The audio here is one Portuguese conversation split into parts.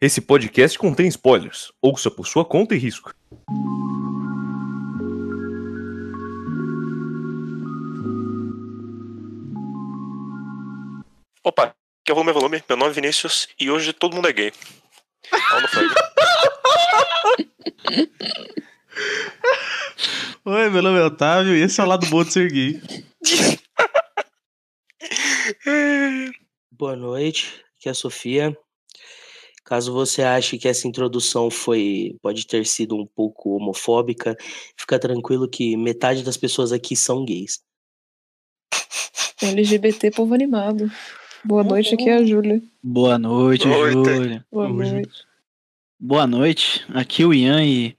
Esse podcast contém spoilers. Ouça por sua conta e risco. Opa, que é o Volume é Volume, meu nome é Vinícius e hoje todo mundo é gay. Aula Frank. Oi, meu nome é Otávio e esse é o lado bom de ser gay. Boa noite, aqui é a Sofia. Caso você ache que essa introdução foi pode ter sido um pouco homofóbica, fica tranquilo que metade das pessoas aqui são gays. LGBT povo animado. Boa noite, aqui é a Júlia. Boa noite, Boa noite. Júlia. Boa Tamo junto. noite. Boa noite. Aqui é o Ian e.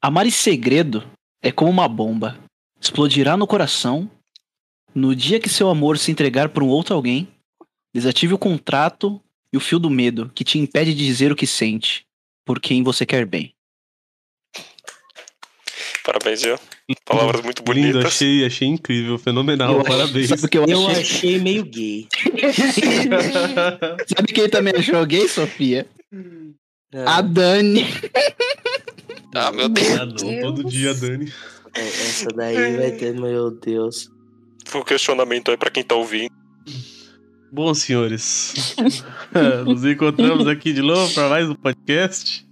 Amar em segredo é como uma bomba. Explodirá no coração. No dia que seu amor se entregar por um outro alguém, desative o contrato e o fio do medo que te impede de dizer o que sente por quem você quer bem. Parabéns, Ian. Palavras muito Lindo, bonitas. achei, achei incrível, fenomenal, Eu achei- parabéns. Sabe o que eu Eu achei? achei meio gay. Tá Sabe quem também achou gay, Sofia? É, A Dani. Ah, meu Deus. Ah, não, todo Deus. dia, Dani. é, essa daí vai ter, meu Deus. O questionamento aí pra quem tá ouvindo. Bom, senhores, é, nos encontramos aqui de novo para mais um podcast.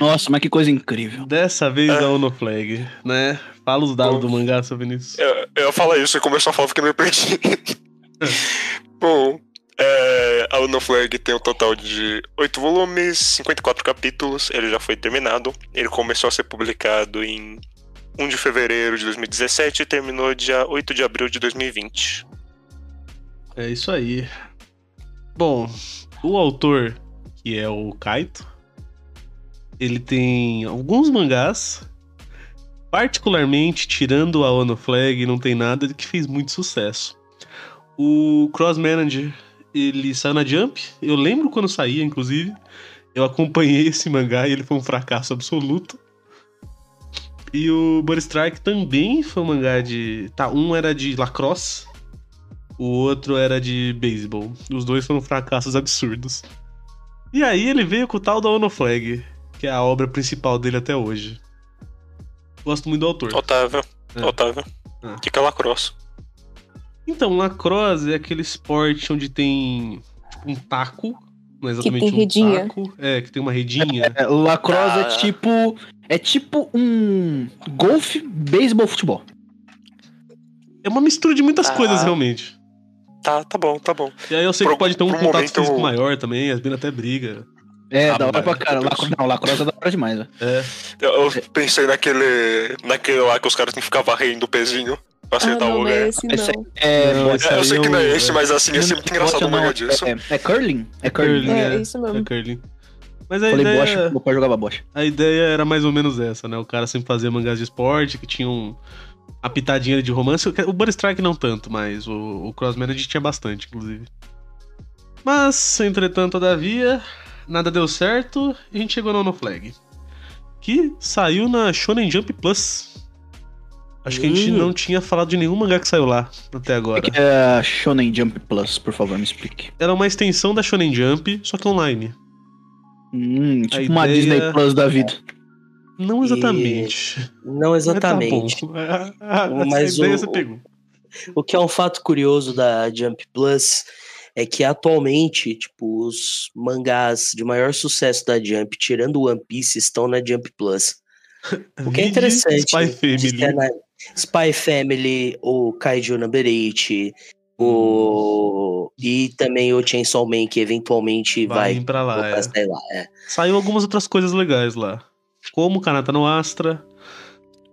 Nossa, mas que coisa incrível. Dessa vez É. a Onoflag, né? Fala os dados do mangá, seu Vinícius. É, Eu, eu ia falar isso, eu começou a falar porque eu me perdi. Bom, é, a Luna Flag tem um total de 8 volumes, 54 capítulos, ele já foi terminado. Ele começou a ser publicado em 1 de fevereiro de 2017 e terminou dia 8 de abril de 2020. É isso aí. Bom, o autor, que é o Kaito, ele tem alguns mangás, particularmente tirando a Ono Flag, não tem nada que fez muito sucesso. O Cross Manager, ele saiu na Jump, eu lembro quando saía, inclusive. Eu acompanhei esse mangá e ele foi um fracasso absoluto. E o Bunny Strike também foi um mangá de. Tá, um era de lacrosse o outro era de beisebol. Os dois foram fracassos absurdos. E aí ele veio com o tal da Ono Flag, que é a obra principal dele até hoje. Gosto muito do autor. Otávio, É. Otávio, É. que que é lacrosse? Então, lacrosse é aquele esporte onde tem tipo, um taco, não é exatamente tem um redinha. taco, é, que tem uma redinha. É, lacrosse Ah. é tipo. É tipo um golfe, beisebol, futebol. É uma mistura de muitas Ah. coisas realmente. Tá, tá bom, tá bom. E aí eu sei Pro- que pode ter um pro contato momento- físico maior também, as minas até briga. É, Ah, da hora mas- pra cara. Lacro... Não, lacrosse é da hora demais, velho. É. Eu, eu pensei naquele, naquele lá que os caras têm que ficar varrendo o pezinho pra Ah, não, acertar o não lugar. é esse Esse não. É, Não, boa, esse É, eu aí sei que não é o- esse, mas assim, ia ser muito engraçado o mangá disso. É, é curling? É curling. Curling. É, é. é isso mesmo. É curling. Mas a Falei ideia... é bocha, meu pai jogava bocha. A ideia era mais ou menos essa, né? O cara sempre fazia mangás de esporte, que tinham a pitadinha de romance. O Bunny Strike não tanto, mas o, o Cross Manager tinha bastante, inclusive. Mas, entretanto, todavia, nada deu certo e a gente chegou no No Flag. Que saiu na Shonen Jump Plus. Acho que a gente Hum. não tinha falado de nenhum mangá que saiu lá até agora. Que é Shonen Jump Plus, por favor, me explique. Era uma extensão da Shonen Jump, só que online. Hum, tipo uma ideia- Disney Plus da vida. Não E- exatamente. Não Mas tá bom. exatamente. Mas Essa ideia o- você pegou. O que é um fato curioso da Jump Plus é que atualmente, tipo, os mangás de maior sucesso da Jump, tirando One Piece, estão na Jump Plus. O que é Vide interessante. Spy de Family. ter na- Spy Family, o Kaiju Number 8, o... e também o Chainsaw Man, que eventualmente Hum. Vai, vai, vir pra lá. colocar, é. sei lá, é. Saiu algumas outras coisas legais lá. Como Kanata no Astra.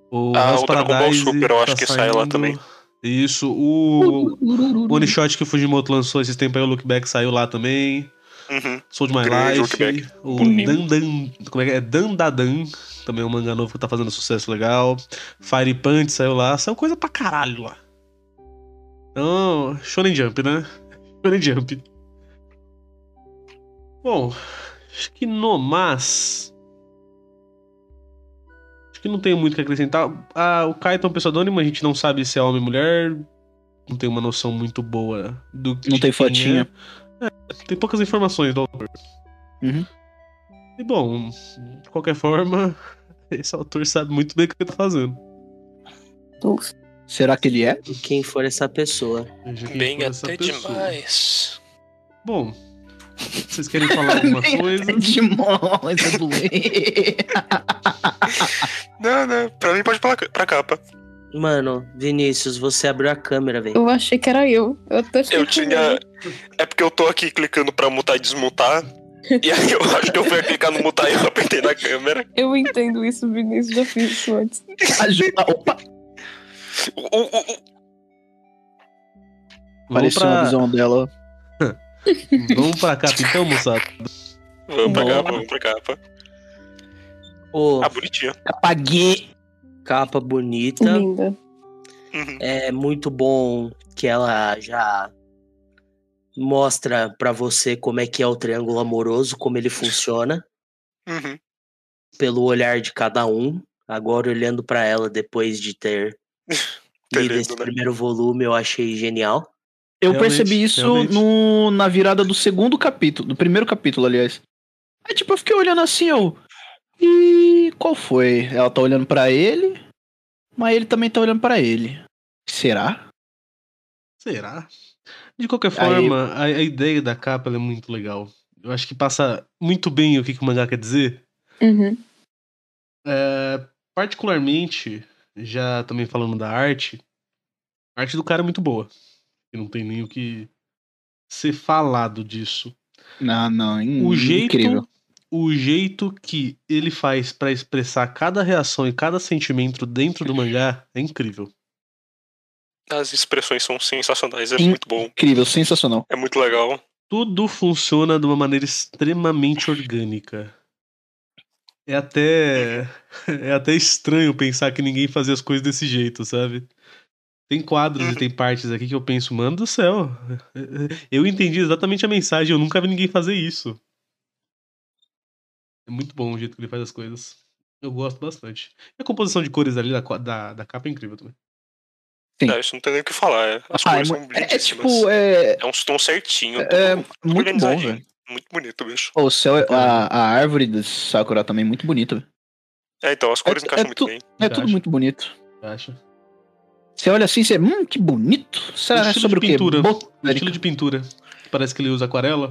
O Ah, House o Dragon Ball Paradise tá Super, eu acho que sai lá saindo. também. Isso, o Uhum. o One Shot que o Fujimoto lançou esses tempos aí, o Look Back saiu lá também. Uhum. Soul My Grande Look Life. O Bonito. Dan Dan. Como é que é? Dan Dadan. Também é um manga novo que tá fazendo sucesso legal. Fire Punch saiu lá. Saiu coisa pra caralho lá. Então, Shonen Jump, né? Shonen Jump. Bom, acho que no mas. Acho que não tenho muito o que acrescentar. Ah, o Kaito é um pseudônimo, a gente não sabe se é homem ou mulher. Não tem uma noção muito boa do que. Não tem de quem é. fotinha. Tem poucas informações do autor. Uhum. E bom, de qualquer forma, esse autor sabe muito bem o que ele tá fazendo. Uf. Será que ele é? E quem for essa pessoa? Veja quem Bem foi essa até assim. pessoa. demais. Bom, vocês querem falar alguma Bem coisa? Demais, Não, não. Pra mim pode ir pra, pra capa. Mano, Vinícius, você abriu a câmera, velho. Eu achei que era eu. Eu até achei Eu que tinha. É porque eu tô aqui clicando pra mutar e desmutar. E aí eu acho que eu fui clicar no mutar e eu apertei na câmera. Eu entendo isso, Vinícius, já fiz isso antes. Ajuda. Opa, O- o- o- Vamos apareceu uma pra, visão dela. vamos pra capa então, moçada. Vamos pra Boa. capa, vamos pra capa. Ô, Ah, bonitinha. Apaguei. capa bonita. Linda. Uhum. É muito bom que ela já mostra pra você como é que é o triângulo amoroso, como ele funciona, Uhum. pelo olhar de cada um. Agora olhando pra ela depois de ter Ter lido lido, esse né? primeiro volume, eu achei genial. Eu Realmente, percebi isso realmente. no- na virada do segundo capítulo, do primeiro capítulo, aliás. Aí, tipo, eu fiquei olhando assim, eu. E qual foi? Ela tá olhando pra ele, mas ele também tá olhando pra ele. Será? Será? De qualquer forma, a, a ideia da capa ela é muito legal. Eu acho que passa muito bem o que, que o mangá quer dizer. Uhum. É, particularmente, já também falando da arte, a arte do cara é muito boa. E não tem nem o que ser falado disso. Não, não. in- O jeito, Hum, Incrível. o jeito que ele faz pra expressar cada reação e cada sentimento dentro do mangá é incrível. As expressões são sensacionais, é Sim. muito bom. Incrível, sensacional. É muito legal. Tudo funciona de uma maneira extremamente orgânica. É até é até estranho pensar que ninguém fazia as coisas desse jeito, sabe? Tem quadros e tem partes aqui que eu penso, mano do céu. Eu entendi exatamente a mensagem, eu nunca vi ninguém fazer isso. É muito bom o jeito que ele faz as coisas. Eu gosto bastante. E a composição de cores ali da, qua- da, da capa é incrível também. Sim. É, isso não tem nem o que falar. é. As Ah, é, cores são mu- é- é lindíssimas. tipo, é, É um tom certinho. é tudo muito bom, organizadinho. velho. Muito bonito, bicho. Pô, O céu, é- a, a árvore do Sakura também é muito bonita. velho. É, então, as cores É- encaixam é muito tu- bem. É tudo Verdade. muito bonito. Acha? Você olha assim e você, hum, que bonito. Será Estilo é de sobre o quê? pintura. Botânica. Estilo de pintura. Parece que ele usa aquarela.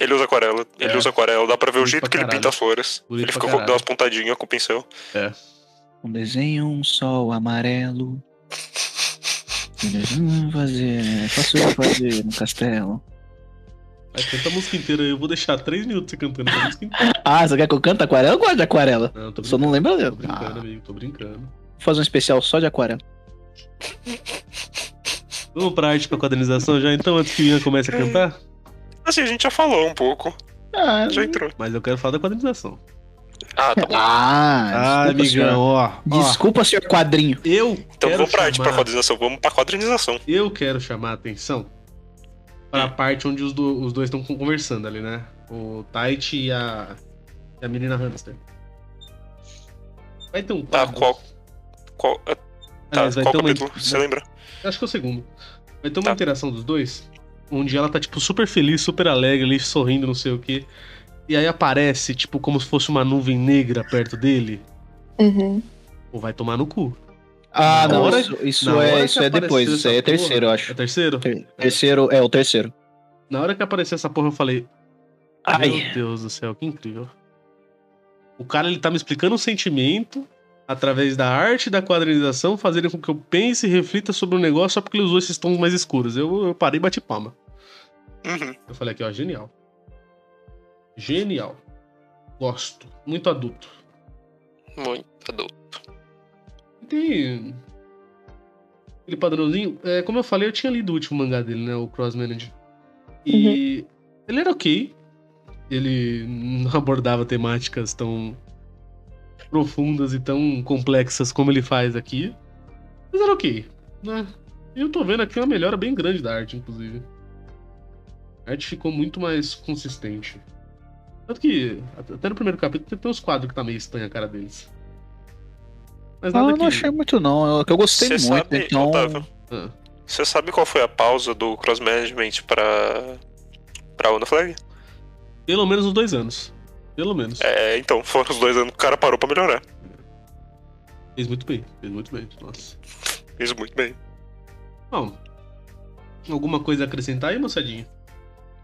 Ele usa aquarela. Ele É. usa aquarela. Dá pra ver o Bonito jeito pra que ele caralho. pinta as flores. Bonito pra ele fica com- caralho. dá umas pontadinhas com o pincel. Um desenho, um sol amarelo. Um desenho fazer. é Fácil de fazer um castelo. Aí canta a música inteira, eu vou deixar 3 minutos você cantando essa música inteira. Ah, você quer que eu cante aquarela? Eu gosto de aquarela. Não, tô Só não lembro Tô dela. brincando, Ah, amigo, tô brincando. vou fazer um especial só de aquarela. Vamos pra arte, pra quadrinização já então, antes que o Ian comece a cantar? Assim, a gente já falou um pouco. Ah, Já entrou. Mas eu quero falar da quadrinização. Ah, tá bom. ah, Ah, desculpa, amigão, senhor. ó. ó, Desculpa, senhor quadrinho. Eu Então quero vamos pra arte, pra chamar, quadrinização. Vamos pra quadrinização. eu quero chamar a atenção pra É. parte onde os, do- os dois estão conversando ali, né? O Taichi e a, e a menina hamster. Vai ter um Tá, quadro. qual. Qual, ah, tá, Aliás, vai qual ter um uma- capítulo? Você lembra? Acho que é o segundo. Vai ter uma Tá. interação dos dois, onde ela tá, tipo, super feliz, super alegre, ali, sorrindo, não sei o quê. E aí aparece, tipo, como se fosse uma nuvem negra perto dele. Uhum. Ou vai tomar no cu. Ah, Na não. hora- isso Na isso hora é, que isso é apareceu depois. Isso aí é essa porra- terceiro, eu É acho. terceiro? Ter- Terceiro, é o terceiro. Na hora que apareceu essa porra, eu falei. Ai. Meu Deus do céu, que incrível. O cara, ele tá me explicando um sentimento através da arte e da quadrinização, fazendo com que eu pense e reflita sobre um negócio só porque ele usou esses tons mais escuros. Eu, eu parei e bati palma. Uhum. Eu falei aqui, ó, genial. Genial. Gosto. Muito adulto. Muito adulto. E Tem. Aquele padrãozinho. É, como eu falei, eu tinha lido o último mangá dele, né? O Cross Manager. Uhum. E. Ele era ok. Ele não abordava temáticas tão profundas e tão complexas como ele faz aqui. Mas era ok, né? E eu tô vendo aqui uma melhora bem grande da arte, inclusive. A arte ficou muito mais consistente. Tanto que, at- até no primeiro capítulo, tem- tem uns quadros que tá meio estranho a cara deles. Mas Ah, nada eu que... não achei muito, não. É que eu gostei Você muito, sabe, então. Otávio, Ah. você sabe qual foi a pausa do cross management pra. pra Ono Flag? Pelo menos uns dois anos. Pelo menos. É, então, foram os dois anos que o cara parou pra melhorar. Fez muito bem, fez muito bem. Nossa. Fez muito bem. Bom, alguma coisa a acrescentar aí, moçadinha?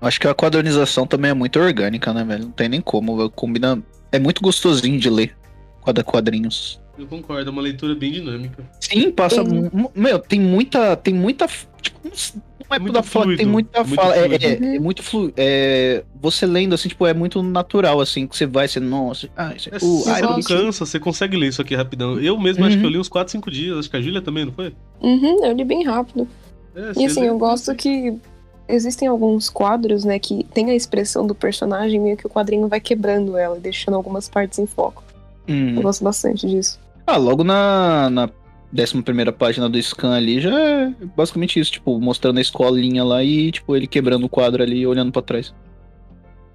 Acho que a quadronização também é muito orgânica, né, velho? Não tem nem como. velho. Combina. É muito gostosinho de ler quadra quadrinhos. Eu concordo, é uma leitura bem dinâmica. Sim, passa. Tem- mu- mu- Meu, tem muita. Tem muita. f- Tipo, não s- não é Muito toda fala, tem fluido, muita muito fala. É, fluido. é- é muito fluido. É, você lendo assim, tipo, é muito natural, assim, que você vai, você. Nossa, ah, isso é. É, Uh, você ah, Iron não Man. cansa, você consegue ler isso aqui rapidão. Eu mesmo acho Uhum. que eu li uns 4, 5 dias, acho que a Júlia também, não foi? Uhum, eu li bem rápido. É, E você assim, lê- eu gosto que existem alguns quadros, né, que tem a expressão do personagem, meio que o quadrinho vai quebrando ela, e deixando algumas partes em foco. hum. Eu gosto bastante disso. Ah, logo na, na 11 página do scan ali já é basicamente isso, tipo, mostrando a escolinha lá e, tipo, ele quebrando o quadro ali e olhando pra trás.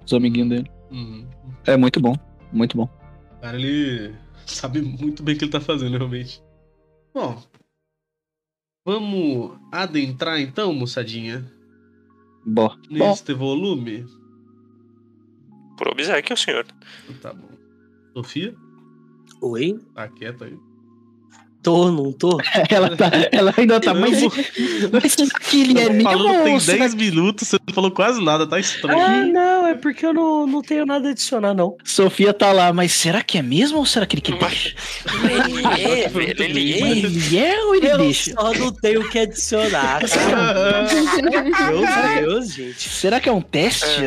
Os amiguinhos dele. Uhum. É muito bom, muito bom. O cara, ele sabe muito bem o que ele tá fazendo, realmente. Bom, vamos adentrar então, moçadinha, Bom, bom neste volume? Por obsequio, senhor. Tá bom. Sofia, Oi? tá quieta aí. Tô, não tô? ela, tá, ela ainda tá mais... Mas que ele é Tá falando tem meu, 10 minutos, você não falou quase nada, tá estranho. Ah, não, é porque eu não, não tenho nada a adicionar, não. Sofia tá lá, mas será que é mesmo ou será que ele quer Mas- Ele é, velho, ele é. Ele é ou ele Eu deixa? só não tenho o que adicionar, cara. Ah. Meu Deus, gente. Será que é um teste?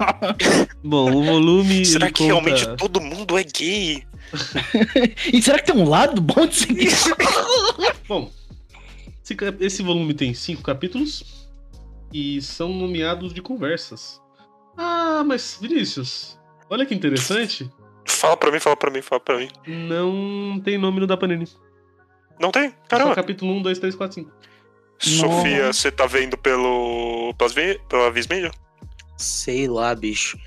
Bom, o volume. Será ele que realmente conta- todo mundo é gay? E será que tem um lado bom de seguir? Bom, esse, cap- esse volume tem cinco capítulos e são nomeados de conversas. Ah, mas Vinícius, olha que interessante. Fala pra mim, fala pra mim, fala pra mim. Não tem nome no da Panini. Não tem? É Só Caramba. capítulo 1, 2, 3, 4, 5. Sofia, você tá vendo pelo. Pelas, vi- pela Viz Media? Sei lá, bicho.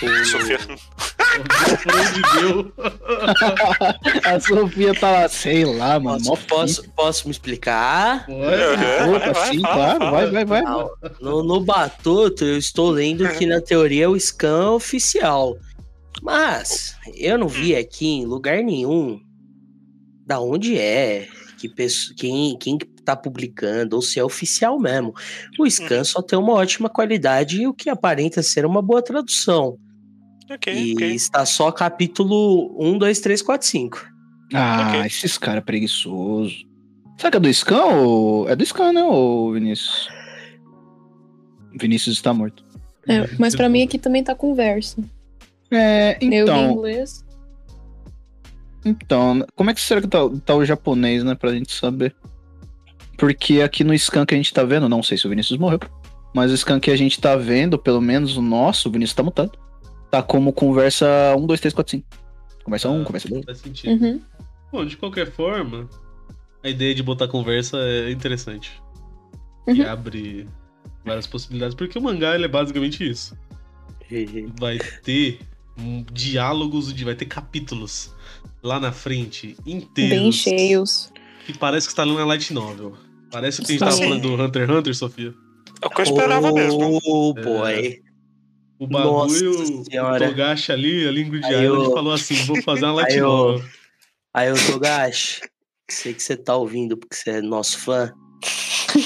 O- Sofia. Pelo amor de Deus. A Sofia tá lá, sei lá, mano. mó Posso, fita. posso, posso me explicar? Olha, É, Opa, vai, vai, sim, fala, assim, claro, fala. vai, vai, vai. Não, No, no Batuto, eu estou lendo que na teoria o scan é oficial. Mas eu não vi aqui em lugar nenhum da onde é, que pesso- quem, quem tá publicando, ou se é oficial mesmo. O scan só tem uma ótima qualidade e o que aparenta ser uma boa tradução. Ok, e ok. está só capítulo 1, 2, 3, 4, 5. Ah, Ok. esses caras preguiçosos. Será que é do Scan ou. É do Scan, né, ô Vinícius? Vinícius está morto. É, mas pra mim aqui também tá conversa. É, Eu li em então. inglês. Então, como é que será que tá, tá o japonês, né, pra gente saber? Porque aqui no Scan que a gente tá vendo, não sei se o Vinícius morreu, mas o Scan que a gente tá vendo, pelo menos o nosso, o Vinícius tá mutado. Tá como conversa 1, 2, 3, 4, 5. Conversa 1, conversa 2. Faz sentido. Uhum. Bom, de qualquer forma, a ideia de botar conversa é interessante. E Uhum. abre várias possibilidades, porque o mangá ele é basicamente isso. vai ter um- diálogos, de- vai ter capítulos lá na frente, inteiros. Bem cheios. Que parece que está lendo a Light Novel. Parece que a gente Sim. tava falando do Hunter x Hunter, Sofia. É o que eu esperava mesmo. Oh, boy. O Nossa bagulho, o Senhora. Togashi ali, a Lingrid Aí Island, eu- falou assim, vou fazer uma Light Aí eu- Novel. Aí eu tô gacho. Sei que você tá ouvindo porque você é nosso fã.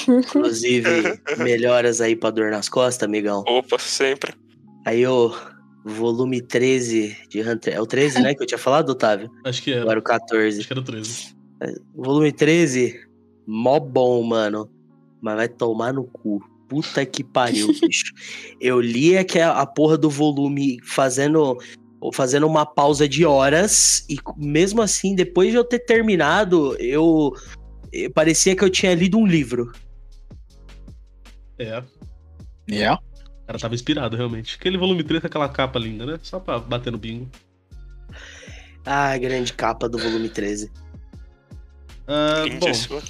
Inclusive, melhoras aí pra dor nas costas, amigão. Opa, sempre. Aí o volume 13 de Hunter. É o 13, né? Que eu tinha falado, Otávio? Acho que era. Agora o 14. Acho que era o 13. Volume 13, mó bom, mano. Mas vai tomar no cu. Puta que pariu, bicho. Eu li aqui a a porra do volume fazendo, fazendo uma pausa de horas. E mesmo assim, depois de eu ter terminado, eu. eu- Parecia que eu tinha lido um livro. É, o Yeah. cara tava inspirado, realmente. Aquele volume 3 com aquela capa linda, né? Só pra bater no bingo. Ah, grande capa do volume 13. Ah, bom, Lindíssima.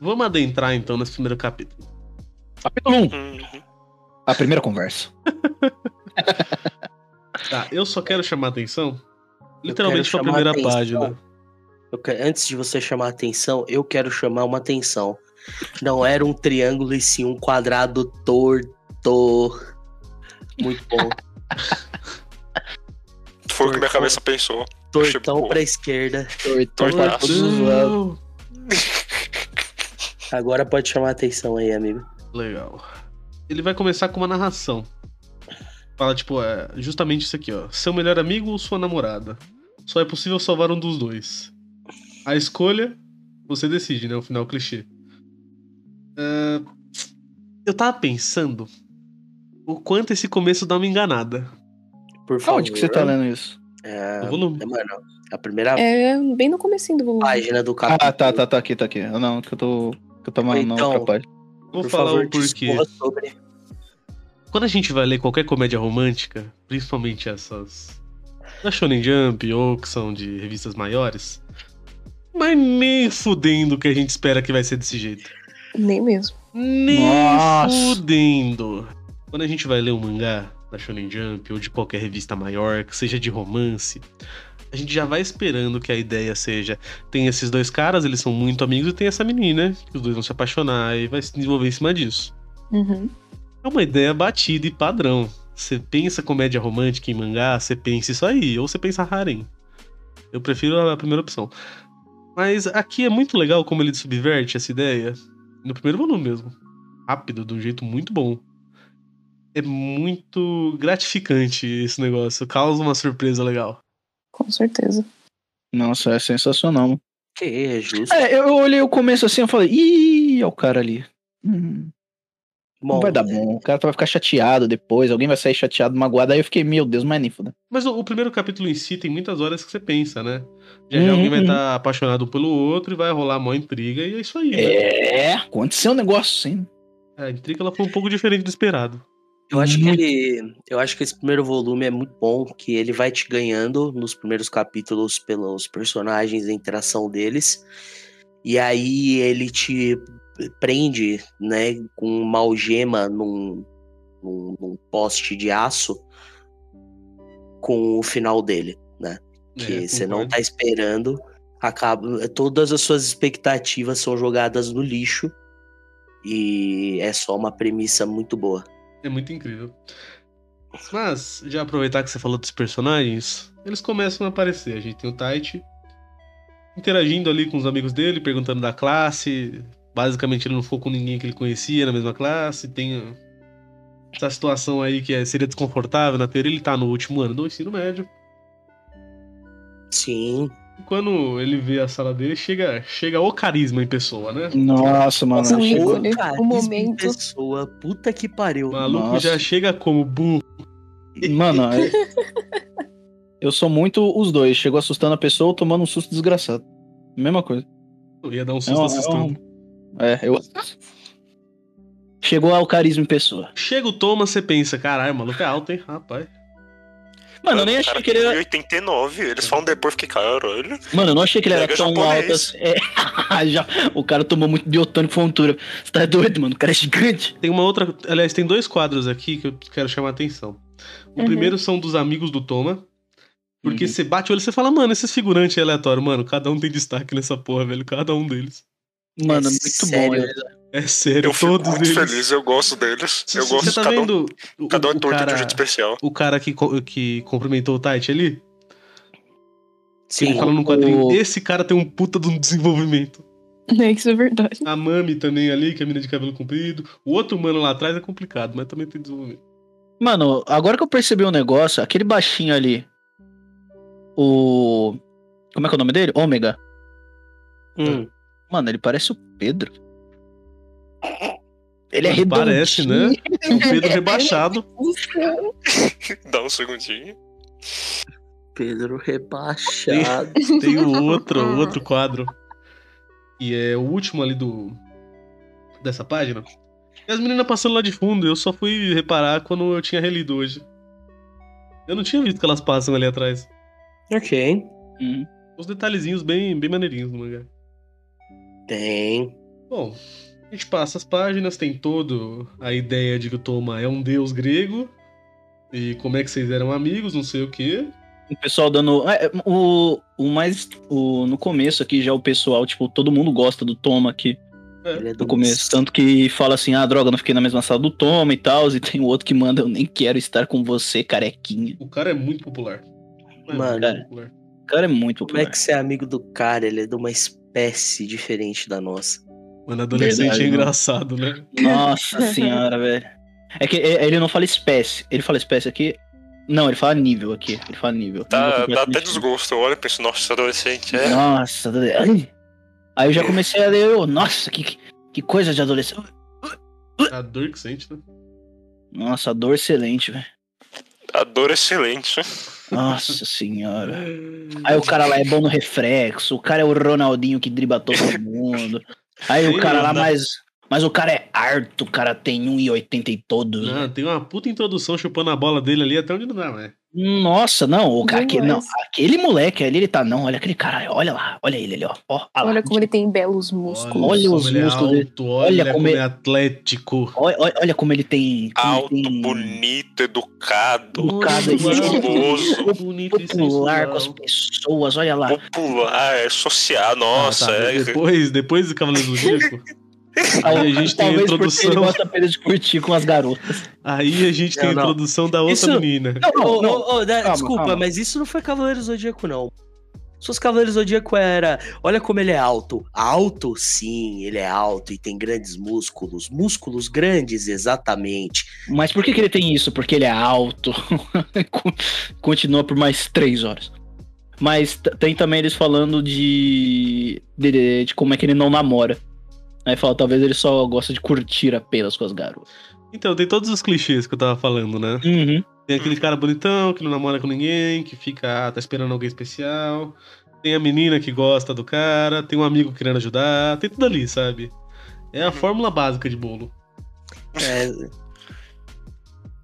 vamos adentrar então nesse primeiro capítulo. Capítulo 1. Uhum. A primeira conversa. Tá, eu só quero chamar a atenção. Eu Literalmente pra quero chamar primeira atenção. página. Eu que- Antes de você chamar a atenção, eu quero chamar uma atenção. Não era um triângulo e sim um quadrado torto. Muito bom. foi o que minha Tortão. cabeça pensou. Tortão Chegou. pra esquerda. Tortão Tortão. pra Todos os lados. Agora pode chamar a atenção aí, amigo. Legal. Ele vai começar com uma narração. Fala, tipo, é, justamente isso aqui, ó. Seu melhor amigo ou sua namorada? Só é possível salvar um dos dois. A escolha, você decide, né? O final clichê. Ah, eu tava pensando o quanto esse começo dá uma enganada. Por favor. Onde que você tá lendo isso? É, O volume. mano, a primeira É bem no comecinho do volume. página do Ah, capítulo. tá, tá, tá aqui, tá aqui. Ah, Não, que eu tô. Que eu tô mal, Então, não, capaz. Vou Por falar favor, o porquê. discorra sobre. Quando a gente vai ler qualquer comédia romântica, principalmente essas da Shonen Jump ou que são de revistas maiores, mas nem fudendo que a gente espera que vai ser desse jeito. Nem mesmo. Nem Nossa. fudendo. Quando a gente vai ler um mangá da Shonen Jump ou de qualquer revista maior, que seja de romance, a gente já vai esperando que a ideia seja: tem esses dois caras, eles são muito amigos, e tem essa menina, que os dois vão se apaixonar e vai se desenvolver em cima disso. Uhum. É uma ideia batida e padrão. Você pensa comédia romântica em mangá, você pensa isso aí, ou você pensa harem. Eu prefiro a primeira opção. Mas aqui é muito legal como ele subverte essa ideia. No primeiro volume mesmo. Rápido, de um jeito muito bom. É muito gratificante esse negócio. Causa uma surpresa legal. Com certeza. Nossa, é sensacional, mano. Que é justo. É, eu eu olhei o começo assim eu falei, ih, olha o cara ali. Hum, não Bom, vai dar né? bom. O cara vai ficar chateado depois, alguém vai sair chateado, magoado. Aí eu fiquei, meu Deus, mas nem foda. Mas o, o primeiro capítulo em si tem muitas horas que você pensa, né? Já, já Uhum, alguém vai uhum. estar apaixonado pelo outro e vai rolar mó intriga e é isso aí. né? É, aconteceu um negócio sim. A intriga ela foi um pouco diferente do esperado. Eu acho Uhum. que Muito. ele, eu acho que esse primeiro volume é muito bom, que ele vai te ganhando nos primeiros capítulos pelos personagens, a interação deles. E aí ele te prende, né, com uma algema num, num, num poste de aço com o final dele, né? Que É, você não concordo. tá esperando. Acaba, todas as suas expectativas são jogadas no lixo. E é só uma premissa muito boa. É muito incrível. Mas, já aproveitar que você falou dos personagens, eles começam a aparecer. A gente tem o Taichi interagindo ali com os amigos dele, perguntando da classe. Basicamente, ele não ficou com ninguém que ele conhecia na mesma classe. Tem essa situação aí que é- seria desconfortável. Na teoria, ele tá no último ano do ensino médio. Sim, E quando ele vê a sala dele, chega, chega o carisma em pessoa, né? Nossa, mano. um Nossa, achei- muito. escolher Cara, o momento. que Pessoa, puta que pariu. O maluco Nossa. já chega como burro. Mano, é- eu sou muito os dois. Chegou assustando a pessoa, tomando um susto desgraçado. Mesma coisa. Ia dar um É, susto um- é, assustando. um- é, eu. Chegou ao carisma em pessoa. Chega o Thomas, você pensa, caralho, o maluco é alto, hein, rapaz. Mano, eu nem O achei cara que ele tem era. 89, eles falam depois, fiquei, caralho. Mano, eu não achei que ele era Pega tão japonês. alto assim. É, já- o cara tomou muito biotônico fontura. Você tá doido, mano? O cara é gigante. Tem uma outra. Aliás, tem dois quadros aqui que eu quero chamar a atenção. O Uhum. primeiro são dos amigos do Toma. Porque Uhum. você bate o olho e você fala, mano, esses figurantes é aleatório. Mano, cada um tem destaque nessa porra, velho. Cada um deles. Mano, É muito bom. sério? né? É sério, Eu fico todos muito eles. feliz, eu gosto deles. Você- Eu gosto você de tá cada um. vendo o, Cada um é o, torto de um cara, jeito especial. o cara que, co- que cumprimentou o Tite ali? Ele Sim, fala num quadrinho. O- Esse cara tem um puta de um desenvolvimento. É, isso é verdade. A Mami também ali, que é a mina de cabelo comprido. O outro mano lá atrás é complicado, mas também tem desenvolvimento. Mano, agora que eu percebi um negócio, aquele baixinho ali. O. Como é que é o nome dele? Ômega. Hum, Mano, ele parece o Pedro. Ele é Mano, redondo. parece, né? O Pedro rebaixado. Dá um segundinho. Pedro rebaixado. Tem o outro, o outro quadro. E é o último ali do. dessa página. E as meninas passando lá de fundo, eu só fui reparar quando eu tinha relido hoje. Eu não tinha visto que elas passam ali atrás. ok. Os detalhezinhos bem, bem maneirinhos no mangá. Tem. Bom, a gente passa as páginas, tem todo a ideia de que o Toma é um deus grego. E como é que vocês eram amigos, não sei o quê. O pessoal dando. é, é, o, o mais. O, no começo aqui já o pessoal, tipo, todo mundo gosta do Toma aqui. Ele é No começo. Tanto que fala assim: ah, droga, não fiquei na mesma sala do Toma e tal. E tem o outro que manda: eu nem quero estar com você, carequinha. O cara é muito popular. Mano, cara. O cara é muito como popular. é que você é amigo do cara? Ele é de uma espécie diferente da nossa. Mano, adolescente Verdade, é mano. engraçado, né? Nossa senhora, velho. É que e- ele não fala espécie. Ele fala espécie aqui. Não, ele fala nível aqui. Ele fala nível. Tá, Nível dá até completamente- desgosto. Eu olho e penso, nossa, adolescente. É. Nossa, adole- ai. Aí eu já comecei a ler, eu, nossa, que, que coisa de adolescente. A dor que sente, né? Nossa, dor excelente, velho. A dor é excelente. Nossa senhora. Aí o cara lá é bom no reflexo, o cara é o Ronaldinho que driba todo mundo. Aí o Sim, cara lá, né? não dá. mas, mas o cara é harto, o cara tem 1,80 e todos. né? Não, Ah, tem uma puta introdução chupando a bola dele ali até onde não dá, né? mais. Nossa, não, o cara, aquele, não, Demais. aquele moleque ali, ele tá, não, olha aquele cara, olha lá, olha ele ali, ó. ó olha lá. Olha como ele tem belos músculos. Olha como os ele é músculos dele. alto, Olha, Olha como como ele ele- é atlético. Olha, olha- olha como ele tem. como ele Alto, tem- bonito, educado, Educado, Nossa, é isso. maravilhoso, Popular bonito e popular sensual. com as pessoas, olha lá. popular, é social. Nossa, Ah, tá, é. Depois, depois do Cavaleiros do Zodíaco, aí a gente tem a Então, Talvez porque ele introdução. gosta apenas de curtir com as garotas. Aí a gente tem a Não, não. introdução da outra Isso- menina. Não, não, Ô, não. ô, ô, da- Calma, desculpa, calma. mas isso não foi Cavaleiro Zodíaco, não. Se fosse Cavaleiro Zodíaco era. Olha como ele é alto. Alto, sim, ele é alto e tem grandes músculos. Músculos grandes, exatamente. Mas por que, que ele tem isso? Porque ele é alto. Con- Continua por mais três horas. Mas t- tem também eles falando de, de- de. de como é que ele não namora. Aí fala, talvez ele só gosta de curtir apenas com as garotas. Então, tem todos os clichês que eu tava falando, né? Uhum. Tem aquele cara bonitão que não namora com ninguém, que fica, ah, tá esperando alguém especial. Tem a menina que gosta do cara, tem um amigo querendo ajudar, tem tudo ali, sabe? É Uhum. a fórmula básica de bolo. É,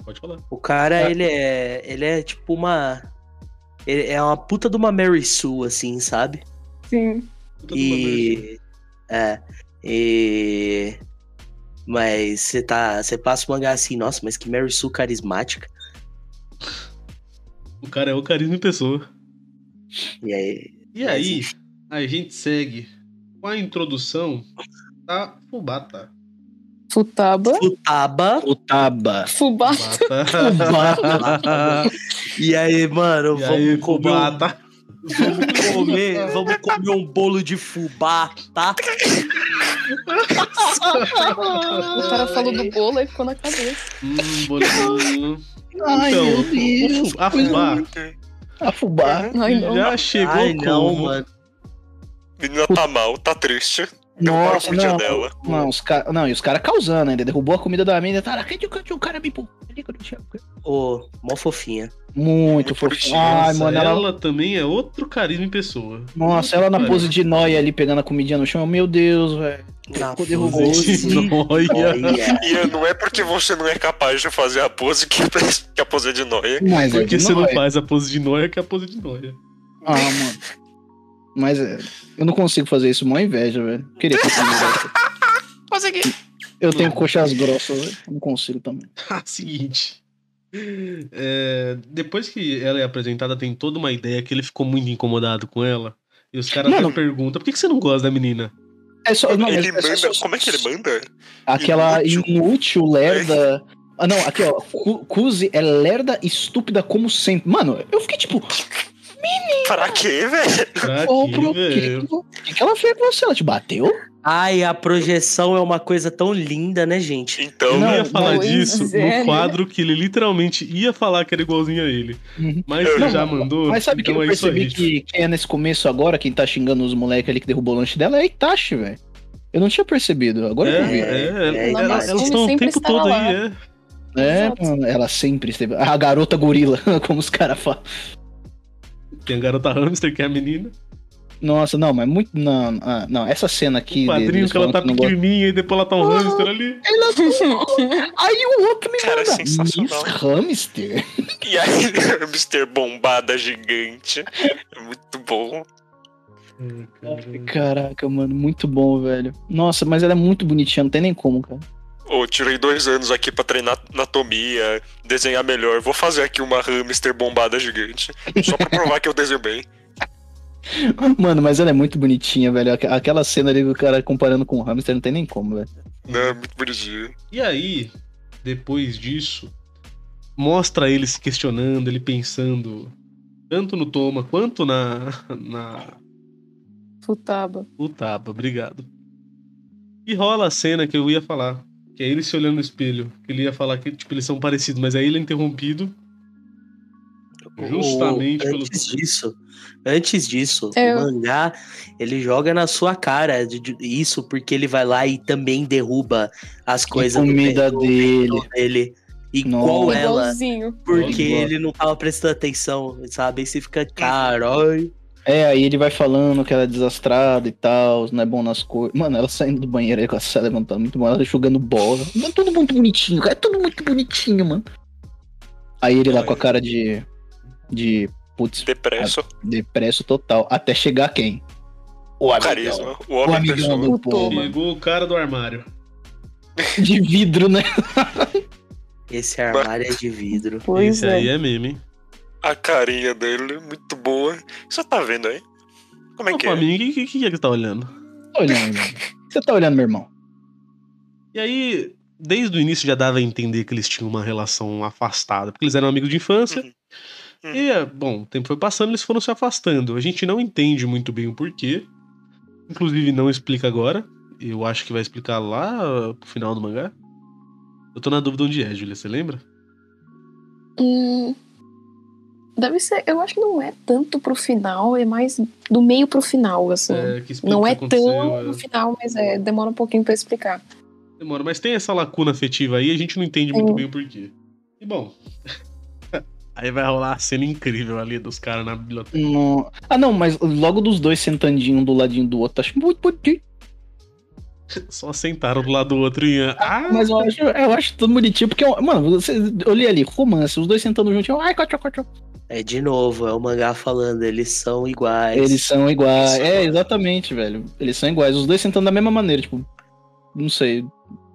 Pode falar. o cara, Ah. É. ele é. Ele é tipo uma. Ele é uma puta de uma Mary Sue, assim, sabe? Sim. Puta de uma merda. E. É. E. Mas você tá. Você passa o mangá assim, nossa, mas que Mary Sue carismática. O cara é o carisma em pessoa. E aí. E aí, a gente segue com a introdução da Fubata. Futaba. Futaba. O Taba. Fubata. Fubata. E aí, mano, E vamos, aí, comer um, Fubata. vamos comer. Vamos comer um bolo de fubá, tá? O cara falou do bolo e ficou na cabeça. Hum, bolinho. Ai, Então, meu Deus. A Fubá Afubá. Ai, não. já chegou Ai, não, como mano. Menina tá mal, tá triste. Derrubaram a Nossa, comida não. dela. Não, os cara, não, e os caras causando ainda. Derrubou a comida da mina. Tá, que um cara me empurrou ali que eu não tinha- Ô, mó fofinha. Muito Curtindo. fofinho. Ai, mano, ela... ela também é outro carisma em pessoa. Nossa, ela na Cara. pose de nóia ali, pegando a comidinha no chão. eu, Meu Deus, velho. Tá Na Ficou derrubou. pose. Olha. Olha. E não é porque você não é capaz de fazer a pose que, que a pose é de nóia. Mas é Porque de você não nóia. faz a pose de noia que é a pose de noia. Ah, mano. Mas é, eu não consigo fazer isso, mó inveja, velho. Queria que eu fizesse. Consegui. Eu tenho coxas grossas, velho. Não consigo também. Ah, seguinte. É, depois que ela é apresentada, tem toda uma ideia que ele ficou muito incomodado com ela. E os caras até Mano. perguntam: por que que você não gosta da menina? É só, não, ele é só- manda. só- Como é que ele manda? Aquela Inútil. inútil, lerda. É. Ah, não, aqui, ó. Cu- Cuzi é lerda e estúpida como sempre. Mano, eu fiquei tipo, Pra quê, velho? Pra ô, quê, pro quê? velho? O que que ela fez pra você? Ela te bateu? Ai, a projeção é uma coisa tão linda, né, gente? Então, Eu não, Não, ia falar pois disso é, no né? quadro que ele literalmente ia falar que era igualzinho a ele. Uhum. Mas Eu ele não, já mandou. Mas sabe então que eu é isso percebi aí. que, que é nesse começo agora, quem tá xingando os moleques ali que derrubou o lanche dela é a Itachi, velho. Eu não tinha percebido, agora que eu vi. É, É, é, é, ela- elas mas ele estão o sempre tempo estará todo lá. aí, é. exato. É, mano, ela sempre esteve. A garota gorila, como os caras falam. Tem a garota hamster, que é a menina. Nossa, não, mas muito. Não, ah, não essa cena aqui. O padrinho deles que ela tá falando não gosta- pequenininha e depois ela tá Ah. um hamster ali. Aí o outro me Cara, é manda. sensacional. Miss Hamster. e aí, hamster bombada gigante. É muito bom. Caraca, mano, muito bom, velho. Nossa, mas ela é muito bonitinha, não tem nem como, cara. Ô, tirei dois anos aqui pra treinar anatomia, desenhar melhor. Vou fazer aqui uma hamster bombada gigante. Só pra provar que eu desenho bem. Mano, mas ela é muito bonitinha, velho. Aqu- Aquela cena ali do cara comparando com o hamster, não tem nem como, velho. Né? Muito bonitinho. E aí, depois disso, mostra ele se questionando, ele pensando. tanto no Toma quanto na, na Futaba. Futaba. Obrigado. E rola a cena que eu ia falar. Que é ele se olhando no espelho. Que ele ia falar que tipo, eles são parecidos, mas aí ele é interrompido. Justamente Ou- pelo. antes disso, antes disso, É, o eu- mangá ele joga na sua cara de- de- isso porque ele vai lá e também derruba as coisas do comida peito- dele. do peito dele. Igual Nossa. ela, Igualzinho. porque Igual. ele não tava prestando atenção, sabe? E você fica, caralho. É, aí ele vai falando que ela é desastrada e tal, não é bom nas coisas. Mano, ela saindo do banheiro aí com a saia levantada muito bom, ela jogando bola. Mano, é tudo muito bonitinho, cara. É Tudo muito bonitinho, mano. Aí ele lá com a cara de. de. putz, Depresso, depresso total. Até chegar quem? O carisma, o Ah, tá O homem amigão pessoa. do O Toma. povo. Pegou o cara do armário. De vidro, né? Esse armário é de vidro. Pois Esse é. aí é meme, hein? A carinha dele, muito boa. Você tá vendo aí? Como é Ô, que é? Flamingo, o que, que, que é que tá olhando? Tá olhando, meu irmão. Você tá olhando, meu irmão. E aí, desde o início já dava a entender que eles tinham uma relação afastada, porque eles eram amigos de infância. Uhum. Uhum. E, é, bom, o tempo foi passando, eles foram se afastando. A gente não entende muito bem o porquê. Inclusive, não explica agora. Eu acho que vai explicar lá uh, pro final do mangá. Eu tô na dúvida onde é, Julia, você lembra? Hum, deve ser. Eu acho que não é tanto pro final, é mais do meio pro final, assim. É, que explica o não que é aconteceu, tão é. no final, mas é, demora um pouquinho pra explicar. Demora, mas tem essa lacuna afetiva aí, a gente não entende muito bem o porquê. E bom. aí vai rolar a cena incrível ali dos caras na biblioteca. No- Ah, não, mas logo dos dois sentandinho um do ladinho do outro, acho muito bonitinho. Só sentaram do lado do outro e. Ah, Mas eu acho, eu acho tudo bonitinho, porque, eu- mano, você, eu li ali, romance, os dois sentando juntinho, ai, cotio, cotio. É de novo, é o mangá falando, eles são iguais. Eles são iguais. Eles são É, iguais. exatamente, velho. Eles são iguais, os dois sentando da mesma maneira, tipo, não sei,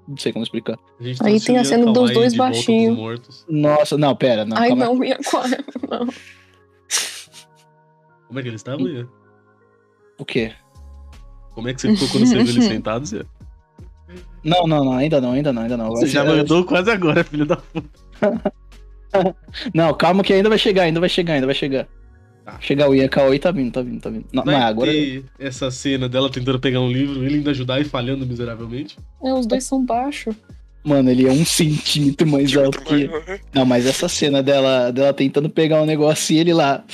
não sei como explicar. gente tá Aí tem a transferindo cena dos Kawaii dois de volta pros baixinho. mortos. Nossa, não, pera, não, Ai, calma. não, minha quadra. Não. Como é que eles estavam, Hum. Ian? O quê? Como é que você ficou quando você viu eles sentados, Ian? Não, não, não, ainda não, ainda não, ainda não. Você já Vai- mandou quase agora, filho da puta. Não, calma que ainda vai chegar, ainda vai chegar, ainda vai chegar. Tá. Chegar o Ian Kaoi tá vindo, tá vindo, tá vindo. Não, Vai mas agora. ter essa cena dela tentando pegar um livro, ele indo ajudar e falhando miseravelmente. É, os dois são baixo. Mano, ele é um centímetro mais Tipo, alto Outro Uhum. que. maior. Não, mas essa cena dela, dela tentando pegar um negócio e ele lá.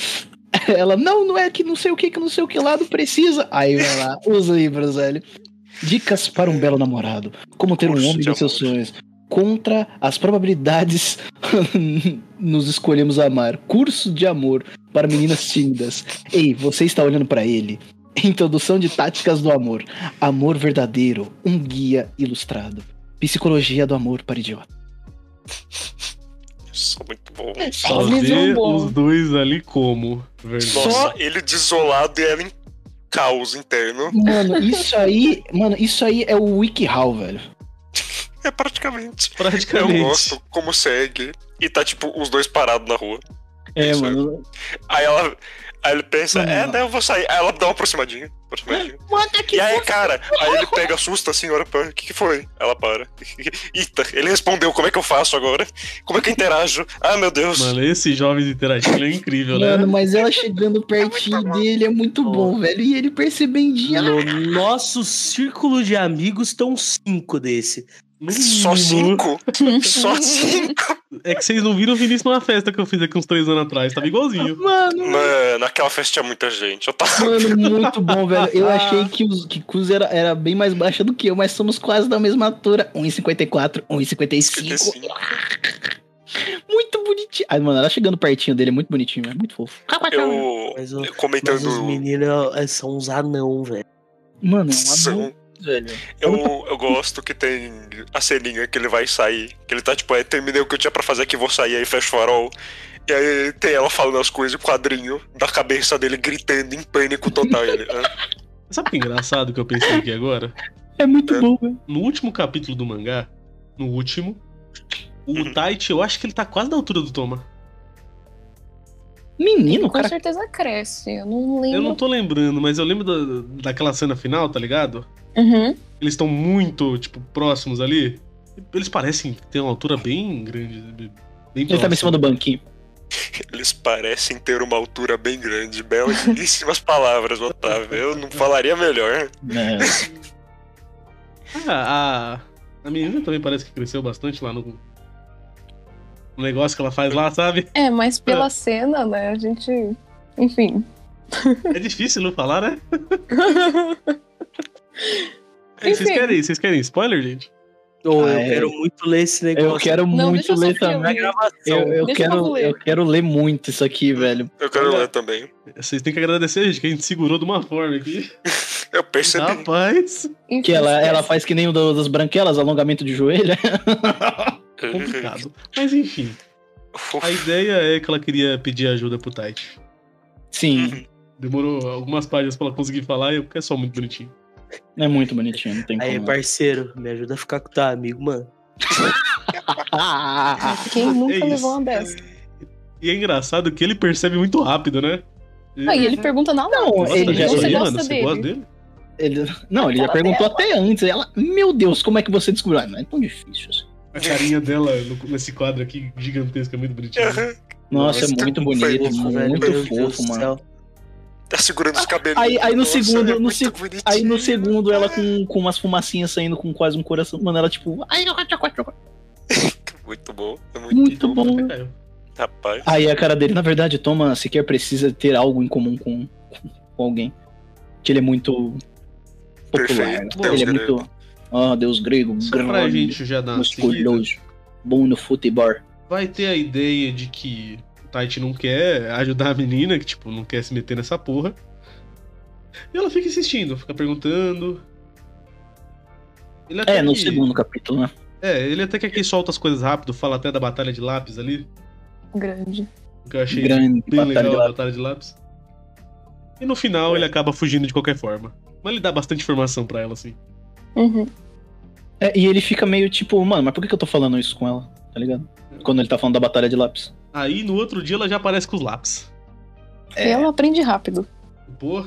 Ela, não, não é que não sei o que, que não sei o que lado precisa. Aí vai lá, os livros, velho. Dicas para um belo namorado. Como ter um Curso homem de dos seus amor. sonhos. Contra as probabilidades nos escolhemos amar. Curso de amor para meninas tímidas. Ei, você está olhando para ele. Introdução de táticas do amor. Amor verdadeiro. Um guia ilustrado. Psicologia do amor para idiota. Isso, muito bom. Só É, Eles vê são bons. Tá os dois ali como. Verdade. Nossa, ele desolado e ela em caos interno. Mano, isso aí. Mano, isso aí é o WikiHow, velho. É praticamente. Praticamente. Eu gosto como segue. E tá, tipo, os dois parados na rua. É, Isso. mano. Aí ela. Aí ele pensa, Não, é, não. né, eu vou sair. Aí ela dá uma aproximadinha. aproximadinha. E aí, cara, aí ele pega, assusta a senhora, o que, que foi? Ela para. Eita, ele respondeu, como é que eu faço agora? Como é que eu interajo? Ah, meu Deus. Mano, esse jovem de interativo é incrível, né? Mano, mas ela chegando pertinho dele é muito bom, velho. E ele percebendo. ah, No nosso círculo de amigos estão cinco desse. No Só mínimo. cinco? Só cinco? É que vocês não viram o Vinícius numa festa que eu fiz aqui uns três anos atrás. Tava igualzinho. Mano, Mano, aquela festa tinha muita gente. Eu tava... mano, muito bom, velho. Eu achei que os que Kuz era, era bem mais baixa do que eu, mas somos quase da mesma altura. 1,54, assim, 1,55. Muito bonitinho. Ai, mano, ela chegando pertinho dele é muito bonitinho, é muito fofo. um. Eu, Mas, o- eu mas os comentando. meninos é, são uns anão, velho. Mano, um São amor, velho. Eu, eu gosto que tem a ceninha que ele vai sair. Que ele tá tipo, é, terminei o que eu tinha pra fazer aqui, vou sair, aí fecha o farol. E aí tem ela falando as coisas, o quadrinho da cabeça dele gritando em pânico total. e ele, "Ah, "Hã?" Sabe que é engraçado que eu pensei aqui agora? É muito bom, velho. no último capítulo do mangá, no último, o Uhum. Taichi, eu acho que ele tá quase na altura do Toma. Menino, o Com cara. certeza cresce. Eu não lembro. Eu não tô lembrando, mas eu lembro da, daquela cena final, tá ligado? Uhum. Eles estão muito, tipo, próximos ali. Eles parecem ter uma altura bem grande. Bem Ele tava em tá cima do banquinho. Eles parecem ter uma altura bem grande. Belíssimas palavras, Otávio. Eu não falaria melhor. Né? Ah, a, a menina também parece que cresceu bastante lá no, no negócio que ela faz lá, sabe? É, mas pela cena, né, a gente. Enfim. É difícil não falar, né? Vocês Enfim. querem, vocês querem spoiler, gente? Ou Ah, eu é. quero muito ler esse negócio. Eu quero Não, muito deixa eu só ler ver o na também. livro. gravação. Eu, eu Deixa eu quero, ler. eu quero ler muito isso aqui, velho. Eu quero Olha. ler também. Vocês têm que agradecer a gente, que a gente segurou de uma forma aqui. Eu percebi. Rapaz, Enfim, Que ela, ela esquece. faz que nem o do- das branquelas, alongamento de joelho. é complicado. Mas enfim, Uhum. a ideia é que ela queria pedir ajuda pro Tite. Sim, Uhum. Demorou algumas páginas pra ela conseguir falar, e porque é só muito bonitinho. é muito bonitinho, não tem Uhum. Aí, como. parceiro, me ajuda a ficar com teu amigo, mano. Ah, Quem nunca É isso. levou uma dessa? E é engraçado que ele percebe muito rápido, né? Ah, e ele pergunta na lata. Não, assim, ele já- Você ele- gosta dele? dele? Ele, não, ele já Ela perguntou até antes. Ela, meu Deus, como é que você descobriu? Ah, não é tão difícil assim. A carinha dela no- nesse quadro aqui gigantesco é muito bonitinho. Aham. Nossa, Nossa, é muito bonito, que fofo, mano, tá velho, muito meu Deus fofo, do mano. céu. Tá segurando os é cabelos. Ah, Aí- aí no segundo, no seg- segundo, Aí no segundo, ela com, com umas fumacinhas saindo com quase um coração. Mano, ela tipo. "Ai, ó, ó, ó, ó". Muito bom. É muito, Muito bom. É, Rapaz. Aí a cara dele, na verdade, Thomas sequer precisa ter algo em comum com, com alguém. Que ele é muito popular. Perfeito, né? Ele é Deus muito. Ah, Deus grego, Só é pra grande, gente já dar uma seguida, musculoso, bom no futebol. vai ter a ideia de que o Tite não quer ajudar a menina, que tipo, não quer se meter nessa porra. E ela fica insistindo, fica perguntando. Ele até É, no que- segundo capítulo, né? É, ele até que aqui solta as coisas rápido, fala até da batalha de lápis ali, Grande. que eu achei Grande bem batalha legal de É. a batalha de lápis. E no final ele acaba fugindo de qualquer forma. Mas ele dá bastante informação pra ela, assim. Uhum. É, e ele fica meio tipo, mano, mas por que que eu tô falando isso com ela? Tá ligado? Quando ele tá falando da batalha de lápis. Aí no outro dia ela já aparece com os lápis. É. E ela aprende rápido. Pô.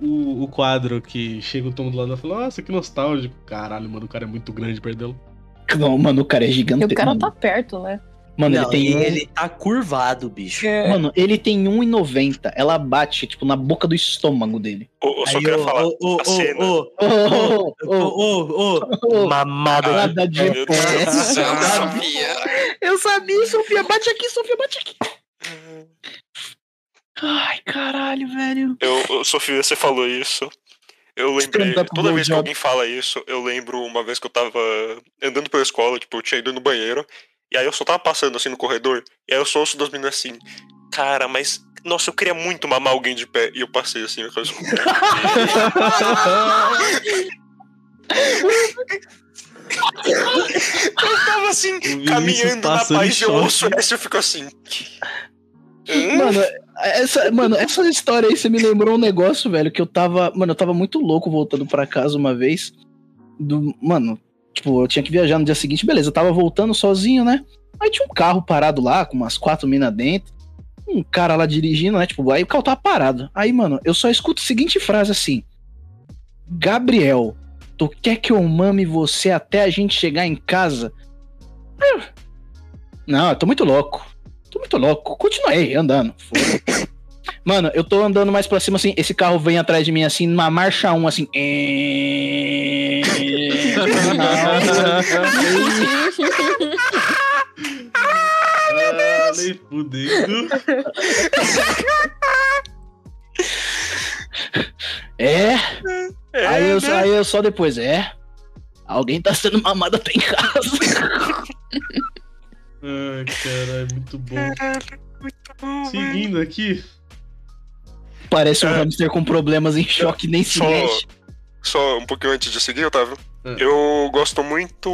O, o quadro que chega o Tom do lado e fala, nossa, que nostálgico. Caralho, mano, o cara é muito grande, perdeu. Não, mano, o cara é E gigante. o cara mano, tá perto, né? mano, Não, ele tem. e um- ele é- tá curvado, bicho. Mano, ele tem 1,90. Ela bate, tipo, na boca do estômago dele. Eu, eu só Aí, queria ô, falar. ô, ô, a ô, cena. ô, Ô, ô, ô, ô, ô, ô, ô, ô, mamada. Nada de Meu Deus pé. do céu, eu Nada. sabia. Ah, Eu sabia, Sofia. Bate aqui, Sofia, bate aqui. Ai, caralho, velho. Eu, eu- Sofia, você falou isso. Eu lembrei. Stand up Toda vez que blowjob. alguém fala isso, eu lembro uma vez que eu tava andando pela escola, tipo, eu tinha ido no banheiro. E aí eu só tava passando assim no corredor. E aí eu só ouço das meninas assim. Cara, mas. Nossa, eu queria muito mamar alguém de pé. E eu passei assim, eu quase. eu tava assim, Vinícius caminhando na passando paz, eu choque. ouço essa e eu fico assim. Hum? Mano, essa, mano, essa história aí, você me lembrou um negócio, velho, que eu tava. Mano, eu tava muito louco voltando pra casa uma vez. Do, mano, tipo, eu tinha que viajar no dia seguinte, beleza, eu tava voltando sozinho, né? Aí tinha um carro parado lá, com umas quatro minas dentro. Um cara lá dirigindo, né? Tipo, aí o carro tava parado. Aí, mano, eu só escuto a seguinte frase assim: Gabriel, tu quer que eu mame você até a gente chegar em casa? Aí eu, Não, eu tô muito louco. Tô muito louco. Continuei andando. Foda-se. Mano, eu tô andando mais pra cima assim. Esse carro vem atrás de mim assim, numa marcha 1, assim. Ah, nem fudendo. É, É, aí eu, né? aí eu só depois. É. Alguém tá sendo mamado até em casa. Ai, caralho, muito bom. Caralho, é muito bom, mano. Seguindo aqui, Parece um É. hamster com problemas em choque, nem se Só- mexe. Só um pouquinho antes de seguir, Otávio. Ah. Eu gosto muito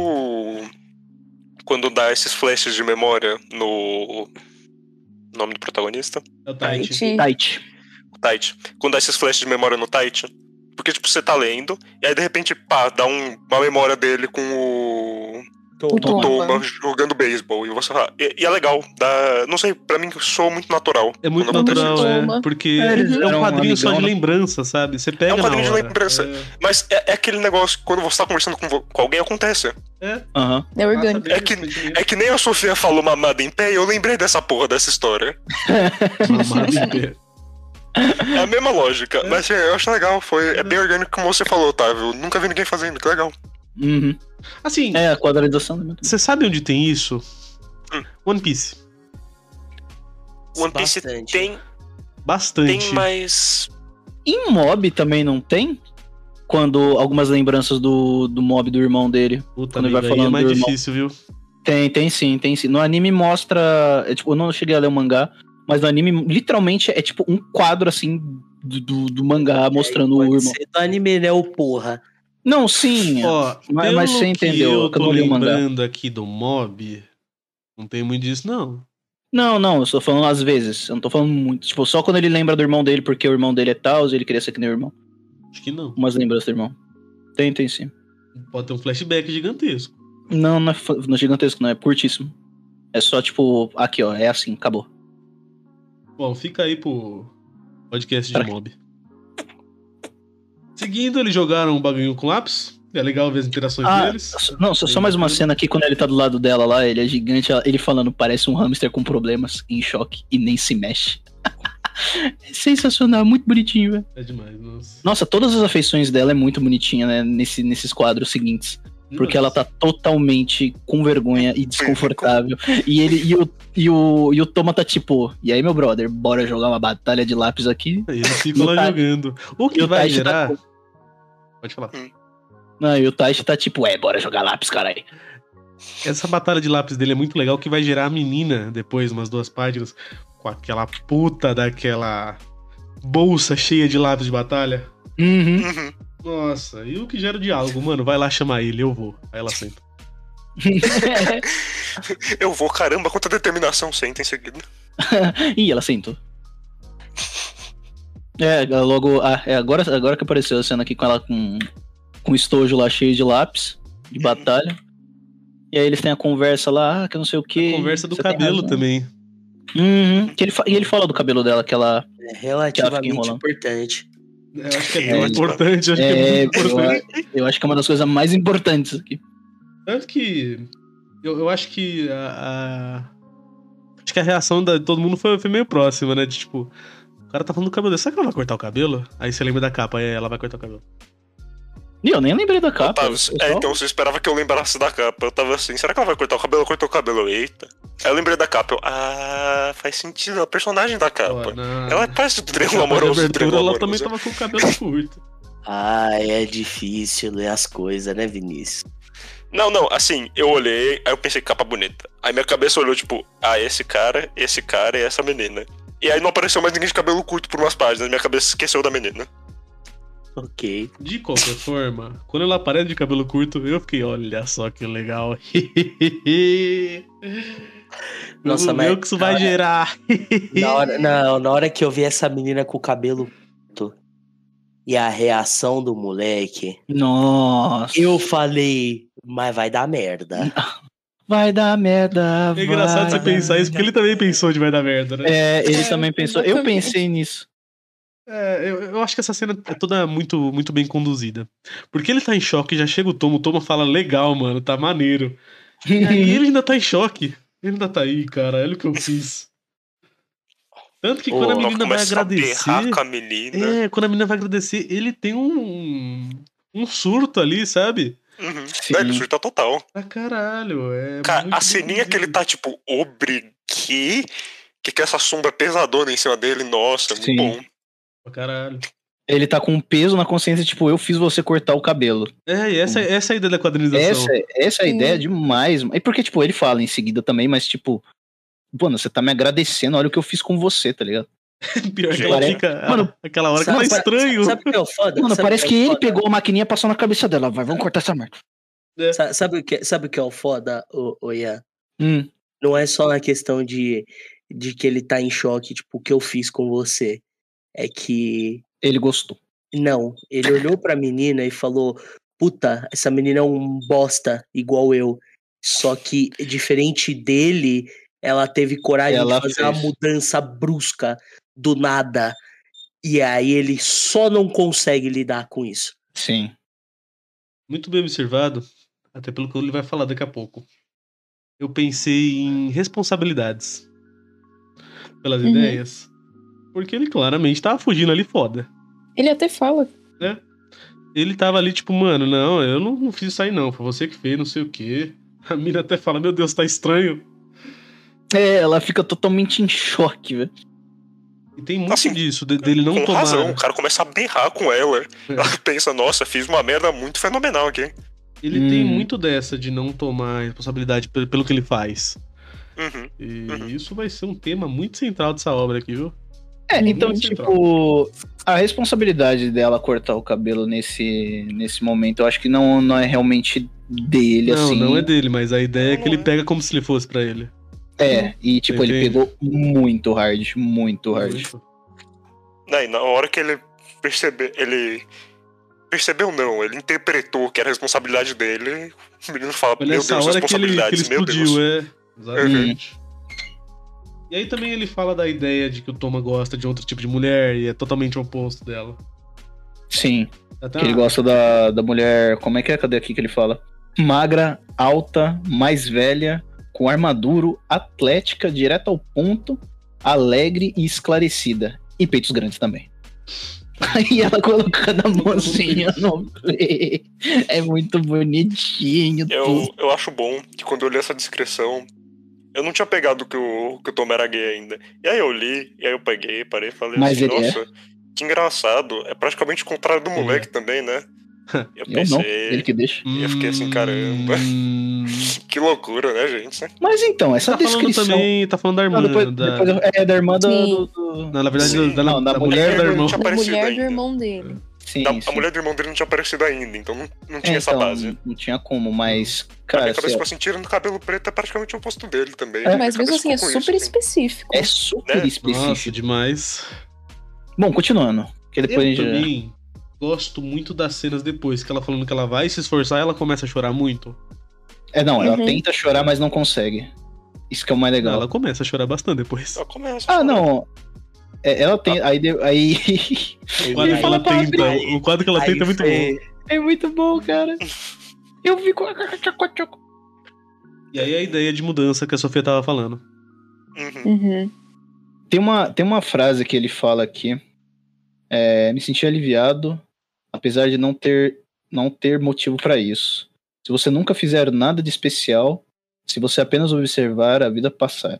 quando dá esses flashes de memória no nome do protagonista, é Tá, o Tite. Tite. Tight. o Tite. Quando dá esses flashes de memória no Tite, porque tipo você tá lendo e aí de repente pá, dá um- uma memória dele com o O o Tomba. Tomba jogando beisebol. E você fala, e, e é legal. Dá, não sei, pra mim sou muito natural. É muito Quando acontece natural, isso. é. Toma. Porque É, eles é um eram um quadrinho só de amigão, né? lembrança, sabe? Você pega É um na quadrinho de hora. lembrança. É. Mas é, é aquele negócio que quando você tá conversando com, vo- com alguém, acontece. Aham. É orgânico. É que- É que nem a Sofia falou mamada em pé e eu lembrei dessa porra, dessa história. Mamado em pé. É a mesma lógica. Mas é, eu acho legal. Foi, é bem orgânico como você falou, Otávio. Nunca vi ninguém fazendo, que legal. Uhum. Assim, É, a quadralização é muito você sabe onde tem isso? Hum. One Piece. One Piece Bastante. tem, Bastante. tem mais. Em Mob também não tem? Quando algumas lembranças do, do Mob do irmão dele. Puta, Quando ele vai amigo, aí é falando mais do irmão. difícil, viu? Tem, tem sim, tem sim. No anime mostra. é, tipo, eu não cheguei a ler o mangá, mas no anime literalmente é tipo um quadro assim do, do, do É, mangá mostrando o Pode irmão. ser do anime, né, o porra. Não, sim. Ó, Mas- pelo mas você entendeu, que eu eu tô não li o mangá. lembrando aqui do mob, não tem muito disso, não. Não, não, eu tô falando às vezes. Eu não tô falando muito. Tipo, só quando ele lembra do irmão dele, porque o irmão dele é tal, ele queria ser que nem o irmão. Acho que não. Umas lembranças do irmão. Tem, tem sim. Pode ter um flashback gigantesco. Não, não é, fa- não é gigantesco, não, é curtíssimo. É só tipo, aqui ó, é assim, acabou. Bom, fica aí pro podcast de Caraca. mob. Seguindo, eles jogaram um bagulho com lápis. É legal ver as interações Ah, deles. só- Não, só, só mais uma cena aqui quando ele tá do lado dela lá, ele é gigante, ela- ele falando, parece um hamster com problemas, em choque e nem se mexe. é sensacional, muito bonitinho, velho. É demais, nossa. Nossa, todas as afeições dela é muito bonitinha, né? nesse- nesses quadros seguintes. Porque ela tá totalmente com vergonha e desconfortável. E ele e o, e o, e o Toma tá tipo, e aí, meu brother, bora jogar uma batalha de lápis aqui? Eles ficam lá Tá- jogando. O que E o vai Taichi gerar. tá- Pode falar. Não, e o Taishi tá tipo, é, bora jogar lápis, caralho. Essa batalha de lápis dele é muito legal, que vai gerar a menina depois, umas duas páginas, com aquela puta daquela bolsa cheia de lápis de batalha. Uhum. Uhum. Nossa, e o que gera o diálogo? Mano, vai lá chamar ele, eu vou. Aí ela senta. Eu vou, caramba, quanta determinação senta em seguida. Uhum. Ih, ela sentou. É, logo. ah, é agora, agora que apareceu a cena aqui com ela com, com o estojo lá cheio de lápis, de Uhum. batalha. E aí eles têm a conversa lá, ah, que eu não sei o que. A conversa do cabelo também. Uhum, que ele, fa- e ele fala do cabelo dela, que ela. É relativamente enrolando. importante. Eu acho que é É, muito isso. importante, eu acho que é É, muito eu, importante. a- eu acho que é uma das coisas mais importantes aqui. Tanto que. Eu, eu acho que a, a- Acho que a reação da- de todo mundo foi, foi meio próxima, né? De tipo, o cara tá falando do cabelo dele. Será que ela vai cortar o cabelo? Aí você lembra da capa, aí ela vai cortar o cabelo. E eu nem lembrei da capa. Tá, eu você- só- é, então você esperava que eu lembrasse da capa. Eu tava assim, será que ela vai cortar o cabelo? Ela cortou o cabelo, eu, eita. Aí eu lembrei da capa, eu, ah, faz sentido, é a personagem da capa. na- na Ela parece do capa de Triângulo Amoroso, do abertura, Triângulo ela também tá- Amoroso. tava com o cabelo curto. Ah, é difícil ler as coisas, né, Vinícius? Não, não, assim, eu olhei, aí eu pensei, capa bonita. Aí minha cabeça olhou, tipo, ah, esse cara, esse cara e essa menina. E aí não apareceu mais ninguém de cabelo curto por umas páginas, minha cabeça esqueceu da menina. Ok. De qualquer forma, quando ela aparece de cabelo curto, eu fiquei, olha só que legal. Nossa, Vamos ver mas- o que isso vai cara, gerar. Na hora, não, na hora que eu vi essa menina com o cabelo curto e a reação do moleque, Nossa. eu falei, mas vai dar merda. Vai dar merda. É engraçado você vai pensar dar isso, porque ele também pensou de vai dar merda, né? É, ele É, também pensou. Eu exatamente. pensei nisso. É, eu, eu acho que essa cena é toda muito, muito bem conduzida. Porque ele tá em choque, já chega o Tomo, o Tomo fala, legal, mano, tá maneiro. E aí ele ainda tá em choque. Ele ainda tá aí, cara, olha o que eu fiz. Tanto que Ô, quando a ela Ela menina vai começa a berrar agradecer. com a menina. É, quando a menina vai agradecer, ele tem um. um surto ali, sabe? Uhum. Sim. Velho, surta total. Ah, caralho. É Cara, muito a bem ceninha que ele conduzido. tá, tipo, obrigue. Que que é essa sombra pesadona em cima dele, nossa, é muito Sim. bom. tá Pra Caralho. Ele tá com um peso na consciência, tipo, eu fiz você cortar o cabelo. É, e essa, essa é a ideia da quadrinização. Essa, essa é a Sim. ideia demais. E porque, tipo, ele fala em seguida também, mas, tipo, mano, você tá me agradecendo, olha o que eu fiz com você, tá ligado? Pior que ela Parece- fica. ah, Mano, aquela hora que sabe- tá estranho. Sabe o que é o foda? Mano, tá Sabe o parece é que o ele foda? pegou a maquininha e passou na cabeça dela. Vai, Ah. vamos cortar essa merda. Sa- Sabe o que, sabe o que é o foda, ô, ô Ian? Hum. não é só na questão de, de que ele tá em choque, tipo, o que eu fiz com você. É que. Ele gostou. Não, ele olhou pra menina e falou: Puta, essa menina é um bosta igual eu. Só que, diferente dele, ela teve coragem Ela de fazer uma fez. mudança brusca do nada. E aí ele só não consegue lidar com isso. Sim. Muito bem observado, até pelo que ele vai falar daqui a pouco. Eu pensei em responsabilidades pelas Uhum. ideias, porque ele claramente tava fugindo ali foda. Ele até fala. Ele tava ali tipo, mano, não, eu não, não fiz isso aí não, foi você que fez, não sei o quê. A mina até fala, meu Deus, tá estranho. É, ela fica totalmente em choque, velho. E tem muito Assim, disso, de- dele não com tomar. É. razão, o cara começa a berrar com ela. Ela pensa, nossa, fiz uma merda muito fenomenal aqui. Ele tem Hum. muito dessa de não tomar responsabilidade pe- pelo que ele faz. Uhum. E Uhum. isso vai ser um tema muito central dessa obra aqui, viu? É, Uhum. então, Muito tipo, a responsabilidade dela cortar o cabelo nesse, nesse momento, eu acho que não, não é realmente dele, não, assim. não é dele, mas a ideia é que Não ele é. pega como se ele fosse pra ele. É, e, tipo, ele Entendi. Uhum. pegou muito hard, muito hard. Daí, na hora que ele percebeu, ele percebeu não, ele interpretou que era responsabilidade dele. O menino fala, Foi meu nessa Deus, hora que ele, que ele responsabilidades, meu explodiu, Deus. Uhum. é. Exatamente. E aí também ele fala da ideia de que o Toma gosta de outro tipo de mulher e é totalmente o oposto dela. Sim, Até que ele uma- gosta da, da mulher. Como é que é? Cadê aqui que ele fala? Magra, alta, mais velha, com armaduro, atlética, direta ao ponto, alegre e esclarecida. E peitos grandes também. Aí ela colocando a mãozinha no play. É muito bonitinho. tudo. Eu, eu acho bom que quando eu li essa descrição, eu não tinha pegado que o, que o Tom era gay ainda. E aí eu li, e aí eu peguei, parei e falei Mas assim, ele é. nossa, que engraçado. É praticamente o contrário do moleque também, né? Eu Eu não, ele pensei, que deixa. eu fiquei assim, caramba. Hum. que loucura, né, gente? Mas então, essa Tá falando descrição. também, tá falando da irmã. Não, depois, da... depois eu- é da irmã do. Sim. do- do- Não, na verdade, Sim. da, Não, da da mulher mulher da do irmã. Tinha Da aparecido mulher ainda. do irmão dele. Sim, Da- sim. A mulher do irmão dele não tinha aparecido ainda, então não, não É, tinha essa então, base. Não tinha como, mas. a Cara, minha cabeça sei ficou lá, assim, tira no cabelo preto é praticamente o oposto dele também. É, Minha Mas mesmo cabeça assim é ficou com isso, super assim. específico. é super Né? específico. Nossa, demais. Bom, continuando. Que depois a Eu gente. também gosto muito das cenas depois, que ela falando que ela vai se esforçar ela começa a chorar muito. É, não, ela Uhum. tenta chorar, mas não consegue. Isso que é o mais legal. Ela começa a chorar bastante depois. Só começa. Ah, não. É, ela tem. Aí. de- aí... O quadro, Ele que ela fala pra tenta, abrir. o quadro que ela tenta é muito bom. é muito bom, cara. Eu fico. E aí a ideia de mudança que a Sofia tava falando. Uhum. Uhum. Tem uma, tem uma frase que ele fala aqui. É, me senti aliviado, apesar de não ter, não ter motivo para isso. Se você nunca fizer nada de especial, se você apenas observar a vida passar,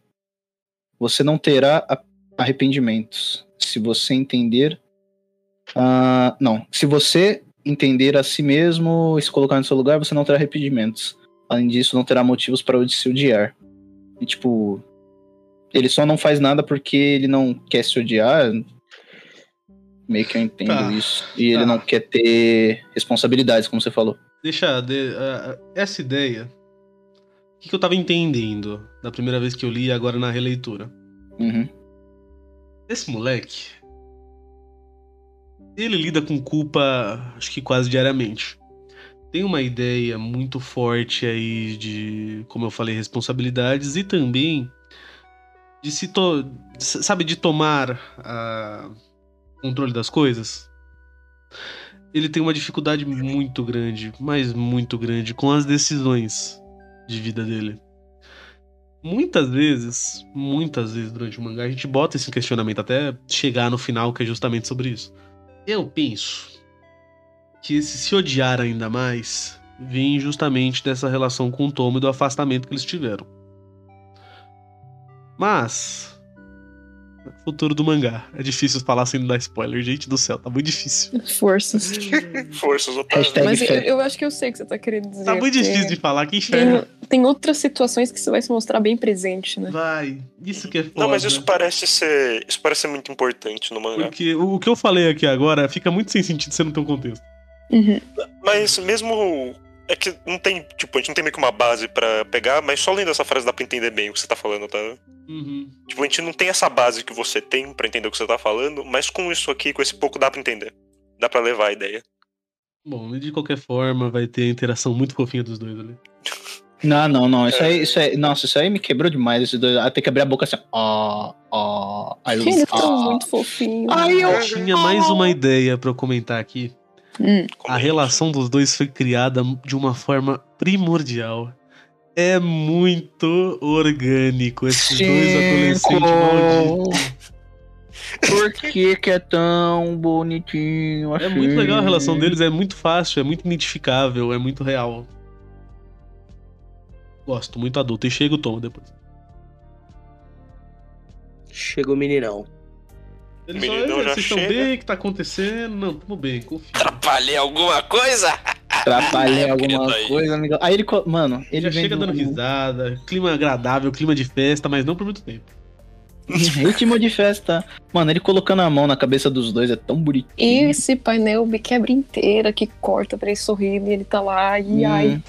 você não terá a- arrependimentos. Se você entender. ah, não. Se você entender a si mesmo e se colocar no seu lugar, você não terá arrependimentos. Além disso, não terá motivos para se odiar. E, tipo, ele só não faz nada porque ele não quer se odiar. Meio que eu entendo Tá, isso. E tá. ele não quer ter responsabilidades, como você falou. Deixa de- a- a- essa ideia. O que, que eu tava entendendo da primeira vez que eu li e agora na releitura? Uhum. Esse moleque. Ele lida com culpa, acho que quase diariamente. Tem uma ideia muito forte aí de, como eu falei, responsabilidades e também de se to... s- sabe de tomar ah, controle das coisas. Ele tem uma dificuldade muito grande, mas muito grande com as decisões de vida dele. Muitas vezes, muitas vezes durante o mangá, a gente bota esse questionamento até chegar no final, que é justamente sobre isso. Eu penso que esse se odiar ainda mais vem justamente dessa relação com o Tomo e do afastamento que eles tiveram. Mas. Futuro do mangá. É difícil falar sem dar spoiler, gente do céu, tá muito difícil. Forças. Forças, otários. Hashtag- Mas eu, fé. eu acho que eu sei o que você tá querendo dizer. Tá muito porque difícil de falar, que inferno. Tem, tem outras situações que você vai se mostrar bem presente, né? Vai, isso que é foda. Não, mas isso parece ser. Isso parece ser muito importante no mangá. Porque o o que eu falei aqui agora fica muito sem sentido se não tem um contexto. Uhum. Mas mesmo. É que não tem, tipo, a gente não tem meio que uma base pra pegar, mas só lendo essa frase dá pra entender bem o que você tá falando, tá? Uhum. Tipo, a gente não tem essa base que você tem pra entender o que você tá falando, mas com isso aqui, com esse pouco, dá pra entender. Dá pra levar a ideia. Bom, e de qualquer forma, vai ter a interação muito fofinha dos dois ali. Não, não, não. É. Isso aí, isso aí, nossa, isso aí me quebrou demais. Esses dois. Até que abrir a boca assim. Ó, ó. Aí eu. Eles são ah. muito fofinhos. Aí eu. Eu tinha mais uma ideia pra eu comentar aqui. Hum, Como é A relação dos dois foi criada de uma forma primordial. É muito orgânico esses dois adolescentes malditos. Por que que é tão bonitinho É muito legal a relação deles, é muito fácil, é muito identificável, é muito real. Gosto, muito adulto. E chega o Tom depois. Chegou o meninão. Ele O meninão "Ei, então já vocês estão chega." bem? O que tá acontecendo? Não, tamo bem, confio. Atrapalhei alguma coisa? Atrapalhei Ah, querido, alguma aí. coisa, amigão. Aí ele. co- Mano, ele já vem chega do- dando risada, clima agradável, clima de festa, mas não por muito tempo. Ritmo de festa. Mano, ele colocando a mão na cabeça dos dois é tão bonitinho. Esse painel me quebra inteira que corta pra ele sorrindo e ele tá lá. E Hum. ai, Hum.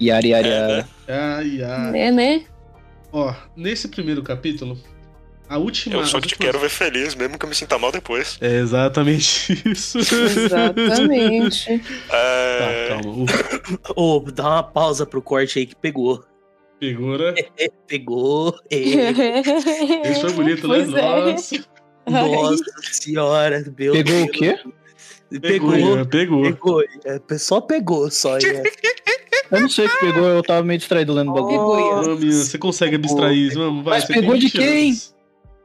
Yari, yari, É, né? yari. Ai, ai. né, né? Ó, nesse primeiro capítulo, a última. Eu só as te últimas- quero ver feliz, mesmo que eu me sinta mal depois. É exatamente isso. Exatamente. Tá, É, calma. O Ô, dá uma pausa pro corte aí que pegou. figura. Pegou. É. né? Esse foi bonito, né? Pois é. Nossa. Nossa senhora, meu Pegou o Deus. quê? Pegou. Ian, pegou. Pegou. É, Só pegou, só. né? Ian. Eu não sei o que pegou, eu tava meio distraído lendo o bagulho. Pegou, Ian. Ô, menina, você consegue abstrair isso? Vamos, vai, Mas você pegou tem de chance. quem?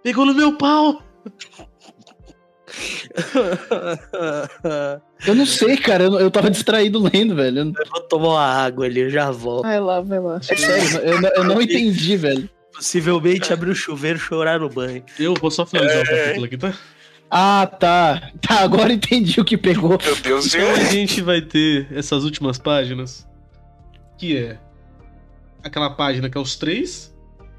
Pegou no meu pau! Eu não sei, cara, eu, eu tava distraído lendo, velho. Eu não- Eu vou tomar uma água ali, eu já volto. Vai lá, vai lá. é sério, eu, não- eu não entendi, velho. Possivelmente abrir o chuveiro e chorar no banho. Eu vou só finalizar É. o capítulo aqui, tá? Ah, tá. Tá, agora entendi o que pegou. Meu Deus, Então eu- a gente vai ter essas últimas páginas, que é aquela página que é os três.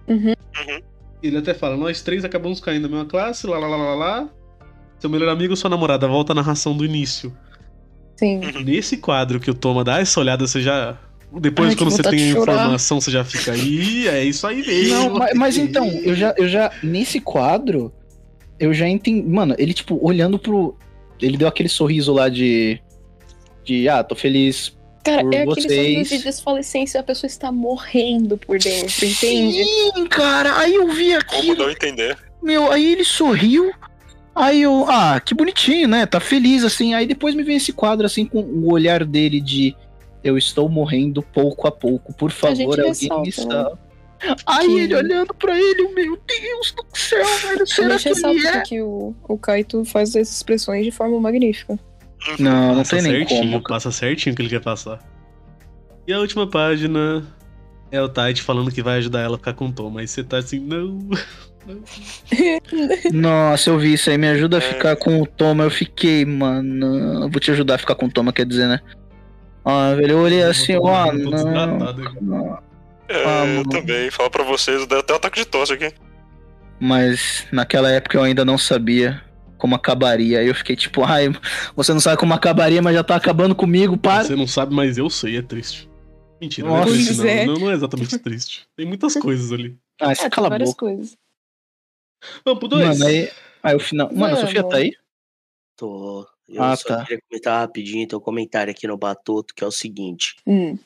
Uhum. Uhum. Ele até fala, nós três acabamos caindo na mesma classe, lá, lá, lá, lá, lá. Seu melhor amigo, sua namorada, volta à narração do início. Sim. Nesse quadro que o Toma dá essa olhada, você já... Depois, Ai, que quando você vontade tem a de chorar. informação, você já fica aí, é isso aí mesmo. Não, mas, mas então, eu já, eu já. Nesse quadro, eu já entendi. Mano, ele, tipo, olhando pro. Ele deu aquele sorriso lá de. De, ah, tô feliz. Cara, Por é aquele vocês. sorriso de desfalecência, a pessoa está morrendo por dentro, entende? Sim, cara, aí eu vi como aquilo. não entender? Meu, aí ele sorriu. Aí eu. Ah, que bonitinho, né? Tá feliz, assim. Aí depois me vem esse quadro, assim, com o olhar dele de. Eu estou morrendo pouco a pouco. Por gente favor, alguém me ressalta, né? salva. Aí Que- ele olhando pra ele, meu Deus do céu, velho. A Será gente que ele é? ressalta que o, o Kaito faz essas expressões de forma magnífica. Não, não Passa tem nem certinho, como. Passa certinho o que ele quer passar. E a última página é o Tite falando que vai ajudar ela a ficar com o Tom, mas você tá assim, não. Nossa, eu vi isso aí. Me ajuda É. a ficar com o Toma. Eu fiquei, mano. eu Vou te ajudar a ficar com o Toma, quer dizer, né? Ah, velho, eu olhei assim, Eu tô- ó, eu tô não, desidratado aqui. não. É, Ah, eu mano. também, falar pra vocês, deu até um ataque de tosse aqui. Mas naquela época eu ainda não sabia como acabaria. Aí eu fiquei tipo, ai, você não sabe como acabaria, mas já tá acabando comigo, Ah. para. Você não sabe, mas eu sei, é triste. Mentira, não é Nossa. triste, não. Pois é. não. Não é exatamente triste. Tem muitas coisas ali. Ah, você É, cala a várias boca. coisas. Vamos pro dois. Mano, aí, aí o final. Mano, a Vamos. Sofia tá aí? Tô. Eu Ah, só tá. queria comentar rapidinho, então, um comentário aqui no Batoto, que é o seguinte. Hum.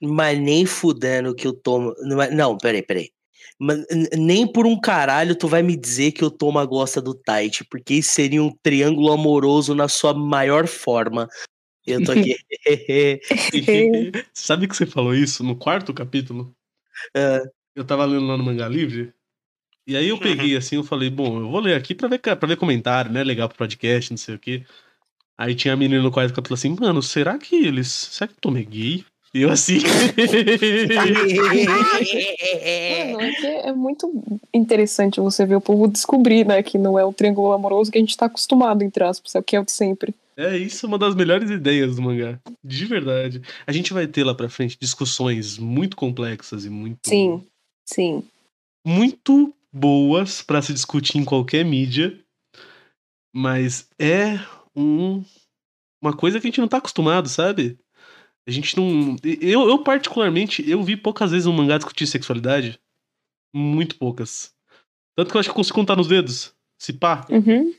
Mas nem fudendo que eu tomo. não é- Não, peraí, peraí. Mas n- nem por um caralho tu vai me dizer que o Toma gosta do Tite, porque isso seria um triângulo amoroso na sua maior forma. Eu tô aqui. Sabe que você falou isso no quarto capítulo? É. Eu tava lendo lá no Manga Livre. E aí eu peguei assim, eu falei, bom, eu vou ler aqui pra ver, pra ver comentário, né? Legal pro podcast, não sei o quê. Aí tinha a menina no quarto capítulo assim, mano, será que eles. Será que eu tomei gay? E eu assim. Mano, é, que é muito interessante você ver o povo descobrir, né, que não é o triângulo amoroso que a gente tá acostumado, entre aspas, é o que é o de sempre. É isso, é uma das melhores ideias do mangá. De verdade. A gente vai ter lá pra frente discussões muito complexas e muito. Sim, sim. muito boas pra se discutir em qualquer mídia, mas é um, uma coisa que a gente não tá acostumado, sabe? A gente não. Eu, eu, particularmente, eu vi poucas vezes um mangá discutir sexualidade. Muito poucas. Tanto que eu acho que eu consigo contar nos dedos. Se pá, Uhum.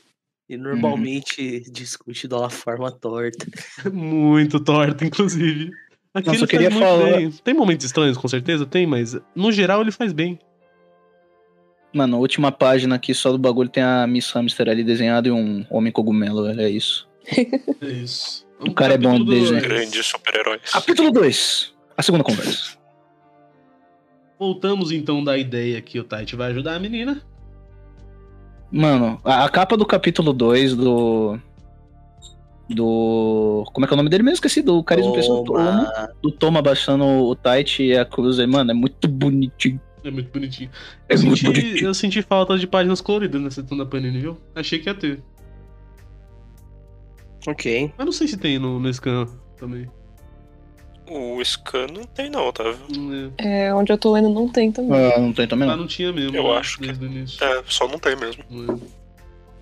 e Uhum. normalmente discute de uma forma torta. muito torta, inclusive. Aqui ele só queria faz muito falar- bem. Tem momentos estranhos, com certeza, tem, mas no geral ele faz bem. Mano, a última página aqui só do bagulho tem a Miss Hamster ali desenhada e um homem cogumelo, velho. É isso. É isso. O cara é bom Capítulo desde- dois. Grandes super-heróis. Capítulo 2. A segunda conversa. Voltamos então da ideia que o Tite vai ajudar a menina. Mano, a, a capa do capítulo 2 do. Do. Como é que é o nome dele mesmo? Esqueci. Do Carisma Pessoa do Toma. Toma. Do Toma baixando o Tite e a Cruz. aí, Mano, é muito bonitinho. É muito bonitinho. É Eu, muito senti, eu senti falta de páginas coloridas nessa edição da Panini, viu? Achei que ia ter. Ok. Mas não sei se tem no, no scan também. O Scan não tem não, tá? Não é. É, onde eu tô lendo não tem também. Ah, não tem também Lá não. não tinha mesmo. Eu né? acho que- Desde o início. É, só não tem mesmo. Não é.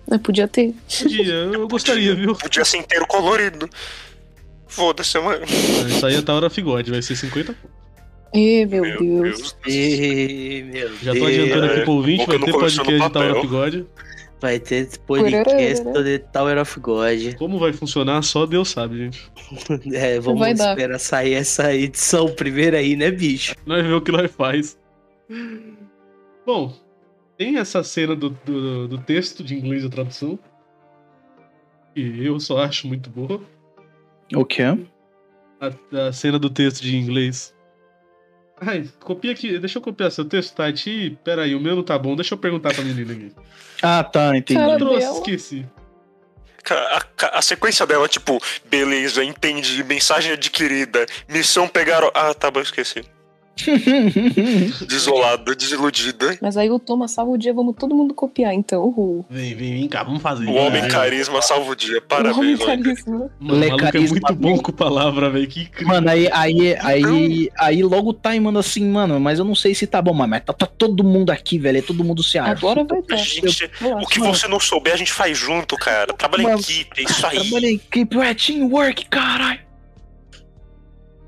Mas podia ter. Podia, eu gostaria, viu? Podia ser inteiro colorido. Foda-se, mano. Ah, Isso aí é Taura Figode, vai ser 50 Ê, meu, Meu Deus. Deus. E, meu Já tô Deus. adiantando aqui é. pro ouvinte, Bom que vai eu não ter conheço no podcast de Taura papel. Figode. Vai ter podcast de Tower of God. Como vai funcionar, só Deus sabe, gente. É, vamos Vai dar. esperar sair essa edição primeira aí, né, bicho? Nós vemos o que nós faz. Bom, tem essa cena do, do, do texto de inglês e tradução. Que eu só acho muito boa. O quê? A, a cena do texto de inglês. Ai, copia aqui. Deixa eu copiar seu texto, Tati. Pera aí, o meu não tá bom. Deixa eu perguntar pra menina aqui. Ah, tá, entendi. Cara, Trouxe, Dela. esqueci. Cara, a, ca- a sequência dela, tipo, beleza, entendi, mensagem adquirida, missão pegaram. Ah, tá bom, esqueci. Desolada, desiludida. Mas aí o Thomas salva o dia, vamos todo mundo copiar então. Uhul. Vem, vem, vem cá, vamos fazer. É. O homem carisma salva o dia. Parabéns, o homem homem carisma. carisma. Mano, o maluco é Lecarisma. muito bom com palavra, velho. Que incrível. Mano, aí, aí, aí, aí logo tá e manda assim, mano, mas eu não sei se tá bom, mas mas tá, tá todo mundo aqui, velho. é Todo mundo se acha. Agora vai A dar. gente, o Relaxa. que você não souber, a gente faz junto, cara. Trabalha em Mano, equipe, é isso aí. Trabalha em equipe, é teamwork, caralho.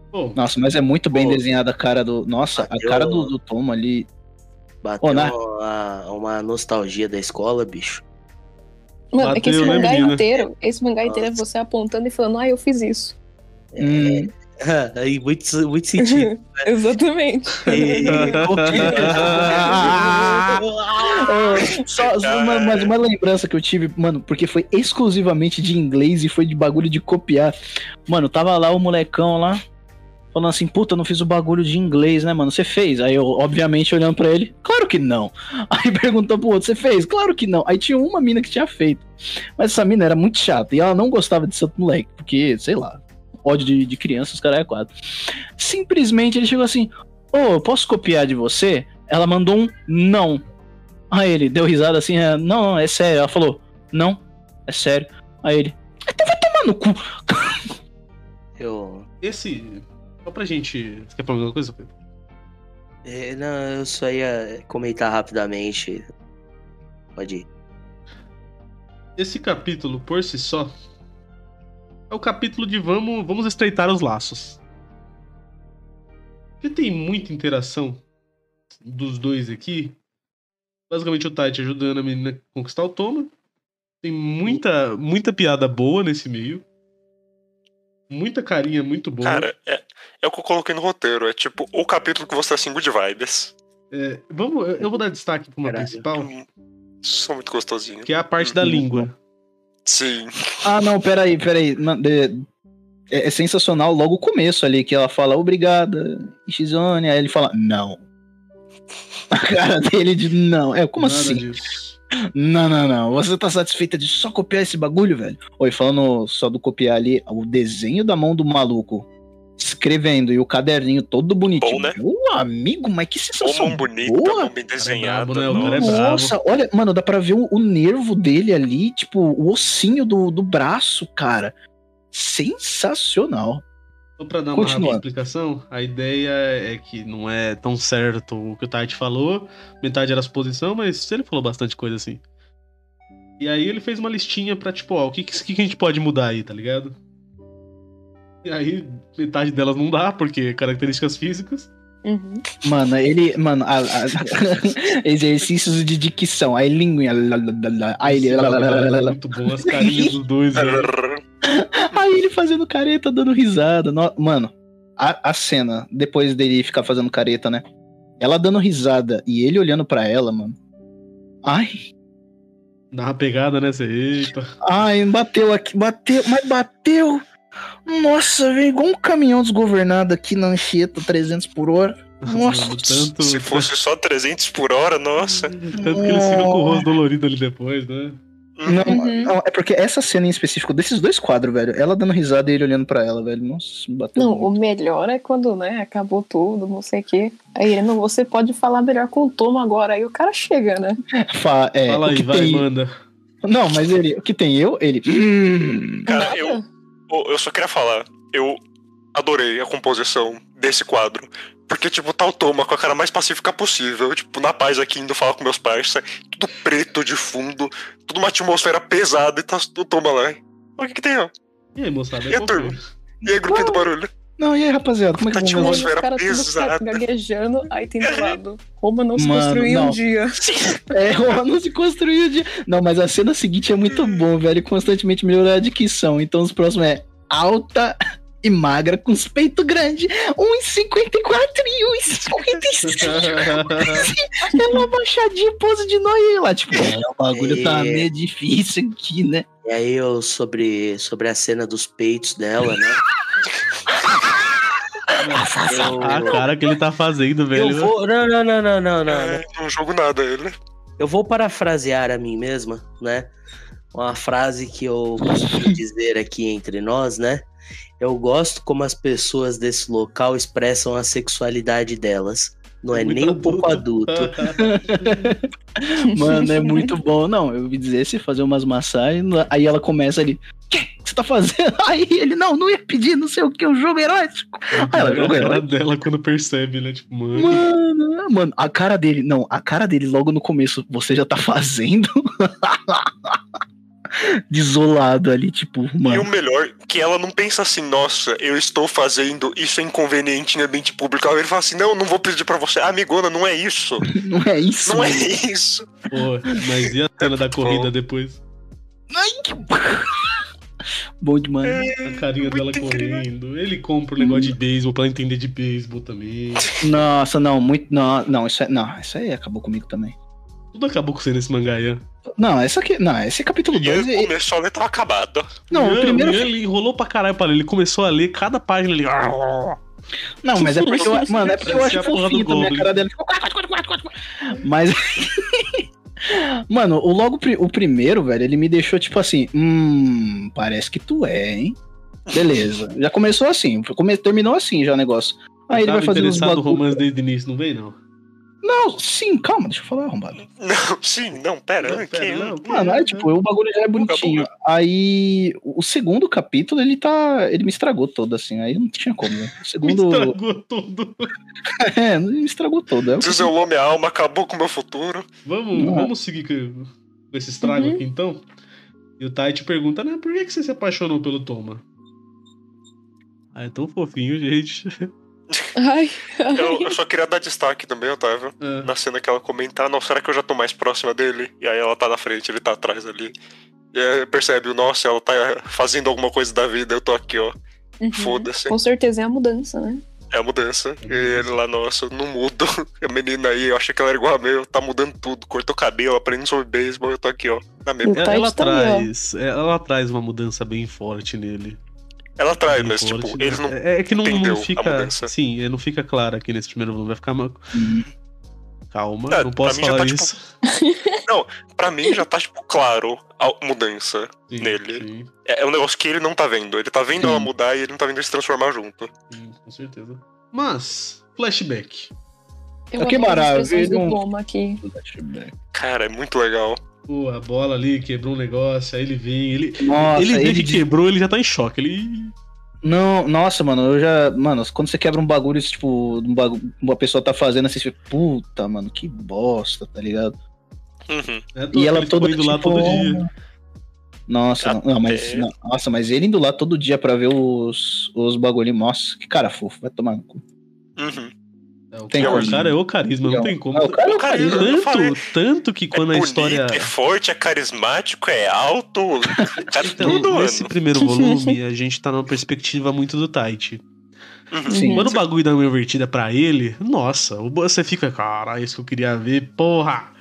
Bom, Nossa, mas é muito bem Pô. desenhada a cara do. Nossa, a Bateu. cara do, do Tom ali. Bateu Ô, né? uma, uma nostalgia da escola, bicho. Mano, é que esse Bateu, né, mangá menina? inteiro, esse mangá inteiro é você apontando e falando, ah, eu fiz isso. Hum, Aí, muito, muito sentido. Exatamente. E- só só uma, mais uma lembrança que eu tive, mano, porque foi exclusivamente de inglês e foi de bagulho de copiar. Mano, tava lá o molecão lá, falando assim, puta, eu não fiz o bagulho de inglês, né, mano? Você fez? Aí eu, obviamente, olhando pra ele, claro que não. Aí perguntou pro outro, você fez? Claro que não. Aí tinha uma mina que tinha feito. Mas essa mina era muito chata e ela não gostava de santo moleque, porque, sei lá, ódio de, de criança, os caras é quatro. Simplesmente ele chegou assim, ô, eu posso copiar de você? Ela mandou um não. Aí ele deu risada assim, é, não, não, é sério. Ela falou, não, é sério. Aí ele, então vai tomar no cu. Eu, esse. Só pra gente. Você quer falar alguma coisa, Pedro? é, não, eu só ia comentar rapidamente. Pode ir. Esse capítulo, por si só, é o capítulo de vamos, vamos estreitar os laços. Porque tem muita interação dos dois aqui. Basicamente o Tati ajudando a menina a conquistar o Toma. Tem muita, muita piada boa nesse meio. Muita carinha muito boa. Cara, é, é o que eu coloquei no roteiro. É tipo o capítulo que você é assim, good vibes. É, vamos, eu- eu vou dar destaque pra uma Caralho. principal, São muito gostosinho. que é a parte da língua. Sim. Ah, não, peraí, peraí. Não, de- é, é sensacional logo o começo ali, que ela fala, obrigada, Xone. Aí ele fala, não. A cara dele de não. É, como Nada assim? disso. Não, não, não. Você tá satisfeita de só copiar esse bagulho, velho? Oi, falando só do copiar ali, o desenho da mão do maluco escrevendo e o caderninho todo bonitinho. Bom, né? Ô, amigo, mas que Ou sensação mão bonita, boa. mão bem desenhada. brabo, né? O cara é nossa. brabo. Nossa, olha, mano, dá pra ver o, o nervo dele ali, tipo, o ossinho do, do braço, cara. Sensacional. Só pra dar uma rápida Continuando. explicação, a ideia é que não é tão certo o que o Tite falou, metade era suposição, mas ele falou bastante coisa assim. E aí ele fez uma listinha pra, tipo, ó, o que, que, o que que a gente pode mudar aí, tá ligado? E aí metade delas não dá, porque características físicas. Uhum. Mano, ele. Mano, a- a- exercícios de dicção. Aí linguinha. lá, lá, lá, lá, Aí ele. lá, lá, lá, lá, lá, lá. Muito bom, as carinhas dos dois. né? Aí ele fazendo careta, dando risada. No- Mano, a, a cena, depois dele ficar fazendo careta, né? Ela dando risada e ele olhando pra ela, mano. Ai, Dá uma pegada, né? Você, eita. ai, bateu aqui, bateu, mas bateu. Nossa, veio igual um caminhão desgovernado aqui na Anchieta, 300 por hora. Nossa, tanto, Se fosse só 300 por hora, nossa. tanto que eles ficam com o rosto dolorido ali depois, né? Não, Uhum. não, é porque essa cena em específico desses dois quadros, velho, ela dando risada e ele olhando pra ela, velho. Nossa, bateu. Não, o muito. melhor é quando, né, acabou tudo, não sei o quê. Aí ele, não, você pode falar melhor com o Tom agora. Aí o cara chega, né? Fa- é, Fala o aí, que vai, tem- manda. Não, mas ele, o que tem eu, ele. "Hum". Cara, Nada. eu, eu eu só queria falar. Eu adorei a composição desse quadro. Porque, tipo, tá o Toma com a cara mais pacífica possível, tipo, na paz aqui, indo falar com meus pais, sabe? tudo preto de fundo, tudo uma atmosfera pesada, e tá o Toma lá. hein? O que que tem, ó? E aí, moçada? é E a qual turma? foi? E aí, grupinho do barulho? Não, e aí, rapaziada, como é que Tá vamos tipo Aí os resolver? atmosfera caras tudo pesada. ca- gaguejando, aí tem do lado. Roma não se Mano, construiu em não. um dia. É, o ano se construiu de. Não, mas a cena seguinte é muito bom, velho. Constantemente melhorar a adicção. Então os próximos é alta e magra, com os peitos grandes. 1,54 e 1,57. Ela baixadinha, pose de noia lá. Tipo, é, o bagulho tá É. meio difícil aqui, né? E aí, eu, sobre, sobre a cena dos peitos dela, né? A Eu, cara que ele tá fazendo, velho. eu vou. Não, não, não, não, não, não. não. É, não jogo nada, ele. Eu vou parafrasear a mim mesma, né? Uma frase que eu costumo dizer aqui entre nós, né? Eu gosto como as pessoas desse local expressam a sexualidade delas. Não é Muito nem um pouco adulto. adulto. Mano, é muito bom. Não, eu ouvi dizer se fazer umas massagens. Aí ela começa ali. "Quê? O que você tá fazendo? Aí ele, não, não ia pedir, não sei o que, um jogo erótico. Aí ela, a Ah, jogo erótico. cara dela quando percebe, né? Tipo, mano. Mano, ah, mano, a cara dele, não, a cara dele logo no começo, você já tá fazendo? Desolado ali, tipo, E o mano. melhor, que ela não pensa assim, nossa, eu estou fazendo, isso é inconveniente em ambiente público. Aí ele fala assim, não, não vou pedir pra você. Amigona, não é isso. Não é isso. Não é mano. isso. Pô, mas e a cena da Tipo, corrida depois? Bom demais. A carinha dela Muito incrível. correndo. Ele compra um Hum. negócio de beisebol pra ela entender de beisebol também. Nossa, não, muito. Não, não, isso é, não, isso aí acabou comigo também. Tudo acabou com você nesse mangá, é. Ian. Não, essa aqui. Não, esse capítulo E aí é, 2. começou a letra acabada. Não, o Ian, primeiro. o Ian, ele enrolou pra caralho pra ler. Ele começou a ler cada página "Ah, ali. Tipo, Não, mas é porque eu. Mano, é porque eu Parecia acho né? a porra fofinho do também a Goblin. cara dela. Ficou quatro, quatro, quatro, quatro, quatro. Mas. Mano, o logo pri- o primeiro, velho, ele me deixou tipo assim. Hum, parece que tu é, hein? Beleza. Já começou assim. come- terminou assim já o negócio. Aí ele Tava vai fazer uns interessado no bagulho. romance desde o início, não vem, não? Não, sim, calma, deixa eu falar, arrombado. Não, sim, não, pera. Não, que- pera, não, Mano, aí, tipo, o bagulho já é bonitinho. Aí, o segundo capítulo, ele tá. Ele me estragou todo, assim. Aí não tinha como, né? O Me segundo. estragou tudo. é, me estragou todo. É o Desolou minha alma, acabou com o meu futuro. Vamos, Não. vamos seguir com com esse estrago Uhum. aqui, então? E o Tai te pergunta, né, por que que você se apaixonou pelo Toma? Ah, é tão fofinho, gente. Ai, Eu, eu só queria dar destaque também, Otávio. Ah, Na cena que ela comentar, não, será que eu já tô mais próxima dele? E aí ela tá na frente, ele tá atrás ali. E aí percebe, nossa, ela tá fazendo alguma coisa da vida, eu tô aqui, ó. Uhum. Foda-se. Com certeza é a mudança, né? É a mudança. E ele lá, nossa, eu não mudo. A menina aí, eu achei que ela era igual a meu, tá mudando tudo. Cortou cabelo, aprendendo sobre beisebol, eu tô aqui, ó. Na mesma. O ela, Tite ela também, ó. traz, é, ela traz uma mudança bem forte nele. Ela traz, Bem mas, tipo, forte, né? eles não. é, é que não, não entendeu a fica, mudança. sim, é, não fica claro aqui nesse primeiro volume, vai ficar uma... Calma, É, não posso pra mim já falar tá, tipo, isso. Pra mim já tá, tipo, claro a mudança. Sim, nele. sim, É é um negócio que ele não tá vendo. Ele tá vendo Sim. ela mudar e ele não tá vendo ele se transformar junto. sim, com certeza. Mas, flashback. Eu Ah, que adoro as expressões maravilha, do um- Toma aqui. Cara, é muito legal. Pô, a bola ali quebrou um negócio, aí ele vem, ele... Nossa, ele vê ele que quebrou, ele já tá em choque. Ele. Não, nossa, mano, eu já. Mano, quando você quebra um bagulho, esse tipo, um bagulho, uma pessoa tá fazendo assim, você fica, puta, mano, que bosta, tá ligado? Uhum. né, E ela ele toda ficou indo lá tipo, todo dia. Nossa, não, não, mas. não, nossa, mas ele indo lá todo dia pra ver os, os bagulhinhos. Nossa, que cara fofo, vai tomar no cu. Uhum. É, o Tem cara, como. cara é o carisma, não Não. tem como. Ah, o cara é o Cara, carisma. eu tanto, falei. tanto que quando é a bonito, história. é forte, é carismático, é alto. Cara, Então, tudo, nesse mano. primeiro volume, a gente tá numa perspectiva muito do Tite. Sim. Uhum. Quando o bagulho dá uma invertida pra ele, nossa, o- você fica, caralho, isso que eu queria ver, porra!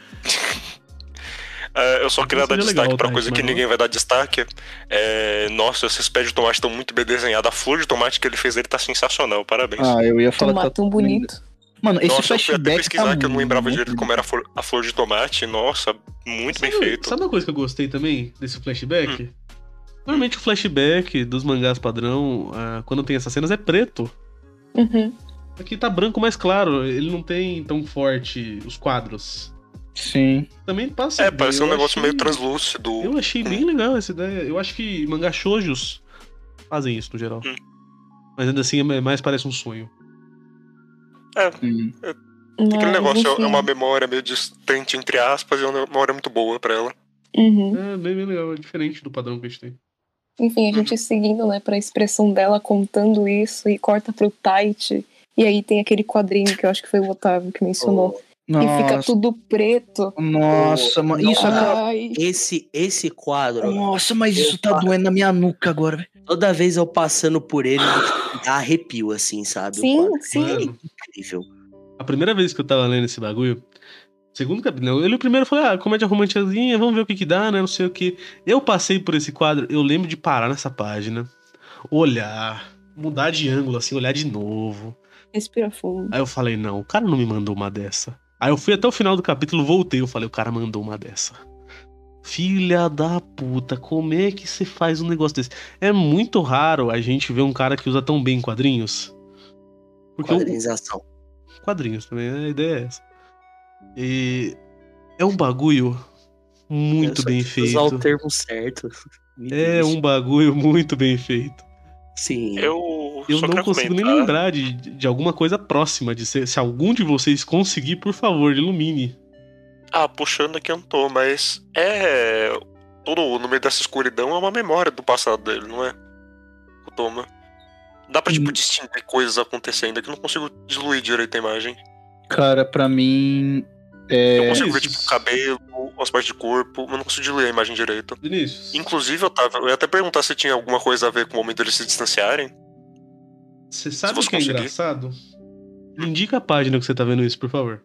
Ah, eu só queria Isso dar seria destaque legal, pra tá? coisa que Mas- ninguém vai dar destaque. É, nossa, esses pés de tomate estão muito bem desenhados. A flor de tomate que ele fez dele tá sensacional, parabéns. Ah, eu ia falar. Tomar tá- é tão bonito. Mano, esse nossa, eu fui até flashback. pesquisar tá que eu não lembrava muito direito como era a flor, a flor de tomate. Nossa, muito bem Sabe- feito. Hum. Sabe uma coisa que eu gostei também desse flashback? Normalmente o flashback dos mangás padrão, ah, quando tem essas cenas, é preto. Uhum. Aqui tá branco mais claro, ele não tem tão forte os quadros. Sim. Também passa. É, bem, parece um eu negócio achei- meio translúcido. Hum. Eu achei bem legal essa ideia. Eu acho que mangá shoujos fazem isso no geral. Hum. Mas ainda assim é mais parece um sonho. Hum. Aquele Mas, negócio enfim. é uma memória meio distante, entre aspas, e é uma memória muito boa pra ela. Uhum. É bem, bem legal, é diferente do padrão que a gente tem. Enfim, a Uhum. gente seguindo, né, pra expressão dela contando isso e corta pro Tight. E aí tem aquele quadrinho que eu acho que foi o Otávio que mencionou. E fica Oh, Nossa, tudo preto. nossa, mano. Isso Nossa. acaba. Ah. Ai, Esse, esse quadro, Nossa, mas isso tá doendo na minha nuca agora, velho. toda vez eu passando por ele, dá arrepio, assim, sabe? O Sim, quadro. Uhum. sim. Incrível. A primeira vez que eu tava lendo esse bagulho, segundo capítulo, eu li o primeiro e falei, ah, comédia românticazinha, vamos ver o que que dá, né, não sei o que. Eu passei por esse quadro, eu lembro de parar nessa página, olhar, mudar de ângulo, assim, olhar de novo. Respira fundo. Aí eu falei, não, o cara não me mandou uma dessa. Aí eu fui até o final do capítulo, voltei, eu falei, o cara mandou uma dessa. Filha da puta, como é que você faz um negócio desse? É muito raro a gente ver um cara que usa tão bem quadrinhos. Porque o, Quadrinização. quadrinhos também, né? a ideia é essa. E é um bagulho muito Eu só bem quis Usar o feito. termo certo. Me É deixa. assim, um bagulho muito bem feito. Sim. Eu, Eu só não queria consigo nem comentar- lembrar de, de alguma coisa próxima de ser. Se algum de vocês conseguir, por favor, ilumine. Ah, puxando aqui eu não tô, mas é. Todo no meio dessa escuridão é uma memória do passado dele, não é? O Toma. Dá pra, Hum. tipo, distinguir coisas acontecendo aqui. Eu não consigo diluir direito a imagem. Cara, pra mim. Eu É. consigo ver, Isso. tipo, o cabelo, as partes de corpo, mas eu não consigo diluir a imagem direito. Vinícius. Inclusive, Otávio, eu ia até perguntar se tinha alguma coisa a ver com o momento deles se distanciarem. Você sabe o você que é conseguir. engraçado? Me indica a página que você tá vendo isso, por favor.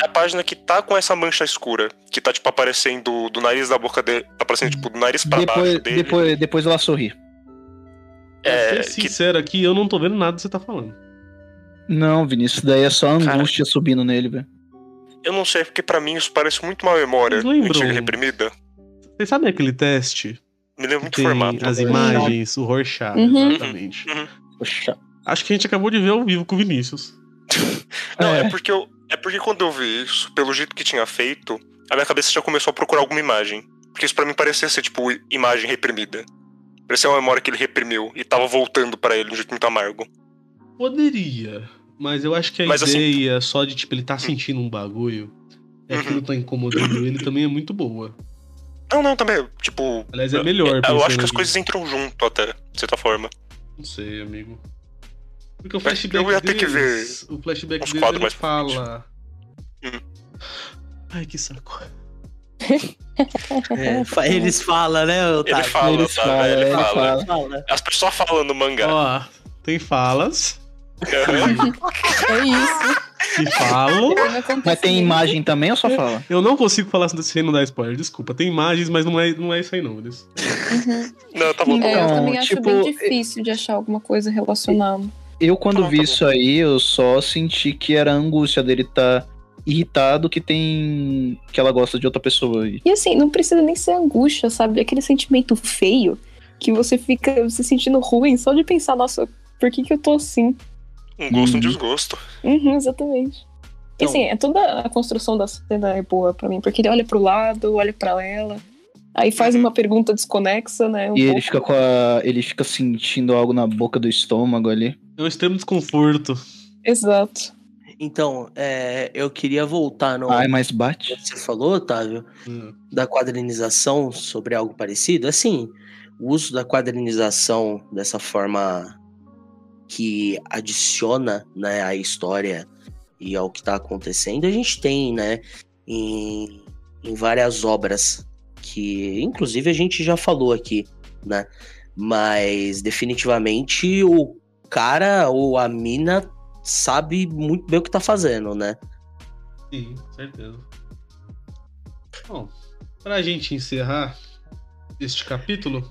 É a página que tá com essa mancha escura, que tá, tipo, aparecendo do nariz da boca dele. Tá aparecendo, tipo, do nariz pra Depois, baixo dele. depois, depois ela sorri. É, Pra ser que sincero aqui, eu não tô vendo nada que você tá falando. Não, Vinícius, isso daí é só Cara. angústia subindo nele, velho. eu não sei, porque pra mim isso parece muito uma memória Vocês lembram? antiga e reprimida. Vocês sabem aquele teste? Me lembro É muito Tem formato. né? as imagens, o Rorschach, Uhum. exatamente. Poxa. Acho que a gente acabou de ver ao vivo com o Vinícius. Não, é. É. porque eu. É porque quando eu vi isso, pelo jeito que tinha feito, a minha cabeça já começou a procurar alguma imagem. Porque isso pra mim parecia ser, tipo, i- imagem reprimida. Parecia uma memória que ele reprimiu e tava voltando pra ele de um jeito muito amargo. Poderia, mas eu acho que a Mas, assim- ideia só de, tipo, ele tá sentindo um bagulho e Uhum. aquilo tá incomodando ele também é muito boa. Não, não, também, tipo. Aliás, é melhor. Eu acho pensando que as aqui. coisas entram junto até, de certa forma. Não sei, amigo. Porque o flashback Eu ia ter que deles- O flashback uns deles, quadros ele mais Hum. pra frente. fala... Hum. Ai, que saco. É, fa- eles falam, né, Ele Otávio? fala, eles sabe? falam, ele ele fala. fala. Fala. As pessoas falam no mangá. Ó, tem falas É isso. que falam... Não acontece Mas tem nem- imagem também ou só fala? Eu não consigo falar sem não dar spoiler, desculpa. Tem imagens, mas não é, não é isso aí não, Vinícius. Uhum. Não, tá bom. É, eu Então, também acho tipo, bem difícil de achar alguma coisa relacionada. Eu, quando Tá, vi tá isso aí, eu só senti que era a angústia dele tá irritado que tem. que ela gosta de outra pessoa. E E assim, não precisa nem ser angústia, sabe? Aquele sentimento feio que você fica se sentindo ruim só de pensar, nossa, por que, que eu tô assim? Um gosto, um Uhum. desgosto. Uhum, exatamente. E Então- assim, é toda a construção da cena é boa pra mim, porque ele olha pro lado, olha pra ela, aí faz uma pergunta desconexa, né? um Uhum. e ele pouco. fica com a. ele fica sentindo algo na boca do estômago ali. É um extremo desconforto. Exato. Então, é, eu queria voltar no Ai, mas bate. que você falou, Otávio, Hum. da quadrinização sobre algo parecido. Assim, o uso da quadrinização dessa forma que adiciona né, a história e ao que está acontecendo, a gente tem, né, em, em várias obras que, inclusive, a gente já falou aqui, né? Mas definitivamente o cara ou a mina sabe muito bem o que tá fazendo, né? Sim, certeza. Bom, pra gente encerrar este capítulo,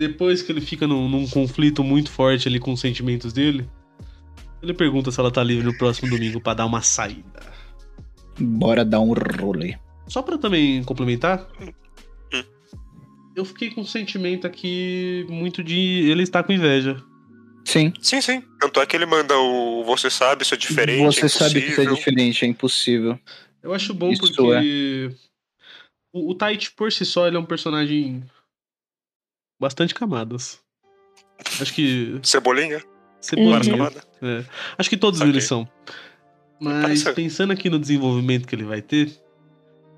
depois que ele fica num, num conflito muito forte ali com os sentimentos dele, ele pergunta se ela tá livre no próximo domingo pra dar uma saída. Bora dar um rolê. Só pra também complementar, eu fiquei com um sentimento aqui muito de ele estar com inveja. Sim. Sim, sim. Tanto é que ele manda o Você sabe, isso é diferente. Você é sabe que isso é impossível. diferente, é impossível. Eu acho bom Isso é. porque o, o Taichi por si só ele é um personagem bastante camadas. Acho que Cebolinha, você Uhum. várias pode- camadas. é. Acho que todos Ok. eles são. Mas Parece- pensando aqui no desenvolvimento que ele vai ter,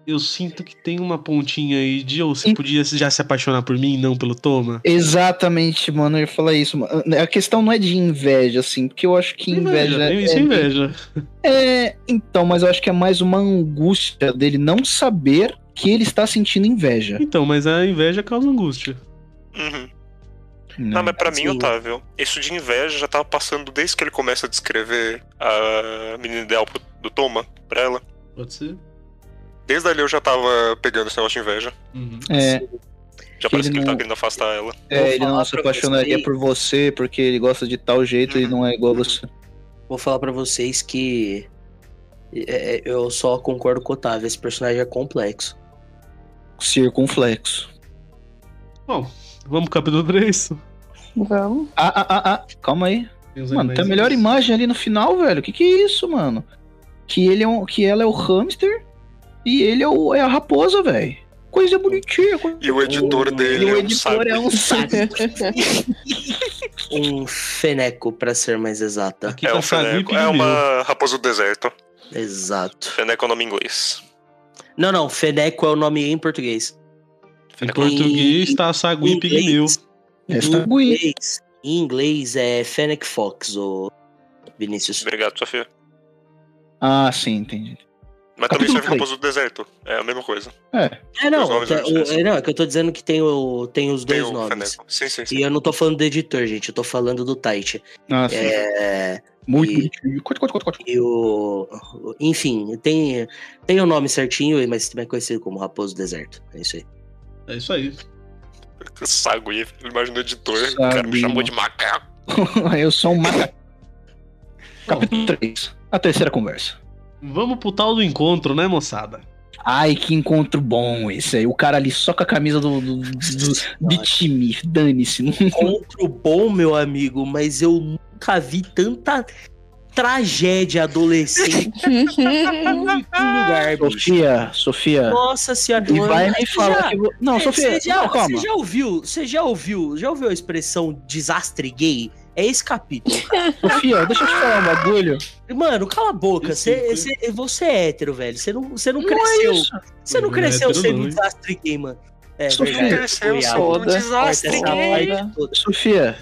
eu sinto que tem uma pontinha aí de ou você E- podia já se apaixonar por mim, não pelo Toma. Exatamente, mano, eu ia falar isso. mano. A questão não é de inveja, assim, porque eu acho que inveja. tem isso é inveja. É, então, mas eu acho que é mais uma angústia dele não saber que ele está sentindo É. inveja. Então, mas a inveja causa angústia. Uhum. né? Não, mas pra Sim. mim, Otávio, isso de inveja já tava passando desde que ele começa a descrever a menina ideal pro- do Toma pra ela. Pode ser? Desde ali eu já tava pegando esse negócio de inveja. Uhum. É, Já Que parece ele que ele não- tava querendo afastar ela. é, Vou ele não falar se pra apaixonaria vocês. por você porque ele gosta de tal jeito e Uhum. não é igual a você. Vou falar pra vocês que é, é, eu só concordo com o Otávio, esse personagem é complexo. Circunflexo. Vamos pro capítulo 3. Vamos. Ah, ah, ah, ah, calma aí. Mano, tem a melhor imagem ali no final, velho. Que que é isso, mano? Que ele é um, que ela é o hamster e ele é, o, é a raposa, velho. Coisa bonitinha. Coisa... E o editor O- e dele o é um editor saco. é um saco. Um feneco, pra ser mais exata. Aqui é tá um Sagu e feneco. É Pigmeu. uma raposa do deserto. Exato. Feneco é o nome em inglês. Não, não, feneco é o nome em português. Em português tá Sagui Em Pigmeu. inglês- É em sagui. inglês- Em inglês é Fennec Fox, ô Vinícius. Obrigado, Sofia. Ah, sim, entendi. Mas também Capítulo serve três. raposa do deserto. É a mesma coisa. É, É, não, Os nomes tá- da diferença. o- é, não, é que eu tô dizendo que tem, o, tem os Tem dois o nomes. feneco. Sim, sim, sim. E eu não tô falando do editor, gente, eu tô falando do Tite. ah, sim. É, muito e- bonitinho. Corte, corte, corte, corte. e o. Enfim, tem tem o nome certinho, mas também é conhecido como Raposo do Deserto. É isso aí. É isso aí. Sagui. Imagina o editor. o cara Sagui, me chamou mano. de macaco. Eu sou um macaco. Capítulo 3. A terceira conversa. Vamos pro tal do encontro, né, moçada? Ai, que encontro bom esse aí. O cara ali só com a camisa do, do, do, de time. Dane-se. Encontro é bom, meu amigo, mas eu nunca vi tanta tragédia adolescente em um lugar, bicho. Sofia, Sofia. Nossa senhora. E vai Você me falar já- é, que. vo- Não, Sofia, Você já, não, você calma. já ouviu? Você já ouviu? Já ouviu a expressão desastre gay? É esse capítulo. Sofia, deixa eu te falar um bagulho. Mano, cala a boca. Esse Você, foi- você, você é hétero, velho. Você não, você não Não cresceu. é isso. você Uhum, não Não é cresceu hétero, sendo não, um hein? desastre gay, mano. É Sofia, verdade. Cresceu, Foi a- sou um corta desastre essa gay. parte gay. toda. Sofia,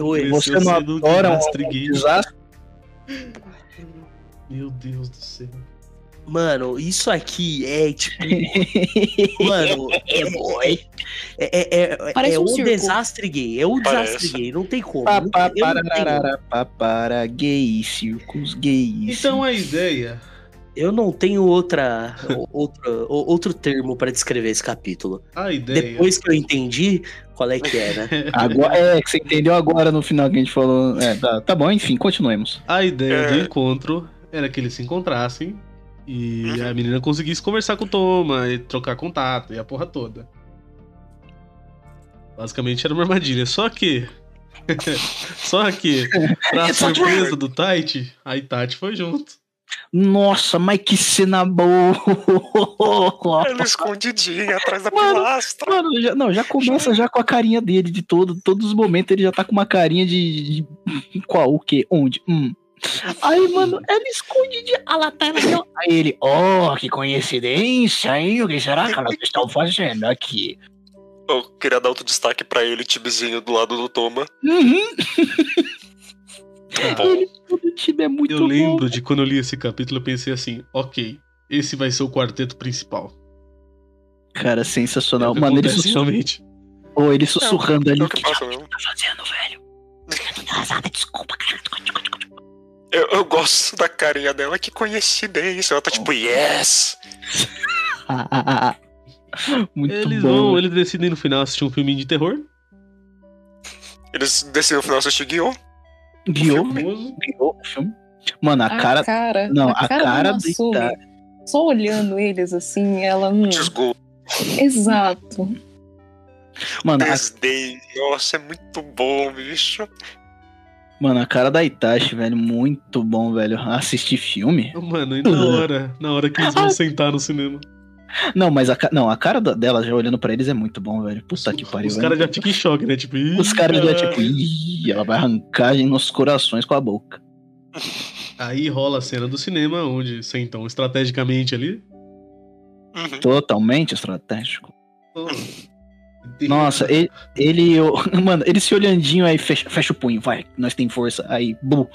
Oi, você Cresceu não sendo um adora desastre um gay. desastre? Meu Deus do céu. Mano, isso aqui é tipo. mano, é, boy. é, é, é, Parece é um um circo. desastre gay. É um Parece. desastre gay. Não tem como. Pá, não- pá, eu não para, tenho- parará, pá, para, gay, circos, gays. Então a ideia. Eu não tenho outra, ou- outra, ou- outro termo pra descrever esse capítulo. A ideia. Depois que eu entendi qual é que era. Agora, é, que você entendeu agora no final que a gente falou. É, tá, tá bom, enfim, continuemos. A ideia É. do encontro era que eles se encontrassem e Uhum. a menina conseguisse conversar com o Toma e trocar contato e a porra toda. Basicamente era uma armadilha. Só que. Só que, pra surpresa do Tite, a Itati foi junto. Nossa, mas que cena boa! Ela escondidinha é um atrás da Mano, pilastra. Mano, já, não, já começa já com a carinha dele de todo, todos os momentos ele já tá com uma carinha de, de qual, o que, onde, hum. Aí, mano, ela esconde de ela tá ela aqui, ó. Aí ele, oh, que coincidência, hein? O que será que elas estão fazendo aqui? Eu queria dar outro destaque pra ele, tibizinho do lado do Toma. Uhum, Ah, ele, todo time é muito eu lembro de quando eu li esse capítulo, eu pensei assim: ok, esse vai ser o quarteto principal. bom. Cara, É sensacional. o que Mano, ele, acontece sussurra, realmente. ou ele sussurrando ali, É o o que que, que ela passa mesmo. É. tá fazendo, velho? atrasada, desculpa, cara. Eu, eu gosto da carinha dela, que coincidência. Ela tá tipo, yes! Ah, Muito Eles bom. vão, eles decidem no final assistir um filme de terror. Eles decidem no final assistir Guion. Hum. Guiou, Famoso. guiou o filme. Mano, a cara. Ah, cara Não, a cara tá- do do Masumi, Ita- Só olhando eles assim, ela. hum, Desgosto, exato. Mano, a desdém. Nossa, é muito bom, bicho. Mano, a cara da Itachi, velho, muito bom, velho. Assistir filme? Mano, e na hora, na hora que eles vão sentar no cinema. Não, mas a, ca- não, a cara da- dela já olhando pra eles é muito bom, velho. Puta que pariu. Os velho. caras já ficam em choque, né? Tipo, "Ih, Os caras já, tipo, caralho." Ih, ela vai arrancar em nossos corações com a boca. Aí rola a cena do cinema, onde sentam estrategicamente ali. Uhum. Totalmente estratégico. Oh. Nossa, ele, ele eu- mano, ele se olhandinho aí, fecha, fecha o punho, vai, nós tem força. Aí, bu.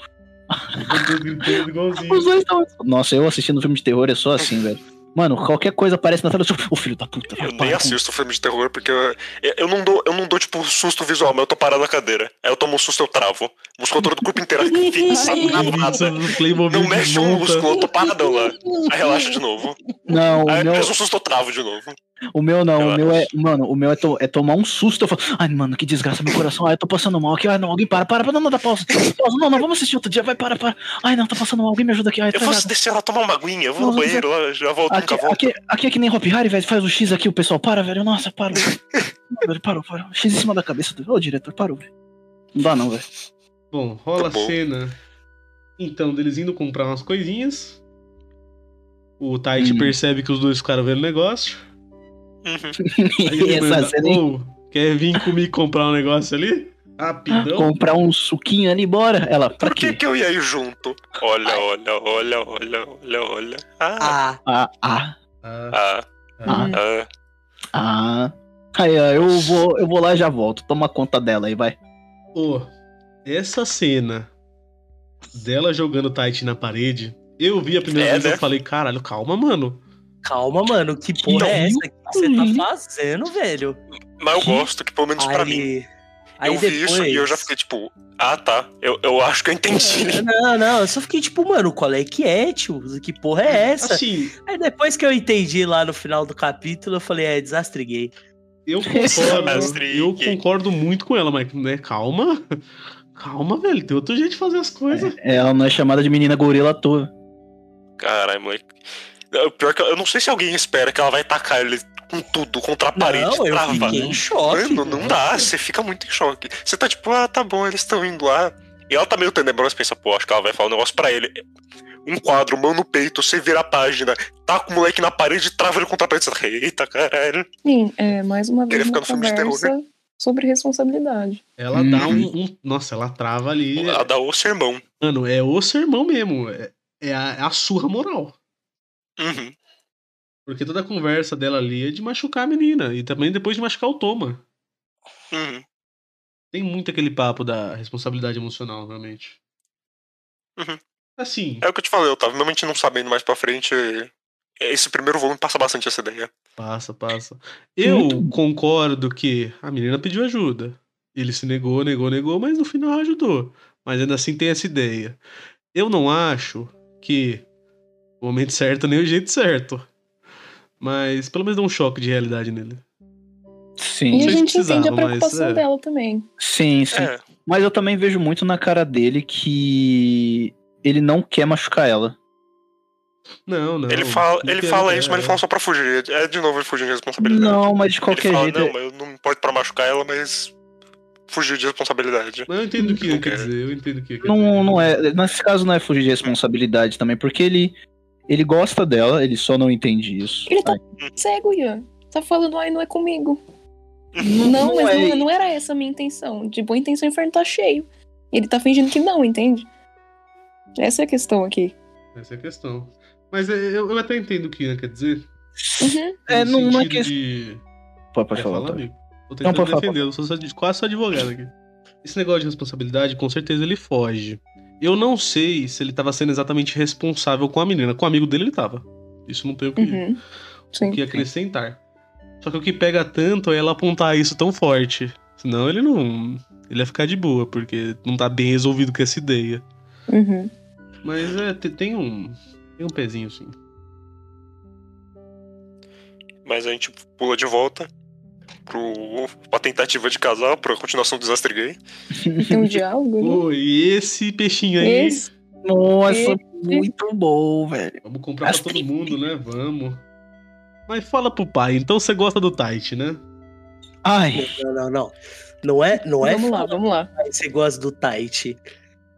Os dois gritando igualzinho. Os dois não. Nossa, eu assistindo filme de terror é só assim, velho. Mano, qualquer coisa aparece na tela, eu sou, ô filho da puta. vai, Eu para nem com- assisto filme de terror, porque eu, eu não dou, eu não dou, tipo, susto visual, mas eu tô parado na cadeira. Aí eu tomo um susto, eu travo. O musculatura do corpo inteiro fixa na Nossa, nada. no Playmobil Não mexe o desmonta. músculo, eu tô parado lá. Aí relaxa de novo. Não, o Aí meu, mais um susto, eu travo de novo. O meu não, Eu o meu é. acho. Mano, o meu é, to- é tomar um susto. Eu falo, ai, mano, que desgraça, meu coração. Ai, eu tô passando mal aqui. Ai, não, alguém para, para, para, não, não, dá pausa. Pausa, não, não, vamos assistir outro dia, vai, para, para. Ai, não, tá passando mal, alguém me ajuda aqui. Ai, Eu tá faço nada. descer lá, tomar uma aguinha, eu vou no Nossa. banheiro lá, já volto, Aqui, nunca volto. aqui, aqui é que nem Hop Harry, velho, faz o X aqui, o pessoal para, velho. Nossa, para. velho. Não, velho, parou, parou. X em cima da cabeça do. Ô, diretor, parou, velho. Não dá, não, velho. Bom, rola a Tá bom. cena. Então, deles indo comprar umas coisinhas. O Taichi Hum. percebe que os dois ficaram vendo o negócio. Uhum. Aí ele Essa manda, cena, hein? "Ô, quer vir comigo comprar um negócio ali? Rapidão. Comprar um suquinho ali, bora. Ela, pra Por que quê? que eu ia ir junto? Olha, olha, olha, olha, olha, olha. Ah, Ah, Ah, ah, Ah, ah, ah. Hum. ah. ah. Aí, ó, eu vou, eu vou lá e já volto. Toma conta dela aí, vai. Ô, essa cena dela jogando o Taichi na parede, eu vi a primeira É, vez e né? eu falei, caralho, calma, mano. calma, mano. Que porra é essa? O que você Uhum. tá fazendo, velho? Mas eu gosto que, pelo menos pra mim, aí eu vi isso e eu depois- já É. fiquei tipo, ah tá, eu, eu acho que eu entendi. Não, não, eu só fiquei tipo, mano, qual é que é, tio? Que porra é essa? Assim, Aí depois que eu entendi lá no final do capítulo, eu falei, é, desastre gay. eu concordo. Mestre, eu que- concordo muito com ela, mas né, calma. Calma, velho. Tem outro jeito de fazer as coisas. Ela não é chamada de menina gorila à toa. Caralho, moleque. Não, Pior que eu, eu não sei se alguém espera que ela vai tacar ele com tudo, contra a parede, não, eu trava. né? fiquei em choque. Mano, não dá, você fica muito em choque. Você tá tipo, ah, tá bom, eles estão indo lá. E ela tá meio tenebrosa, pensa, pô, acho que ela vai falar um negócio pra ele. Um quadro, mão no peito, você vira a página, taca o moleque na parede, trava ele contra a parede. Você tá, eita, caralho. Sim, é mais uma Queria vez ficar uma no filme de terror, né? conversa sobre responsabilidade. Ela Uhum. dá um, um- Nossa, ela trava ali. Ela dá o sermão. Mano, é o sermão mesmo. É, é a, é a surra moral. Uhum. Porque toda a conversa dela ali é de machucar a menina. E também depois de machucar o Toma. Uhum. Tem muito aquele papo da responsabilidade emocional, realmente. Uhum. Assim, É o que eu te falei, Otávio. Mesmo a gente não sabendo mais pra frente, esse primeiro volume passa bastante essa ideia. passa, passa. Eu Muito bom. concordo que a menina pediu ajuda. Ele se negou, negou, negou, mas no final ajudou. Mas ainda assim tem essa ideia. Eu não acho que o momento certo nem o jeito certo. Mas pelo menos dá um choque de realidade nele. E Sim, a sei se gente entende a precisava, mas, preocupação é. dela também. sim, sim. É. Mas eu também vejo muito na cara dele que ele não quer machucar ela. Não, não. Ele fala, não ele quero, fala isso, é. mas ele fala só pra fugir. É de novo ele fugindo de responsabilidade. Não, mas de ele qualquer fala, jeito. é não, mas eu não me importo pra machucar ela, mas fugir de responsabilidade. Mas eu entendo o que Não eu quer quero. dizer. Eu entendo o que eu quero dizer. Não, não é. Nesse caso não é fugir de responsabilidade também, porque ele, ele gosta dela, ele só não entende isso. Ele tá Aí, cego, Ian. Tá falando, ai, não é comigo. Não, mas é- não, não era essa a minha intenção. De boa intenção, o inferno tá cheio. E ele tá fingindo que não, entende? Essa é a questão aqui. Essa é a questão. Mas é, eu, eu até entendo o que Ian quer dizer. Uhum. É, no não, não é sentido que. de- Pode, pode Quer falar, falar, Otávio. amigo? É, Tô tentando pode falar, defender, eu sou só- quase só advogado aqui. Esse negócio de responsabilidade, com certeza ele foge. Eu não sei se ele tava sendo exatamente responsável com a menina. Com o amigo dele ele tava. Isso não tem o que, Uhum. o Sim. que é acrescentar. Só que o que pega tanto é ela apontar isso tão forte. Senão ele não. Ele ia ficar de boa, porque não tá bem resolvido com essa ideia. Uhum. Mas é, te- tem um. Tem um pezinho, sim. Mas a gente pula de volta pro, pra tentativa de casar, pra continuação do desastre gay. Tem um diálogo ali. Pô, e esse peixinho aí. Esse, Nossa, muito bom, velho. Vamos comprar pra As todo tri- mundo, né? Vamos. Mas fala pro pai, então você gosta do Tite, né? Ai, Não, não, não. Não é, não é vamos lá, falar vamos lá. que você gosta do Tite.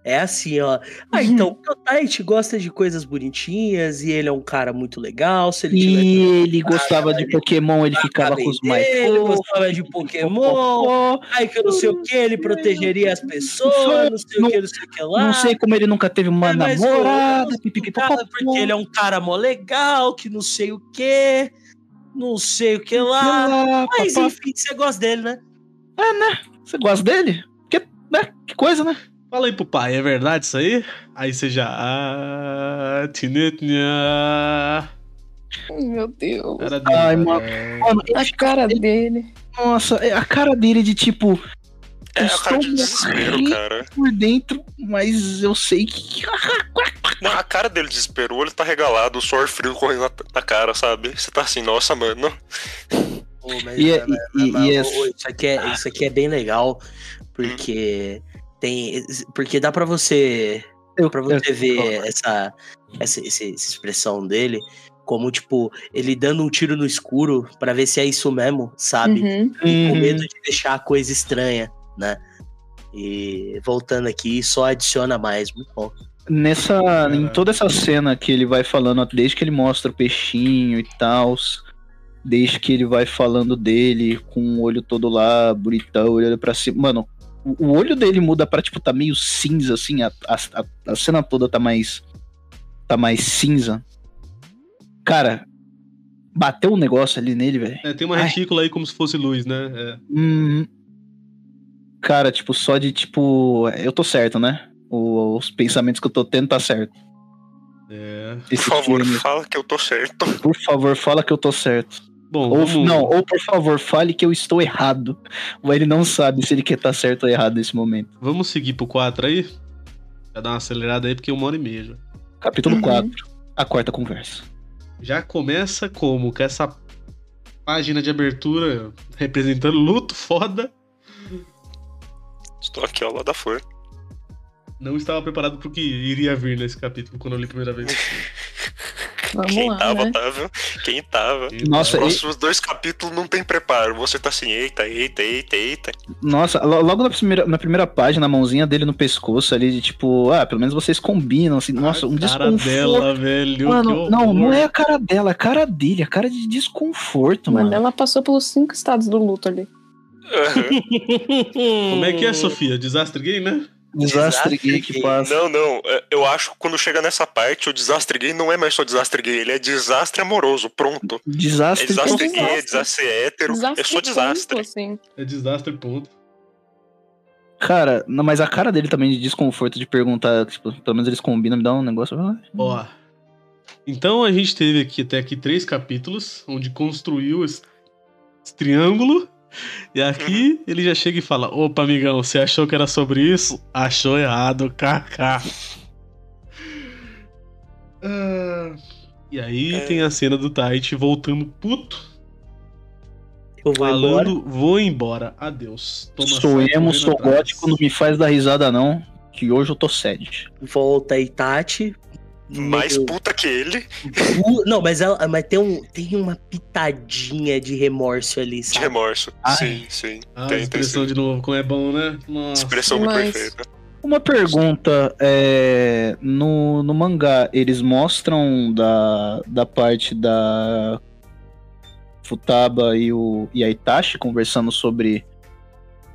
É assim, ó. Ah, então, porque o Tite gosta de coisas bonitinhas e ele é um cara muito legal. Se ele tiver e ele gostava de Pokémon, ele ficava com os mais Ele fofos. gostava de Pokémon. Ai, que um eu não sei o que, ele protegeria as pessoas, não sei o que, não sei o que lá. Não sei como ele nunca teve uma É, mas eu namorada. gosto do pipipipopopó. cara Porque ele é um cara mó legal, que não sei o que, não sei o que lá. Ah, Mas papá. enfim, você gosta dele, né? É, né? Você gosta dele? Que, né? que coisa, né? Fala aí pro pai, é verdade isso aí? Aí você já. Ah, tinetnha. Meu Deus. Cara dele, cara. Ai, mano. Mano, ele A fica- cara dele. nossa, é a cara dele de tipo. É, eu a cara de estou desespero, morrendo cara. por dentro, mas eu sei que. Não, a cara dele de desespero, o olho tá regalado, o suor frio correndo na, na cara, sabe? Você tá assim, nossa, mano. Pô, mas- E é- mas- e- mas- e é- ô, ô, isso, aqui é, isso aqui é bem legal, porque tem. Porque dá pra você. Eu, Pra você eu- ver essa, essa, esse- essa expressão dele. Como, tipo, ele dando um tiro no escuro pra ver se é isso mesmo, sabe? Uhum. com Uhum. medo de deixar a coisa estranha, né? E voltando aqui, só adiciona mais, muito bom. Nessa. É. Em toda essa cena que ele vai falando, desde que ele mostra o peixinho e tal, desde que ele vai falando dele, com o olho todo lá, bonitão, olhando pra cima. Mano, o o olho dele muda pra, tipo, tá meio cinza, assim. A, a, a- a cena toda tá mais. Tá mais cinza. Cara, bateu um negócio ali nele, velho. É, tem uma Ai. retícula aí como se fosse luz, né? Hum. Cara, tipo, só de tipo. Eu tô certo, né? O- os pensamentos que eu tô tendo tá certo. É. é. Por Esse favor, filme, fala que eu tô certo. por favor, fala que eu tô certo. Bom, Ou, vamos- não, ou por favor, fale que eu estou errado. Ou ele não sabe se ele quer tá certo ou errado nesse momento. vamos seguir pro 4 aí? Já dá uma acelerada aí, porque é uma hora e meia já. Capítulo Uhum. 4. A quarta conversa. Já começa como? Com essa página de abertura representando luto foda. Estou aqui ao lado da flor. Não estava preparado pro que iria vir nesse capítulo quando eu li a primeira vez. Vamos Quem lá, tava, né? tá, viu? Quem tava. Nossa, Os é, e- próximos dois capítulos não tem preparo. Você tá assim, eita, eita, eita, eita. Nossa, lo- logo na primeira, na primeira página, a mãozinha dele no pescoço ali, de tipo, ah, pelo menos vocês combinam, assim. Nossa, um cara desconforto. dela, velho. que Mano, horror. não, não é a cara dela, é a cara dele, a cara de desconforto, mano. Mano, ela passou pelos cinco estados do luto ali. Aham. Como é que é, Sofia? Desastre gay, né? Desastre Desastre gay que gay. passa. Não, não. é, Eu acho que quando chega nessa parte, o desastre gay não é mais só desastre gay, ele é desastre amoroso. Pronto. É Desastre. desastre é gay, é desastre. desastre hétero. Desastre É só tanto, desastre. assim. É desastre, ponto. Cara, não, mas a cara dele também de desconforto de perguntar, tipo, pelo menos eles combinam, me dá um negócio. ah, Ó. Então a gente teve aqui até aqui três capítulos, onde construiu esse, esse triângulo. E aqui ele já chega e fala: Opa, amigão, você achou que era sobre isso? Achou errado, kk. Ah, e aí É. tem a cena do Taichi voltando puto, Eu vou embora. falando: Vou embora, adeus. Toma Sou saco, emo, correndo sou atrás." gótico, não me faz dar risada não, que hoje eu tô sede. Volta Itati. Mais Meio- puta que ele, pu- Uh, Não, mas, ela, mas tem, um, tem uma pitadinha de remorso ali, de sabe? remorso. Ai. Sim, sim. Ah, Tem, tem expressão de novo, como é bom, né? Nossa. Expressão muito Mas- perfeita. Uma pergunta, é, no, no mangá eles mostram da, da parte da Futaba e, o, e a Itachi conversando sobre,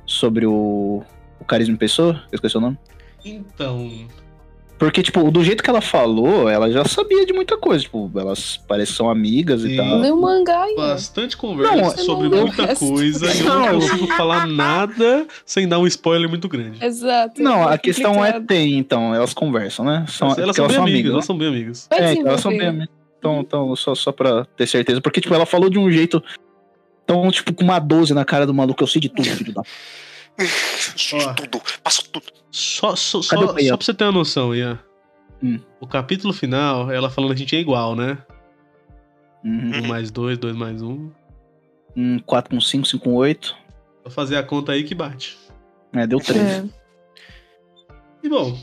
sobre o, o carisma em pessoa? Eu esqueci o nome. Então, Porque, tipo, do jeito que ela falou, ela já sabia de muita coisa. Tipo, elas parecem são amigas Sim. e tal. Lê o mangá aí. bastante conversa Não, sobre eu- muita eu- coisa e eu Não. não consigo falar nada sem dar um spoiler muito grande. Exato. Não, a é questão é complicado. tem, então. Elas conversam, né? São, Mas elas porque são bem amigas, né? elas são bem amigas. Vai É, então elas são desenvolver. bem amigas. Então, então só, só pra ter certeza. Porque, tipo, ela falou de um jeito tão, tipo, com uma 12 na cara do maluco. Eu sei de tudo, filho da Sujo Ó. tudo, passo tudo. Só, só, só, Cadê o só Peão? pra você ter uma noção, Ian. Hum. O capítulo final, ela falando que a gente é igual, né? Uhum. Hum. 1 mais 2, 2 mais 1. Um 4 com 5, 5 com 8. Vou fazer a conta aí que bate. É, deu 3. É. E bom,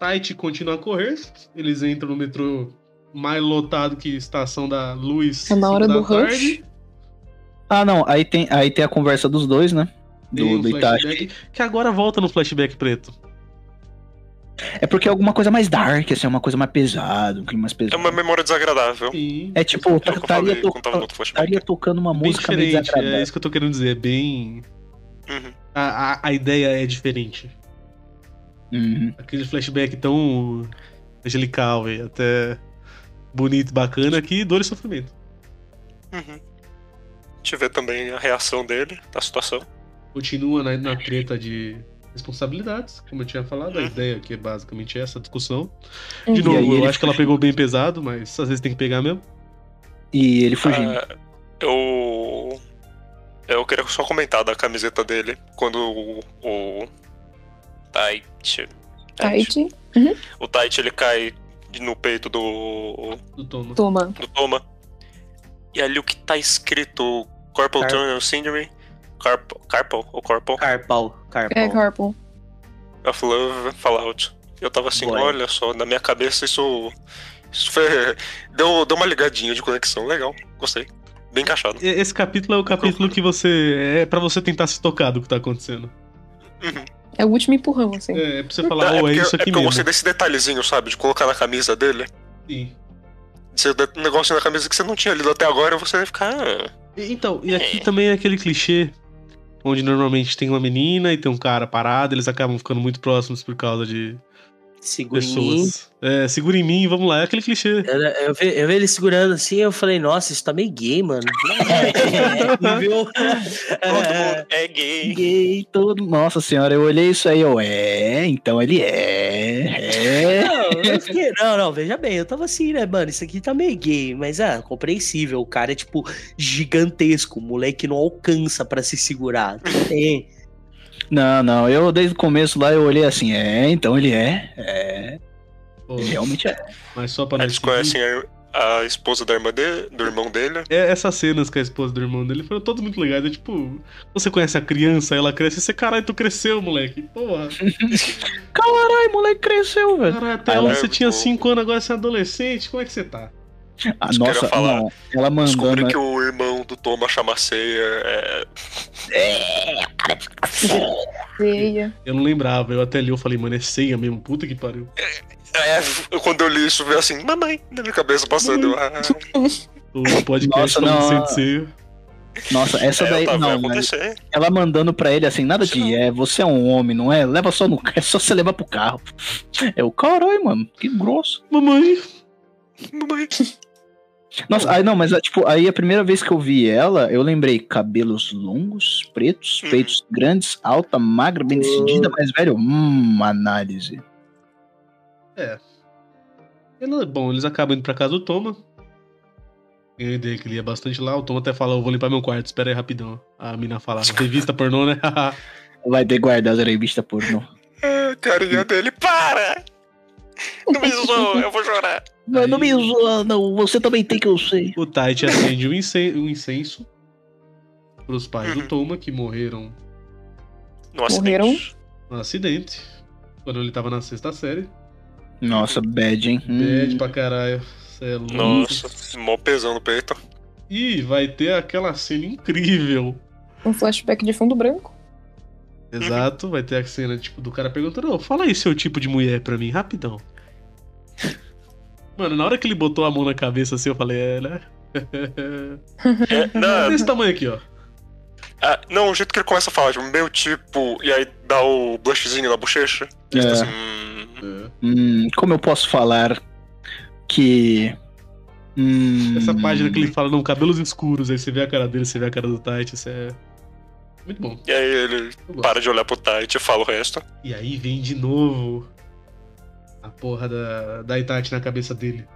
Tight continua a correr. Eles entram no metrô mais lotado que estação da luz. É na hora cinco do da tarde. rush. Ah, não. Aí tem, aí tem a conversa dos dois, né? Tem Do, um do Itachi. flashback, Que agora volta no flashback preto. É porque é alguma coisa mais dark, assim, é uma coisa mais pesada, um clima mais É pesado. uma memória desagradável. Sim. É tipo, É o que eu estaria falei quando tava no outro flashback. tocando uma bem música meio diferente. né? desagradável. É isso que eu tô querendo dizer. É bem. Uhum. A, a, a ideia é diferente. Uhum. Aquele flashback tão angelical e até bonito, bacana aqui, dor e sofrimento. Uhum. A gente vê também a reação dele, da situação. Continua na, na treta de responsabilidades, como eu tinha Ah. falado, a ideia que é basicamente essa discussão. De Uhum. E aí novo, eu ele- acho que ela pegou bem pesado, mas às vezes tem que pegar mesmo. E ele fugindo. Ah, eu. Eu queria só comentar da camiseta dele. Quando o. o Tite. Tight, O Tite ele cai no peito do. Do Toma. toma. do Toma. E ali o que tá escrito Corporal Car- Tunnel Syndrome. Carpal, carpal ou Corporal Carpal, Tá É, carpal. Carpal. of Love Fallout. Eu tava assim, Boy. olha só, na minha cabeça isso. Isso foi. Deu, deu uma ligadinha de conexão, legal. Gostei. Bem encaixado. E- Esse capítulo é o capítulo que você. É pra você tentar se tocar do que tá acontecendo. Uhum. É o último empurrão, assim. É, é pra você Não, falar, é ou é, porque, isso aqui é porque eu mesmo. gostei desse detalhezinho, sabe? De colocar na camisa dele. Sim. Você dá um negócio na camisa que você não tinha lido até agora, você vai ficar. "Ah, E- Então, e aqui também é aquele clichê onde normalmente tem uma menina e tem um cara parado, eles acabam ficando muito próximos por causa de Segura em mim. pessoas. É, segura em mim, vamos lá, é aquele clichê. Eu, eu vi, eu vi ele segurando assim, eu falei, nossa, isso tá meio gay, mano. É, Nível. Todo É, mundo é gay. Gay, todo... Nossa senhora, eu olhei isso aí, eu, é, então ele é, é. Não, eu fiquei- não, não, veja bem, eu tava assim, né, mano? Isso aqui tá meio gay, mas é compreensível. O cara é, tipo, gigantesco. O moleque não alcança pra se segurar. Tudo bem. Não, não, eu desde o começo lá eu olhei assim, é, então ele é, é, Pô, ele realmente é. Mas só pra nós Eles seguir, conhecem a, a esposa da irmã dele, do irmão dele. É, essas cenas com a esposa do irmão dele foram todas muito legais. É tipo, você conhece a criança, ela cresce e você, caralho, tu cresceu, moleque. Porra, Ai, moleque cresceu, velho. caralho, até Ela ela é você muito tinha bom. 5 anos, agora você é adolescente, como é que você tá? Ah, Isso que eu nossa, ia falar. não, ela mandando, Descobriu que o irmão do Toma Chamaceia é. É, É. Ceia. Eu não lembrava, eu até li, eu falei, mano, é ceia mesmo, puta que pariu. é eu- quando eu li isso, veio assim, mamãe, na minha cabeça passando. Ah, O podcast Nossa, não, falando ah. sem ceia. nossa, essa é, daí, tá, vai não, mas acontecer. ela mandando pra ele assim, nada de é, você é um homem, não é? Leva só no é só você levar pro carro. É o caralho, mano, que grosso. Mamãe, Mamãe. Nossa, aí não, mas ah, tipo, aí a primeira vez que eu vi ela, eu lembrei cabelos longos, pretos, Uhum. peitos grandes, alta, magra, bem decidida, mas velho, hum, análise. Ele- É bom, eles acabam indo pra casa do Toma. Eu ideia que ele ia bastante lá. O Toma até fala, eu vou limpar meu quarto, espera aí rapidão. A mina fala, revista pornô, né? Vai ter que guardar as revistas pornô. Ah, carinha dele, para! Não me zoa, eu vou chorar. Mas não me zoa, não, você também tem que eu sei. o Tite acende um, incen- um incenso pros pais do Toma, que morreram Nossa, Morreram? gente. no acidente. Quando ele tava na sexta série. Nossa, bad, hein? Hum. Bad pra caralho. Cê é louco. Nossa, mó pesão no peito. E vai ter aquela cena incrível. Um flashback de fundo branco. Exato, vai ter a cena tipo do cara perguntando: "Ô, fala aí seu tipo de mulher pra mim, rapidão. Mano, na hora que ele botou a mão na cabeça assim, eu falei: é, né? É, não, Desse tamanho aqui, ó. ah, não, o jeito que ele começa a falar, tipo, meu tipo, e aí dá o blushzinho na bochecha. É. Assim, hum, É. Hum, como eu posso falar que. Hum, Essa página que ele fala: não, cabelos escuros. Aí você vê a cara dele, você vê a cara do Tite, isso é. Muito bom. e aí ele Eu gosto. para de olhar pro Tite e fala o resto. E aí vem de novo a porra da, da Itachi na cabeça dele.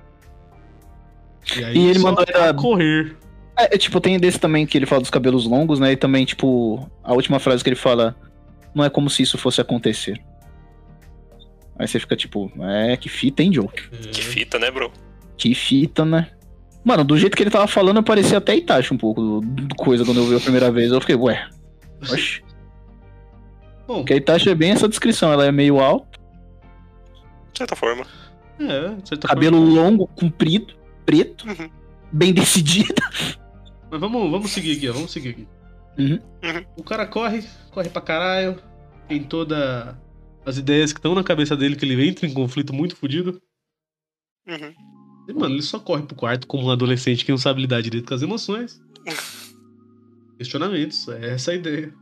E aí E ele só mandou pra ela- correr. É, é, tipo, tem desse também que ele fala dos cabelos longos, né? E também, tipo, a última frase que ele fala. não é como se isso fosse acontecer. Aí você fica tipo, é, que fita, hein, Joe? É. Que Uhum. fita, né, bro? Que fita, né? Mano, do jeito que ele tava falando, eu parecia até Itachi um pouco do, do coisa quando eu vi a primeira vez. Eu fiquei, ué. Oxi. Bom, Porque a Itachi é bem essa descrição. Ela é meio alta, De certa forma. é, de certa cabelo forma. longo, comprido, preto, Uhum. bem decidido. Mas vamos, vamos seguir aqui, ó. Vamos seguir aqui. Uhum. Uhum. O cara corre, corre pra caralho. Tem toda as ideias que estão na cabeça dele, que ele entra em conflito muito fodido. Uhum. E, mano, ele só corre pro quarto como um adolescente que não sabe lidar direito com as emoções. Questionamentos, é essa a ideia.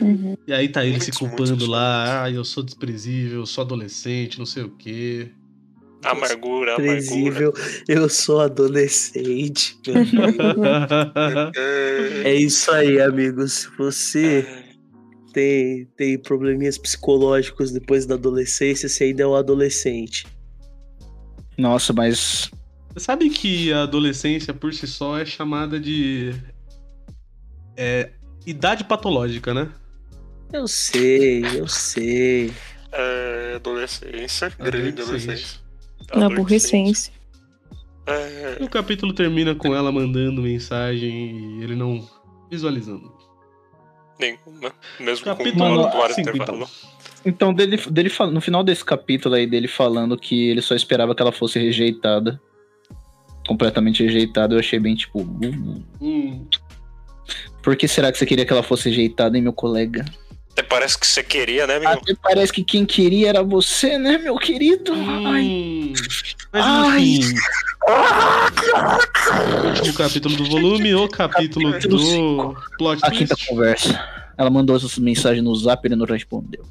Uhum. E aí tá ele se Muitos, culpando muitos lá, ah, eu sou desprezível, eu sou adolescente, não sei o quê. Amargura, amargura. Desprezível, eu sou adolescente. meu Deus. É... é isso aí, amigos. Se você tem, tem probleminhas psicológicos depois da adolescência, você ainda é um adolescente. Nossa, mas. Você sabe que a adolescência por si só é chamada de. É. Idade patológica, né? Eu sei, eu sei. É, adolescência, grande adolescência. Tá Na aborrecência. É, E o capítulo termina com ela mandando mensagem e ele não visualizando. nenhuma. Mesmo Capítulo com o Eduardo cinco, intervalo. Então, dele, dele, fal- no final desse capítulo aí, dele falando que ele só esperava que ela fosse rejeitada. Completamente rejeitada, eu achei bem tipo. "Hum, Hum, Por que será que você queria que ela fosse rejeitada, hein, meu colega? Até parece que você queria, né, amigo? Até parece que quem queria era você, né, meu querido? Ai. hum. Mas enfim. Último capítulo do volume, o capítulo Capítulo tá do plot A quinta twist. conversa. Ela mandou essa mensagem no zap e ele não respondeu.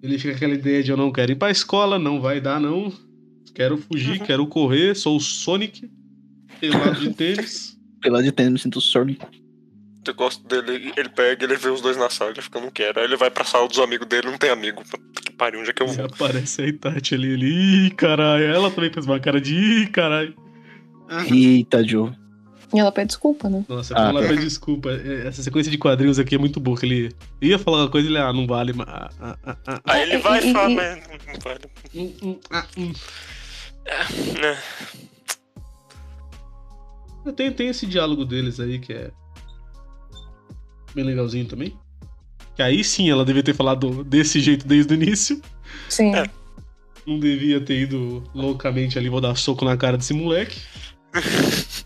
Ele fica com aquela ideia de eu não quero ir pra escola, não vai dar, não. Quero Uhum. fugir, quero correr, sou o Sonic, pelado de tênis. Pela de tênis, me sinto sórnico. Eu gosto dele, ele pega, ele vê os dois na sala, ele fica, eu não quero. Aí ele vai pra sala dos amigos dele, não tem amigo. Puta Que pariu, onde é que eu E vou? aparece a Itachi ali, ele, ih, caralho. Ela também fez uma cara de ih, caralho. Eita, Joe. E ela pede desculpa, né? Nossa, Ah, ah, ela tá. pede desculpa. É, Essa sequência de quadrinhos aqui é muito boa, que ele ia falar uma coisa e ele, ah, não vale, mas... ah, ah, ah, ah, Aí ele vai e fala, E- e- mas não não vale. hum, hum, ah, hum." Né? Tem, tem esse diálogo deles aí que é bem legalzinho também. Que aí sim ela devia ter falado desse jeito desde o início. Sim. É. Não devia ter ido loucamente ali, vou dar soco na cara desse moleque. Mas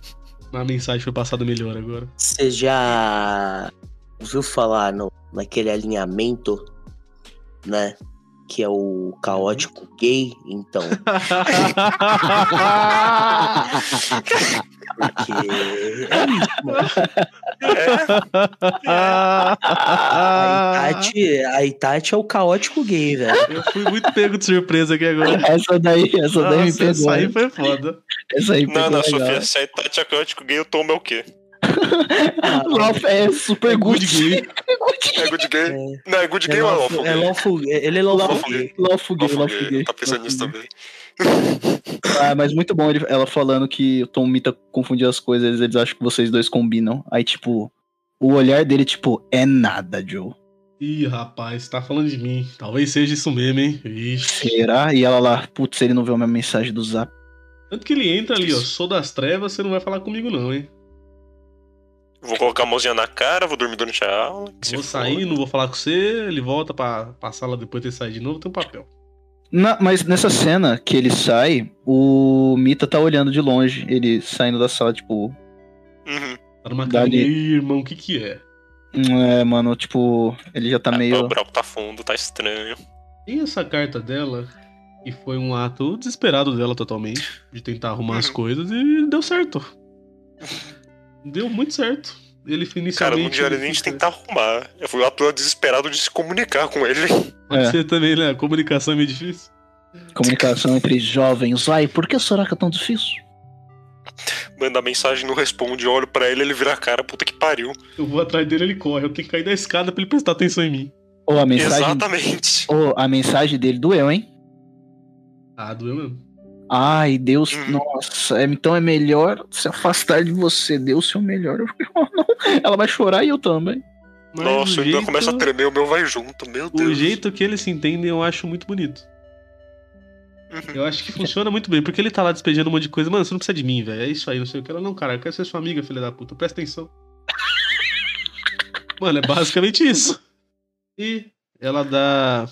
A mensagem foi passada melhor agora. Você já ouviu falar no, naquele alinhamento, né? Que é o caótico gay, então. Porque é isso, mano. É, Ah. a, Itachi, a Itachi é o caótico gay, velho. tá, Eu fui muito pego de surpresa aqui agora. Essa daí, essa daí me Nossa, pegou. essa aí hein? foi foda. Essa aí não, não, pegou Sofia, legal. se a Itati é cântico gay, o Tom é o quê? Ralph é super good. gay. É good gay? É. Não, é good É gay ou é lawful- lawful é gay? lawful gay. Ele é lawful Lawful gay. Lawful gay, Lawful lawful gay, gay. eu tava pensando nisso lawful gay. também. Ah, mas muito bom ele- ela falando que o Tom Mita confundiu as coisas, eles, eles acham que vocês dois combinam. Aí, tipo, o olhar dele, tipo, é nada, Joe. Ih, rapaz, tá falando de mim. Talvez seja isso mesmo, hein? Ixi. Será? E ela lá, putz, ele não viu a minha mensagem do zap. Tanto que ele entra ali, ó. Sou das trevas, você não vai falar comigo, não, hein? Vou colocar a mãozinha na cara, vou dormir durante a aula. que se vou é foda. sair, não vou falar com você. Ele volta pra, pra sala depois de ter saído de novo, tem um papel. Na- mas nessa cena que ele sai, o Mita tá olhando de longe, ele saindo da sala, tipo, Uhum. Tá numa Dali. cadeia, Ih, irmão, o que que é? "Hum, é, mano, tipo, ele já tá Ah, meio. O buraco tá fundo, tá estranho. Tem essa carta dela, que foi um ato desesperado dela totalmente, de tentar arrumar Uhum. as coisas, e deu certo. Deu muito certo. Ele inicialmente... Cara, é no diário a ele gente fica- tentar arrumar. Eu fui lá todo desesperado de se comunicar com ele. Pode É. ser também, né? A comunicação é meio difícil. Comunicação entre jovens. Ai, por que será que é tão difícil? Manda mensagem, não responde, eu olho pra ele, ele vira a cara, puta que pariu. Eu vou atrás dele, ele corre. Eu tenho que cair da escada pra ele prestar atenção em mim. Ou a mensagem. Exatamente. Ou a mensagem dele doeu, hein? Ah, doeu mesmo. Ai, Deus, Hum. nossa, é- então é melhor se afastar de você, deu o seu melhor. Eu fiquei, "Oh, não." Ela vai chorar e eu também. Mas Nossa, o ainda jeito- começa a tremer, o meu vai junto, meu Deus. O jeito que eles se entendem eu acho muito bonito. Uhum. Eu acho que funciona muito bem, porque ele tá lá despejando um monte de coisa. Mano, você não precisa de mim, velho. É isso aí, não sei o que. Ela, não, cara, eu quero ser sua amiga, filha da puta. Presta atenção. Mano, é basicamente isso. E ela dá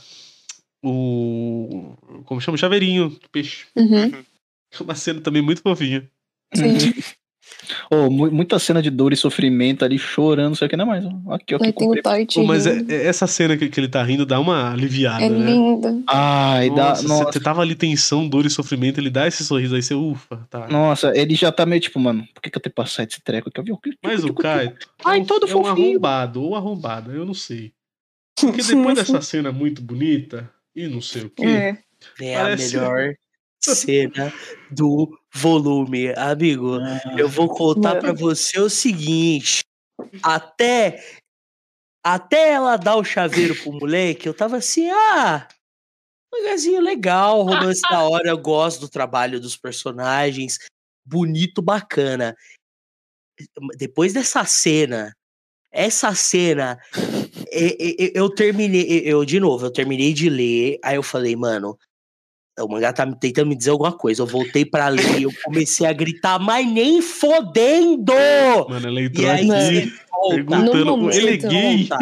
o... Como chama? O chaveirinho do peixe. Uhum. É Uma cena também muito fofinha. Sim. Oh, mu- muita cena de dor e sofrimento ali, chorando, não sei o que, não é mais. Aqui, ó, que Aí tem o comprei. Tart. Pô, mas é- rindo. é essa cena que, que ele tá rindo dá uma aliviada, É né? linda. Ai, dá. Nossa, Nossa, você tava ali tensão, dor e sofrimento, ele dá esse sorriso aí, você ufa, tá. nossa, ele já tá meio tipo, mano, por que, que eu tenho passado esse treco aqui? Eu vi- Mas o Kaito. Ai, é um- todo é um fofinho. arrombado, ou arrombada, eu não sei. Porque depois dessa cena muito bonita, e não sei o quê. É. É Parece- a melhor cena do volume. Amigo, eu vou contar Mano. pra você o seguinte. Até até ela dar o chaveiro pro moleque, eu tava assim, ah, lugarzinho legal, romance da hora, eu gosto do trabalho dos personagens, bonito, bacana. Depois dessa cena, essa cena, e- e- e- eu terminei, e- eu de novo, eu terminei de ler, aí eu falei, mano, o mangá tá me- tentando me dizer alguma coisa. Eu voltei pra ler e eu comecei a gritar, mas nem fodendo! Mano, ela E entrou aí aqui você volta. né? No perguntando, momento, ele é gay? volta.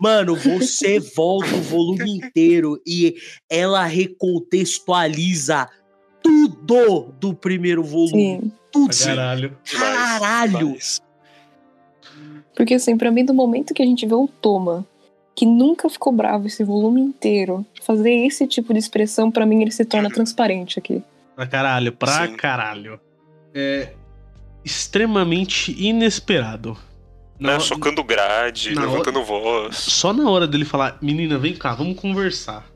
Mano, você volta o volume inteiro e ela recontextualiza tudo do primeiro volume. Sim. Tudo. Pra Caralho. Demais, Caralho! demais. Porque assim, pra mim, do momento que a gente vê o Toma, que nunca ficou bravo esse volume inteiro, fazer esse tipo de expressão, pra mim, ele se torna transparente aqui. Pra caralho, pra Sim. caralho. É extremamente inesperado. Né, é Na- socando grade, na levantando voz. Só na hora dele falar, menina, vem cá, vamos conversar.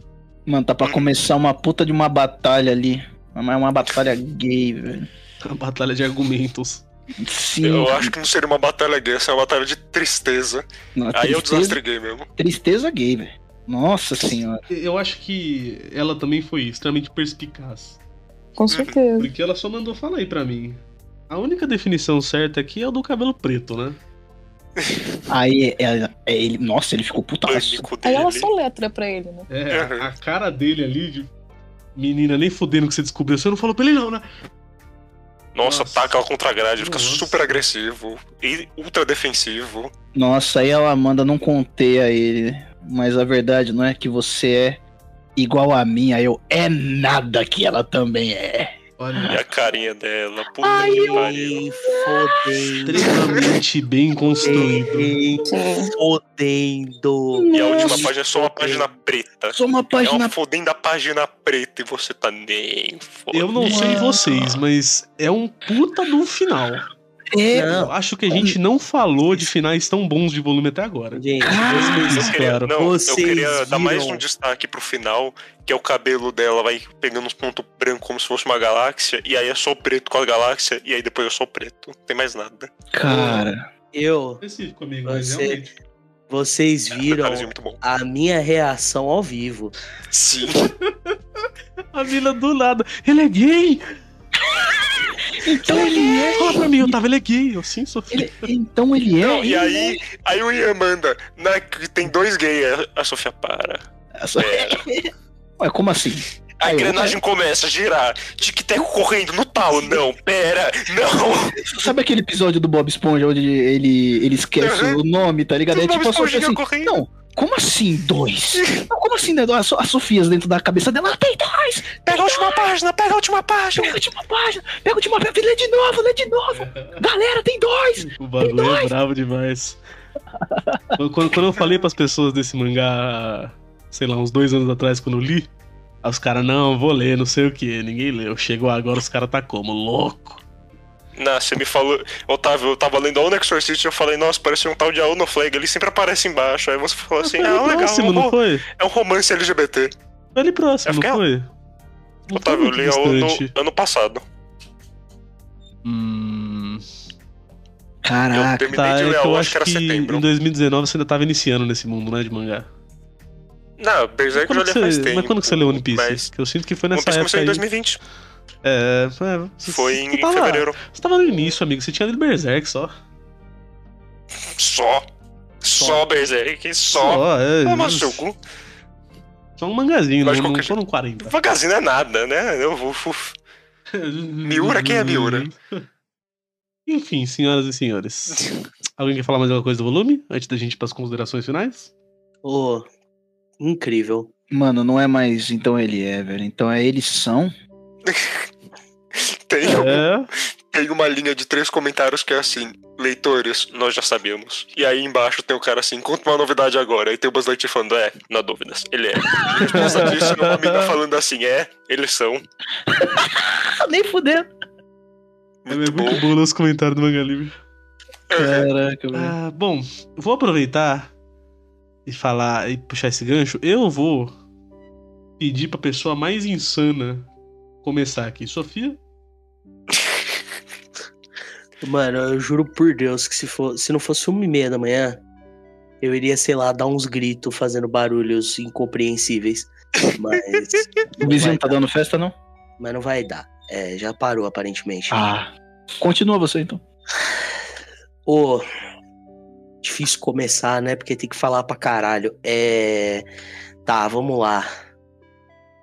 Mano, tá pra começar uma puta de uma batalha ali. É uma batalha gay, velho. A batalha de argumentos. Sim. Eu acho que não seria uma batalha gay, essa é uma batalha de tristeza. não, Aí é o tristeza, desastre gay mesmo. tristeza gay, velho. Nossa senhora. Eu acho que ela também foi extremamente perspicaz. Uhum. Com certeza. Porque ela só mandou falar aí pra mim. A única definição certa aqui é o do cabelo preto, né? Aí é, é- é ele. Nossa, ele ficou putaço. Pânico Aí dele. ela só letra pra ele, né? É, Uhum. a cara dele ali de. Menina, nem fudendo que você descobriu. Você não falou pra ele, não, né? Nossa, Nossa. ataca ela contra a grade, fica Nossa. super agressivo e ultra defensivo. Nossa, aí ela manda não conter a ele. Mas a verdade não é que você é igual a mim. Aí eu é nada que ela também é. E Olha, a carinha dela, puta Ai, que eu- pariu. E fodendo. extremamente bem construído. e Sim. Fodendo. E a última Nossa. página é só uma página preta. Só uma É uma página. fodendo a página preta e você tá nem foda. Eu não sei vocês, mas é um puta do final. É, Não, Eu acho que a gente não falou de finais tão bons de volume até agora. gente, Ah, Eu vocês, queria, Claro. não, eu Vocês queria dar mais viram? um destaque pro final, que é o cabelo dela vai pegando uns pontos brancos como se fosse uma galáxia, e aí é só o preto com a galáxia, e aí depois é só o preto. Não tem mais nada. cara. eu, Específico, amigo, mas Você- realmente. vocês viram Detalhezinho muito bom. a minha reação ao vivo. Sim. A mina do nada. Ele é gay! Então ele é. Fala pra mim, eu tava, ele é gay. Eu sim sou filho. ele- então ele é. Não, e ele aí, aí o Ian manda, na, que tem dois gays, a, a Sofia para. é. Só- Ué, como assim? A Aí, né? engrenagem começa a girar, tic-teco correndo no tal, não, pera, não. Sabe aquele episódio do Bob Esponja onde ele, ele esquece Aham. o nome, tá ligado? É Bob tipo a Esponja Sofia assim, correndo. não, como assim dois? Não, como assim, né? A, So- a Sofias dentro da cabeça dela, tem dois! Pega a última página, pega a última página. Pega a última página, pega a última página, lê de novo, lê de novo! Galera, tem dois! O bagulho é bravo demais. Quando- quando, quando eu falei pras pessoas desse mangá, sei lá, uns dois anos atrás, quando eu li, aí os caras, não, vou ler, não sei o que, ninguém leu. Chegou agora, os caras tá como? Louco. Tipo Não, você me falou. Otávio, eu tava lendo a Ono Exorcist e eu falei, nossa, parece um tal de Aono Flag, ele sempre aparece embaixo. Aí você falou assim, Foi ah, ali legal, próximo, um não ro- foi? é um romance LGBT. Foi ali próximo, Eu não fiquei- foi? Não tá Otávio, eu muito li ano, distante. ano passado. Hum, Eu Caraca, terminei tá, de é ler, que eu eu acho que em setembro. 2019 você ainda tava iniciando nesse mundo, né, de mangá. Não, Berserk é eu Quando já que li faz você, tempo. mas quando que você leu One Piece? Mas que eu sinto que foi One nessa Piece época começou em aí. 2020. É, é, você- Foi você tá em em tava- fevereiro. Você tava no início, amigo, você tinha lido Berserk só. Só. Só Berserk, só. Ó, é, Toma isso. seu cu. Só um mangazinho, não, Mas é de não qualquer foram 40. Vagazina é nada, né? Eu vou. vou- Miura, quem é Miura? Enfim, senhoras e senhores. Alguém quer falar mais alguma coisa do volume? Antes da gente ir para as considerações finais? Ô, incrível. Mano, não é mais então ele é, velho. Então é eles são. Tem, um, É. tem uma linha de três comentários que é assim: leitores, nós já sabemos. E aí embaixo tem o cara assim: conta uma novidade agora. E tem o Buzz Lightyear falando: é, na dúvidas. Ele é. Em resposta disso, uma mina falando assim: é, eles são. Ah, nem fudendo. É Muito muito bom. bom ler os comentários do Manga Livre. Caraca, velho. Ah, bom, vou aproveitar e falar e puxar esse gancho. Eu vou pedir pra pessoa mais insana começar aqui. Sofia? Mano, eu juro por Deus que se, for, se não fosse uma e meia da manhã, eu iria, sei lá, dar uns gritos fazendo barulhos incompreensíveis. Mas, O vizinho tá dando festa, não? mas não vai dar. É, já parou aparentemente. Ah. Continua você então. Ô, difícil começar, né? Porque tem que falar pra caralho. É. Tá, vamos lá.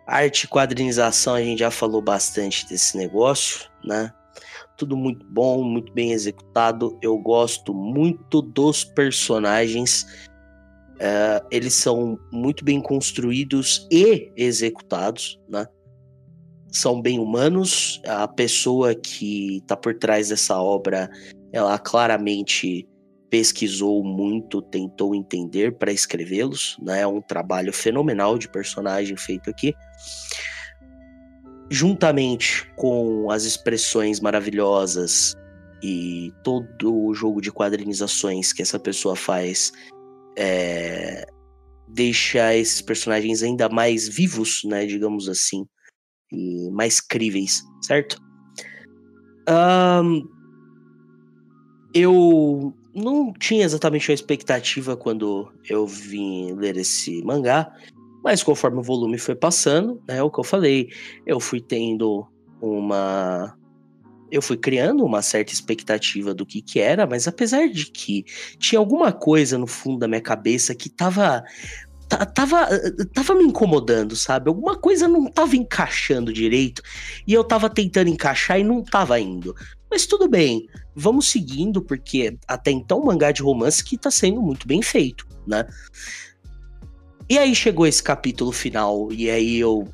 Arte e quadrinização, a gente já falou bastante desse negócio, né? Tudo muito bom, muito bem executado. Eu gosto muito dos personagens. É, eles são muito bem construídos e executados, né? São bem humanos. A pessoa que tá por trás dessa obra ela claramente pesquisou muito, tentou entender para escrevê-los, né? É um trabalho fenomenal de personagem feito aqui. Juntamente com as expressões maravilhosas e todo o jogo de quadrinizações que essa pessoa faz, é, deixa esses personagens ainda mais vivos, né? Digamos assim, e mais críveis, certo? Ah, Ahn, eu não tinha exatamente uma expectativa quando eu vim ler esse mangá, mas conforme o volume foi passando, né, o que eu falei, eu fui tendo uma eu fui criando uma certa expectativa do que que era, mas apesar de que tinha alguma coisa no fundo da minha cabeça que tava ta- tava eh, tava me incomodando, sabe? Alguma coisa não tava encaixando direito e eu tava tentando encaixar e não tava indo. Mas tudo bem, vamos seguindo, porque até então o mangá de romance que tá sendo muito bem feito, né? E aí chegou esse capítulo final, e aí eu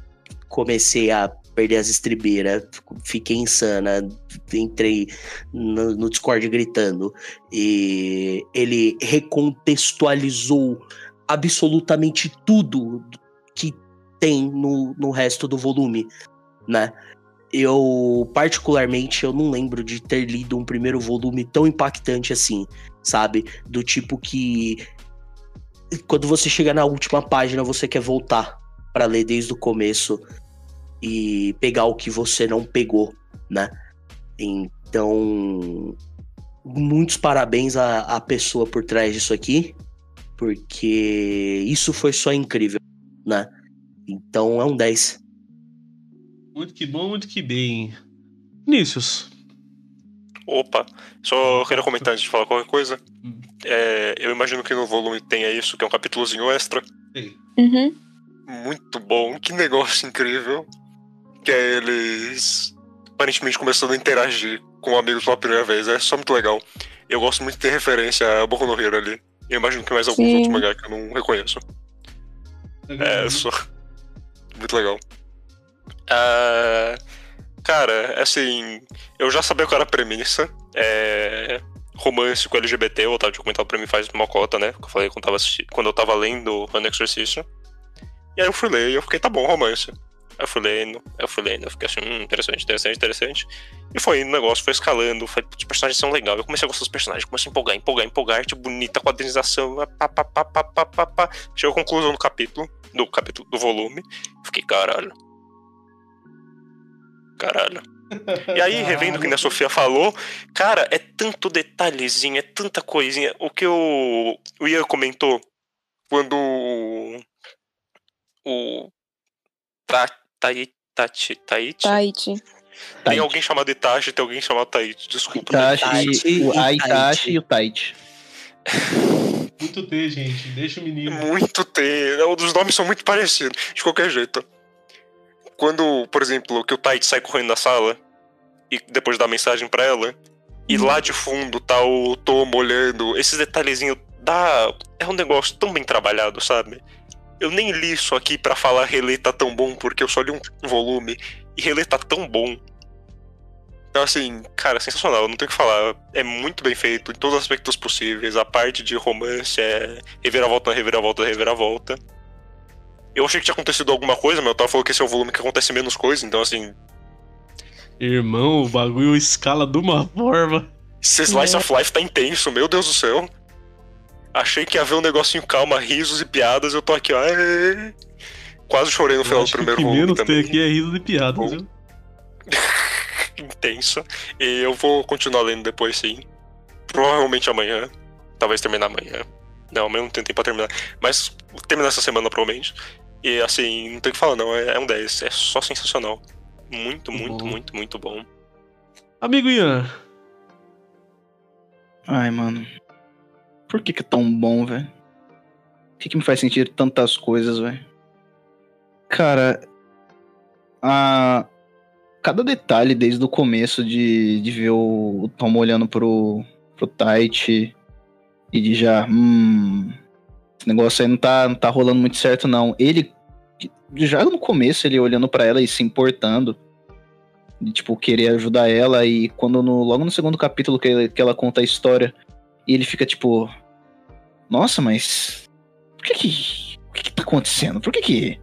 comecei a perder as estribeiras, fico- fiquei insana, entrei no, no Discord gritando, e ele recontextualizou absolutamente tudo que tem no, no resto do volume, né? eu particularmente eu não lembro de ter lido um primeiro volume tão impactante assim, sabe? Do tipo que quando você chega na última página você quer voltar pra ler desde o começo e pegar o que você não pegou, né? Então, muitos parabéns à, à pessoa por trás disso aqui, porque isso foi só incrível, né? Então é um 10. Muito que bom, muito que bem. Vinícius. Opa, só queria comentar antes de falar qualquer coisa. Hum. É, eu imagino que no volume tenha isso, que é um capítulozinho extra. Uhum. Muito bom, que negócio incrível. Que é eles aparentemente começando a interagir com amigos pela primeira vez. É só muito legal. Eu gosto muito de ter referência a Boku no Hero ali. Eu imagino que mais alguns Sim. outros mangá que eu não reconheço. Tá É, Uhum. só. Muito legal. Ah, cara, assim, eu já sabia qual era a premissa. É, romance com LGBT, o Otávio tinha comentado pra mim faz uma cota, né? Que eu falei quando, tava assisti- quando eu tava lendo o Exorcista. E aí eu fui ler e eu fiquei, tá bom, romance. Aí Eu fui lendo, eu fui lendo, eu fiquei assim, hum, interessante, interessante, interessante. E foi indo o negócio, foi escalando, foi, os personagens são legais. Eu comecei a gostar dos personagens, comecei a empolgar, empolgar, empolgar, arte bonita, quadrinização, pá, pá, pá, pá, pá, pá, pá. Chegou à conclusão do capítulo do capítulo do volume. Fiquei, caralho. Caralho. E aí, revendo o que a Sofia falou, cara, é tanto detalhezinho, é tanta coisinha. O que o, o Ian comentou quando o. O. Ta, tai, Tati, Taichi. Taichi. Tem Taichi. alguém chamado né? Itachi, tem alguém chamado Taichi, desculpa. Itachi, Itachi o e Aitachi Taichi. e o Taichi. Muito T, gente. Deixa o menino. Muito T. Os nomes são muito parecidos, de qualquer jeito. Quando, por exemplo, que o Tite sai correndo da sala e depois dá mensagem pra ela, e lá de fundo tá o Tom olhando, esses detalhezinhos dá. É um negócio tão bem trabalhado, sabe? Eu nem li isso aqui pra falar relê tá tão bom, porque eu só li um volume, e relê tá tão bom. Então, assim, cara, sensacional, não tem o que falar. É muito bem feito em todos os aspectos possíveis. A parte de romance é reviravolta, reviravolta, reviravolta. Eu achei que tinha acontecido alguma coisa, mas o Tava falou que esse é o volume que acontece menos coisa, então, assim, Irmão, o bagulho escala de uma forma. esse Slice of Life tá intenso, meu Deus do céu. Achei que ia haver um negocinho calma, risos e piadas, eu tô aqui, ó. "Aê". Quase chorei no final Eu do acho que primeiro o que volume menos tem também. aqui é riso de piada, Bom. viu? intenso. E eu vou continuar lendo depois, sim. Provavelmente amanhã. Talvez terminar amanhã. Não, amanhã não tenho tempo pra terminar. Mas vou terminar essa semana, provavelmente. E assim, não tem o que falar, não. É, é um 10. É só sensacional. Muito, muito, Bom. muito, muito bom. Amigo Ian, Ai, mano. Por que que é tão bom, velho? Por que que me faz sentir tantas coisas, velho? Cara, a... cada detalhe desde o começo de, de ver o, o Tom olhando pro, pro Tite e de já, hum, esse negócio aí não tá, não tá rolando muito certo, não. Ele, já no começo, ele olhando pra ela e se importando de, tipo, querer ajudar ela. E quando no- logo no segundo capítulo que, ele- que ela conta a história, e ele fica tipo: Nossa, mas. Por que que. Por que que tá acontecendo? Por que que.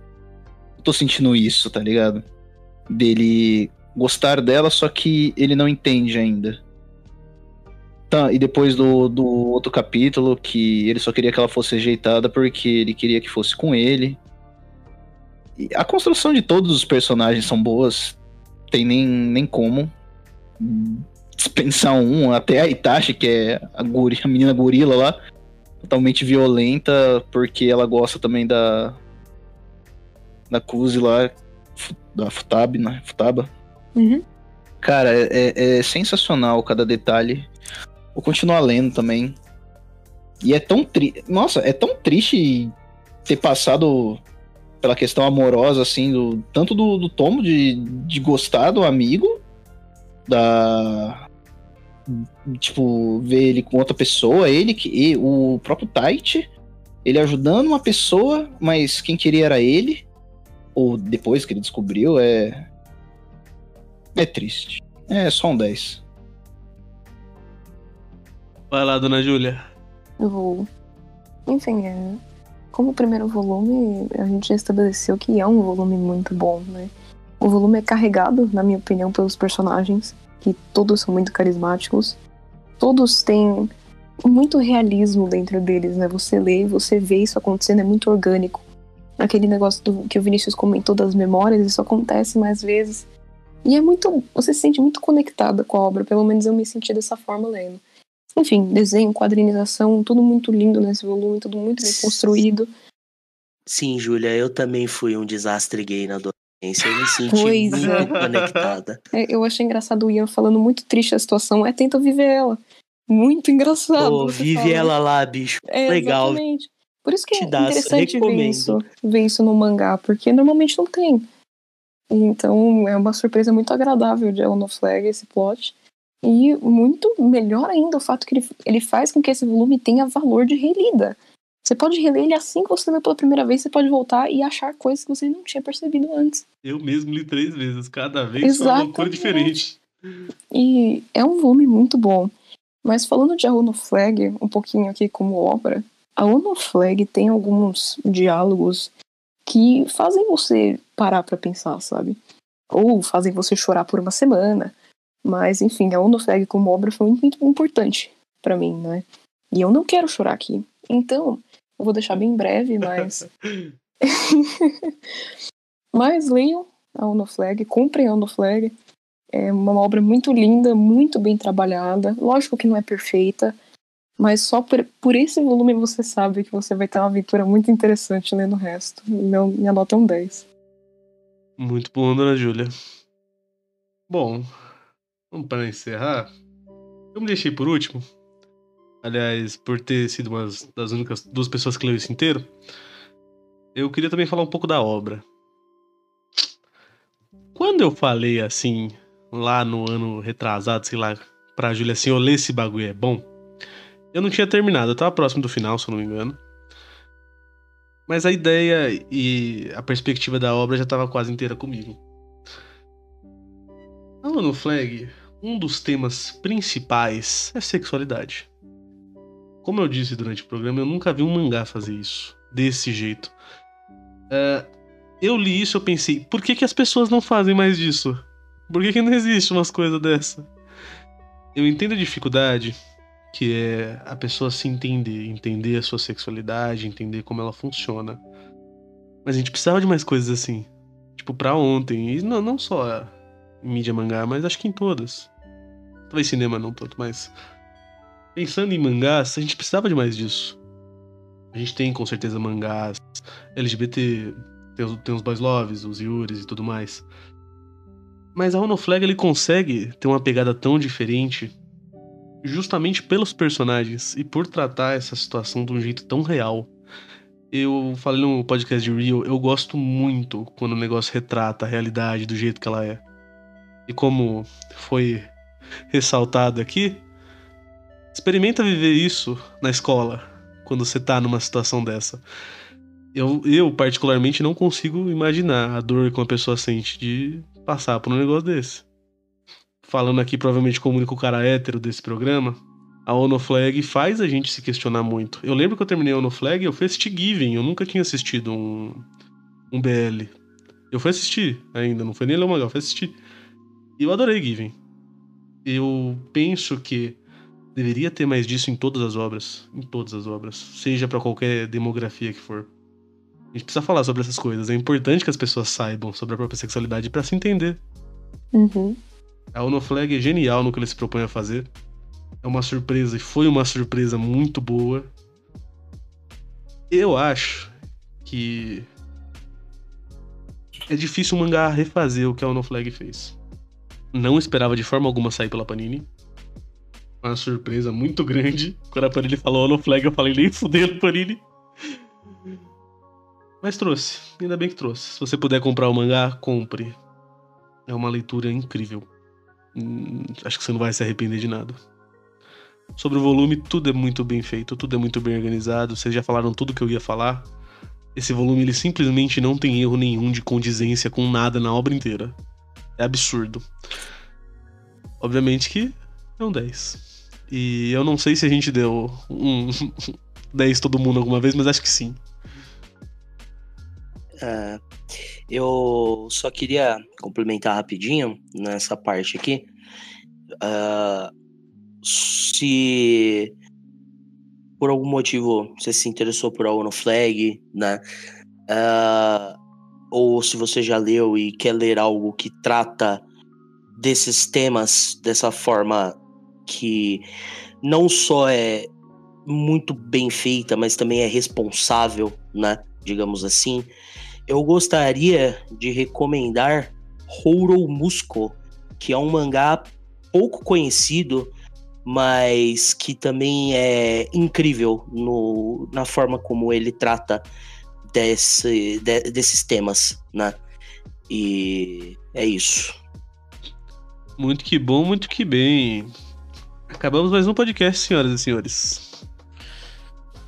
Eu tô sentindo isso, tá ligado? Dele gostar dela, só que ele não entende ainda. Tá, e depois do, do outro capítulo, que ele só queria que ela fosse rejeitada porque ele queria que fosse com ele. E a construção de todos os personagens são boas, tem nem, nem como dispensar um, até a Itachi, que é a, guri, a menina gorila lá, totalmente violenta, porque ela gosta também da da Kuzi lá, fu- da Futaba, né? Futaba. Uhum. Cara, é, é- é sensacional cada detalhe. Vou continuar lendo também. E é tão triste. Nossa, é tão triste ter passado pela questão amorosa, assim, do, tanto do, do Tomo de, de gostar do amigo, da. Tipo, ver ele com outra pessoa, ele que. e o próprio Tite, ele ajudando uma pessoa, mas quem queria era ele. Ou depois que ele descobriu, é. É triste. É só um 10. vai lá, dona Júlia. Eu vou. Enfim, é... como o primeiro volume, a gente já estabeleceu que é um volume muito bom, né? O volume é carregado, na minha opinião, pelos personagens, que todos são muito carismáticos. Todos têm muito realismo dentro deles, né? Você lê, você vê isso acontecendo, é muito orgânico. Aquele negócio do- que o Vinícius comentou das memórias, isso acontece mais vezes. E é muito. Você se sente muito conectada com a obra, pelo menos eu me senti dessa forma lendo enfim, desenho, quadrinização, tudo muito lindo nesse volume, tudo muito bem construído. Sim, Júlia, eu também fui um desastre gay na adolescência. Eu me senti Pois muito é. conectada. É, eu achei engraçado o Ian falando muito triste a situação, é tenta viver ela. Muito engraçado. Pô, você vive fala. ela lá, bicho. É, legal. Exatamente. Por isso que é Te dá, interessante ver recomendo. isso, ver isso no mangá, porque normalmente não tem. Então é uma surpresa muito agradável de Elon Flag esse plot. E muito melhor ainda o fato que ele, ele faz com que esse volume tenha valor de relida. Você pode reler ele assim que você lê pela primeira vez, você pode voltar e achar coisas que você não tinha percebido antes. Eu mesmo li três vezes, cada vez foi uma loucura Exatamente. diferente. E é um volume muito bom. Mas falando de A Ono Flag, um pouquinho aqui como obra, A Ono Flag tem alguns diálogos que fazem você parar pra pensar, sabe? Ou fazem você chorar por uma semana. Mas, enfim, A Ono Flag como obra foi muito, muito importante pra mim, né? E eu não quero chorar aqui. Então, eu vou deixar bem breve, mas mas leiam a Ono Flag, comprem a Ono Flag. É uma obra muito linda, muito bem trabalhada. Lógico que não é perfeita, mas só por, por esse volume você sabe que você vai ter uma aventura muito interessante lendo o resto. Meu, minha nota é um 10. Muito bom, dona Júlia. Bom, vamos para encerrar. Eu me deixei por último. aliás, por ter sido uma das únicas duas pessoas que leu isso inteiro, eu queria também falar um pouco da obra. Quando eu falei assim, lá no ano retrasado, sei lá, pra Júlia assim, eu lê esse bagulho é bom, eu não tinha terminado, eu tava próximo do final, se eu não me engano. Mas a ideia e a perspectiva da obra já tava quase inteira comigo. Na Mano Flag, um dos temas principais é sexualidade. Como eu disse durante o programa, eu nunca vi um mangá fazer isso desse jeito. É, eu li isso, eu pensei, por que, que as pessoas não fazem mais disso? Por que, que não existe umas coisas dessa? Eu entendo a dificuldade que é a pessoa se entender, entender a sua sexualidade, entender como ela funciona. Mas a gente precisava de mais coisas assim. Tipo, pra ontem. E não, não só em mídia mangá, mas acho que em todas. Talvez cinema não tanto, mas. Pensando em mangás, a gente precisava de mais disso. A gente tem com certeza mangás LGBT, tem os, tem os Boys Loves, os Yuris e tudo mais. Mas a Ono Flag ele consegue ter uma pegada tão diferente justamente pelos personagens e por tratar essa situação de um jeito tão real. Eu falei no podcast de Real, eu gosto muito quando o negócio retrata a realidade do jeito que ela é. E como foi ressaltado aqui, experimenta viver isso na escola, quando você tá numa situação dessa. Eu, eu particularmente, não consigo imaginar a dor que uma pessoa sente de passar por um negócio desse falando aqui provavelmente como o único cara hétero desse programa, a Ono Flag faz a gente se questionar muito. Eu lembro que eu terminei a Ono Flag, eu fui assistir Given, eu nunca tinha assistido um, um BL. Eu fui assistir ainda, não foi nem ler o mangá, eu fui assistir. E eu adorei Given. Eu penso que deveria ter mais disso em todas as obras, em todas as obras, seja para qualquer demografia que for. A gente precisa falar sobre essas coisas, é importante que as pessoas saibam sobre a própria sexualidade para se entender. Uhum. A Onoflag é genial no que ele se propõe a fazer. É uma surpresa e foi uma surpresa muito boa. Eu acho que é difícil o mangá refazer o que a Onoflag fez. Não esperava de forma alguma sair pela Panini. Uma surpresa muito grande. Quando a Panini falou Onoflag, eu falei nem fudendo Panini. Mas trouxe, ainda bem que trouxe. Se você puder comprar o mangá, compre. É uma leitura incrível. Hum, acho que você não vai se arrepender de nada. Sobre o volume, tudo é muito bem feito, tudo é muito bem organizado. Vocês já falaram tudo que eu ia falar. Esse volume ele simplesmente não tem erro nenhum de condizência com nada na obra inteira. É absurdo. Obviamente que é um 10. E eu não sei se a gente deu um 10 todo mundo alguma vez, mas acho que sim. Ah, eu só queria complementar rapidinho nessa parte aqui. Ah, se por algum motivo você se interessou por Ono Flag, né? Ah, ou se você já leu e quer ler algo que trata desses temas dessa forma que não só é muito bem feita, mas também é responsável, né? Digamos assim eu gostaria de recomendar Hourou Musco, que é um mangá pouco conhecido, mas que também é incrível no, na forma como ele trata desse, de- desses temas, né? E é isso. Muito que bom, muito que bem. Acabamos mais um podcast, senhoras e senhores.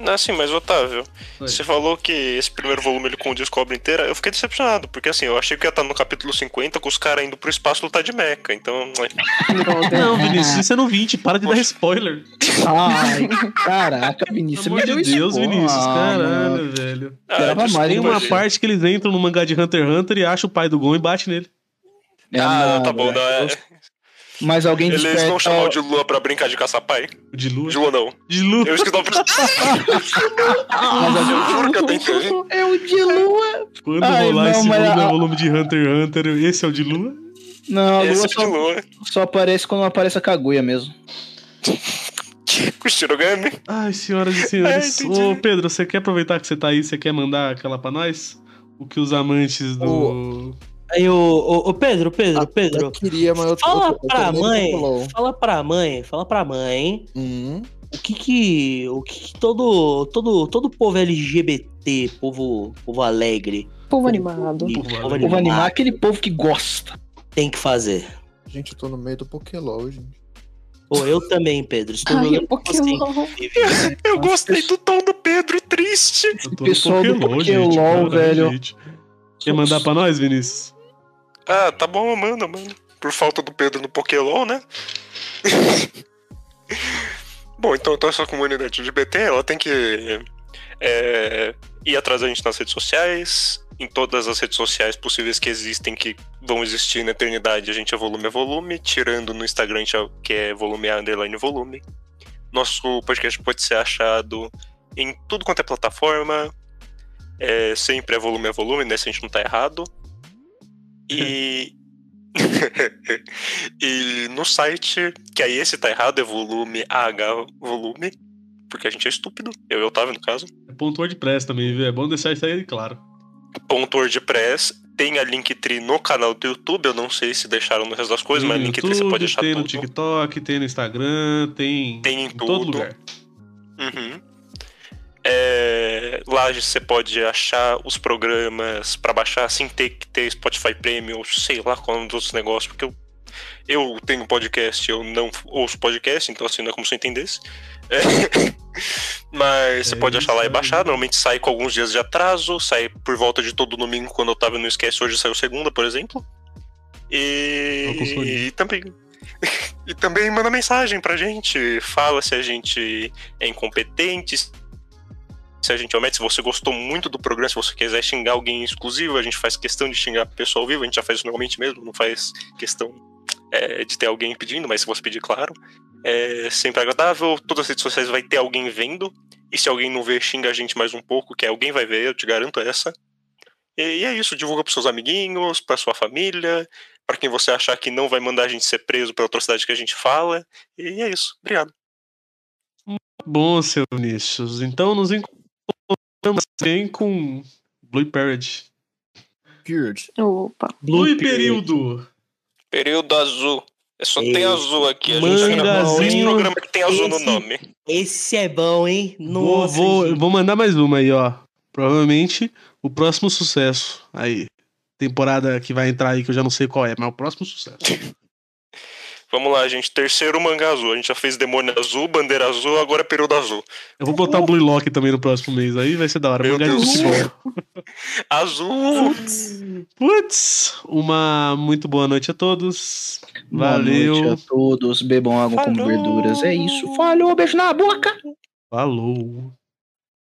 Não, assim, mas Otávio, Oi. você falou que esse primeiro volume ele condiz com a obra inteira. Eu fiquei decepcionado, porque assim, eu achei que ia estar no capítulo 50 com os caras indo pro espaço lutar de meca. Então, é, Droga. Não, Vinícius, isso é no 20, para de dar Poxa. spoiler. é Ai, caraca, Vinícius. Pelo amor de Deus, Vinícius, caralho, velho. ah, Grava mais desculpa, Tem uma gente. parte que eles entram no mangá de Hunter x Hunter e acham o pai do Gon e bate nele. Ah, não, tá bom. Não, é- Mas alguém Eles desperta... vão chamar o de Lua pra brincar de caçapai? De lua. De Lua não. De lua. Eu esqueci o nome. Mas eu juro que eu tentei. Ah, É o de lua. Quando Ai, rolar não, esse mas volume, a- é o volume de Hunter x Hunter, esse é o de lua. Não, a lua tá Esse é de só, Lua. só aparece quando aparece a Kaguya mesmo. Com o Shirogami. Ai, senhoras e senhores. Ai, entendi. Ô, Pedro, você quer aproveitar que você tá aí? Você quer mandar aquela pra nós? O que os amantes do. Aí, ô, ô, ô, Pedro, Pedro, Pedro, Eu queria, mas eu fala eu- eu pra terminei mãe, com o Paulo. fala pra mãe, fala pra mãe Hum, o que que, o que, que todo, todo, todo povo LGBT, povo, povo alegre, Povo animado. povo, Povo povo alegre. Povo animar animado, aquele povo que gosta. tem que fazer? Gente, eu tô no meio do Pokélol, gente. Pô, eu também, Pedro. Estou no Ai, é mesmo Pokémon. nível. Eu gostei do tom do Pedro triste. Eu tô no Pessoal do Pokélon, Pokélon, caralho, velho. gente. Quer mandar pra nós, Vinícius? Ah, tá bom, manda, manda. Por falta do Pedro no Pokélon, né? bom, então, então essa comunidade LGBT, ela tem que é, ir atrás da gente nas redes sociais, em todas as redes sociais possíveis que existem, que vão existir na eternidade, a gente é volume a volume, tirando no Instagram, a gente é- que é volume a underline volume. Nosso podcast pode ser achado em tudo quanto é plataforma, é, sempre é volume a volume, né? Se a gente não tá errado. E. e no site, que aí esse tá errado, é volume AH volume, porque a gente é estúpido, eu e o Otávio no caso. É ponto WordPress também, viu? É bom deixar isso aí claro. Ponto WordPress, tem a Linktree no canal do YouTube, eu não sei se deixaram no resto das coisas, Tem mas a no Linktree você pode achar tem tudo. no TikTok, tem no Instagram, tem, Tem em em tudo. todo lugar. Tá Uhum. É, lá você pode achar os programas pra baixar sem ter que ter Spotify Premium, sei lá qual é um dos negócios, porque eu, eu tenho podcast, eu não ouço podcast, então assim não é como se eu entendesse. É. Mas você É pode achar lá e isso baixar, aí. normalmente sai com alguns dias de atraso, sai por volta de todo domingo quando eu tava não esquece, hoje saiu segunda, por exemplo. E, Tô com sono. e também. E também manda mensagem pra gente, fala se a gente é incompetente, se a gente omete, se você gostou muito do programa, se você quiser xingar alguém exclusivo, a gente faz questão de xingar a pessoa ao vivo, a gente já faz isso normalmente mesmo, não faz questão é, de ter alguém pedindo, mas se você pedir, claro. É sempre agradável, todas as redes sociais vai ter alguém vendo, e se alguém não ver, xinga a gente mais um pouco, que alguém vai ver, eu te garanto essa. E, e é isso, divulga pros seus amiguinhos, pra sua família, pra quem você achar que não vai mandar a gente ser preso pela atrocidade que a gente fala, e é isso, obrigado. Bom, seu Vinícius, então nos encontramos bem com Blue Parrot. Period. Opa. Blue Período! Período azul. Eu só Ei, tem azul aqui. A gente mangazinho. gravou Esse esse programa que tem azul no Esse- nome. Esse é bom, hein? Vou, Nossa, vou, gente. vou mandar mais uma aí, ó. Provavelmente o próximo sucesso. Aí. Temporada que vai entrar aí, que eu já não sei qual é, mas é o próximo sucesso. Vamos lá, gente. Terceiro manga azul. A gente já fez demônio azul, bandeira azul, agora é período azul. Eu vou botar o Blue Lock também no próximo mês aí, vai ser da hora. Meu Mangá de Deus do sol. Azul! Putz! Uma muito boa noite a todos. Boa Valeu. noite a todos. Bebam água como Falou. verduras. É isso. Falou, beijo na boca. Falou.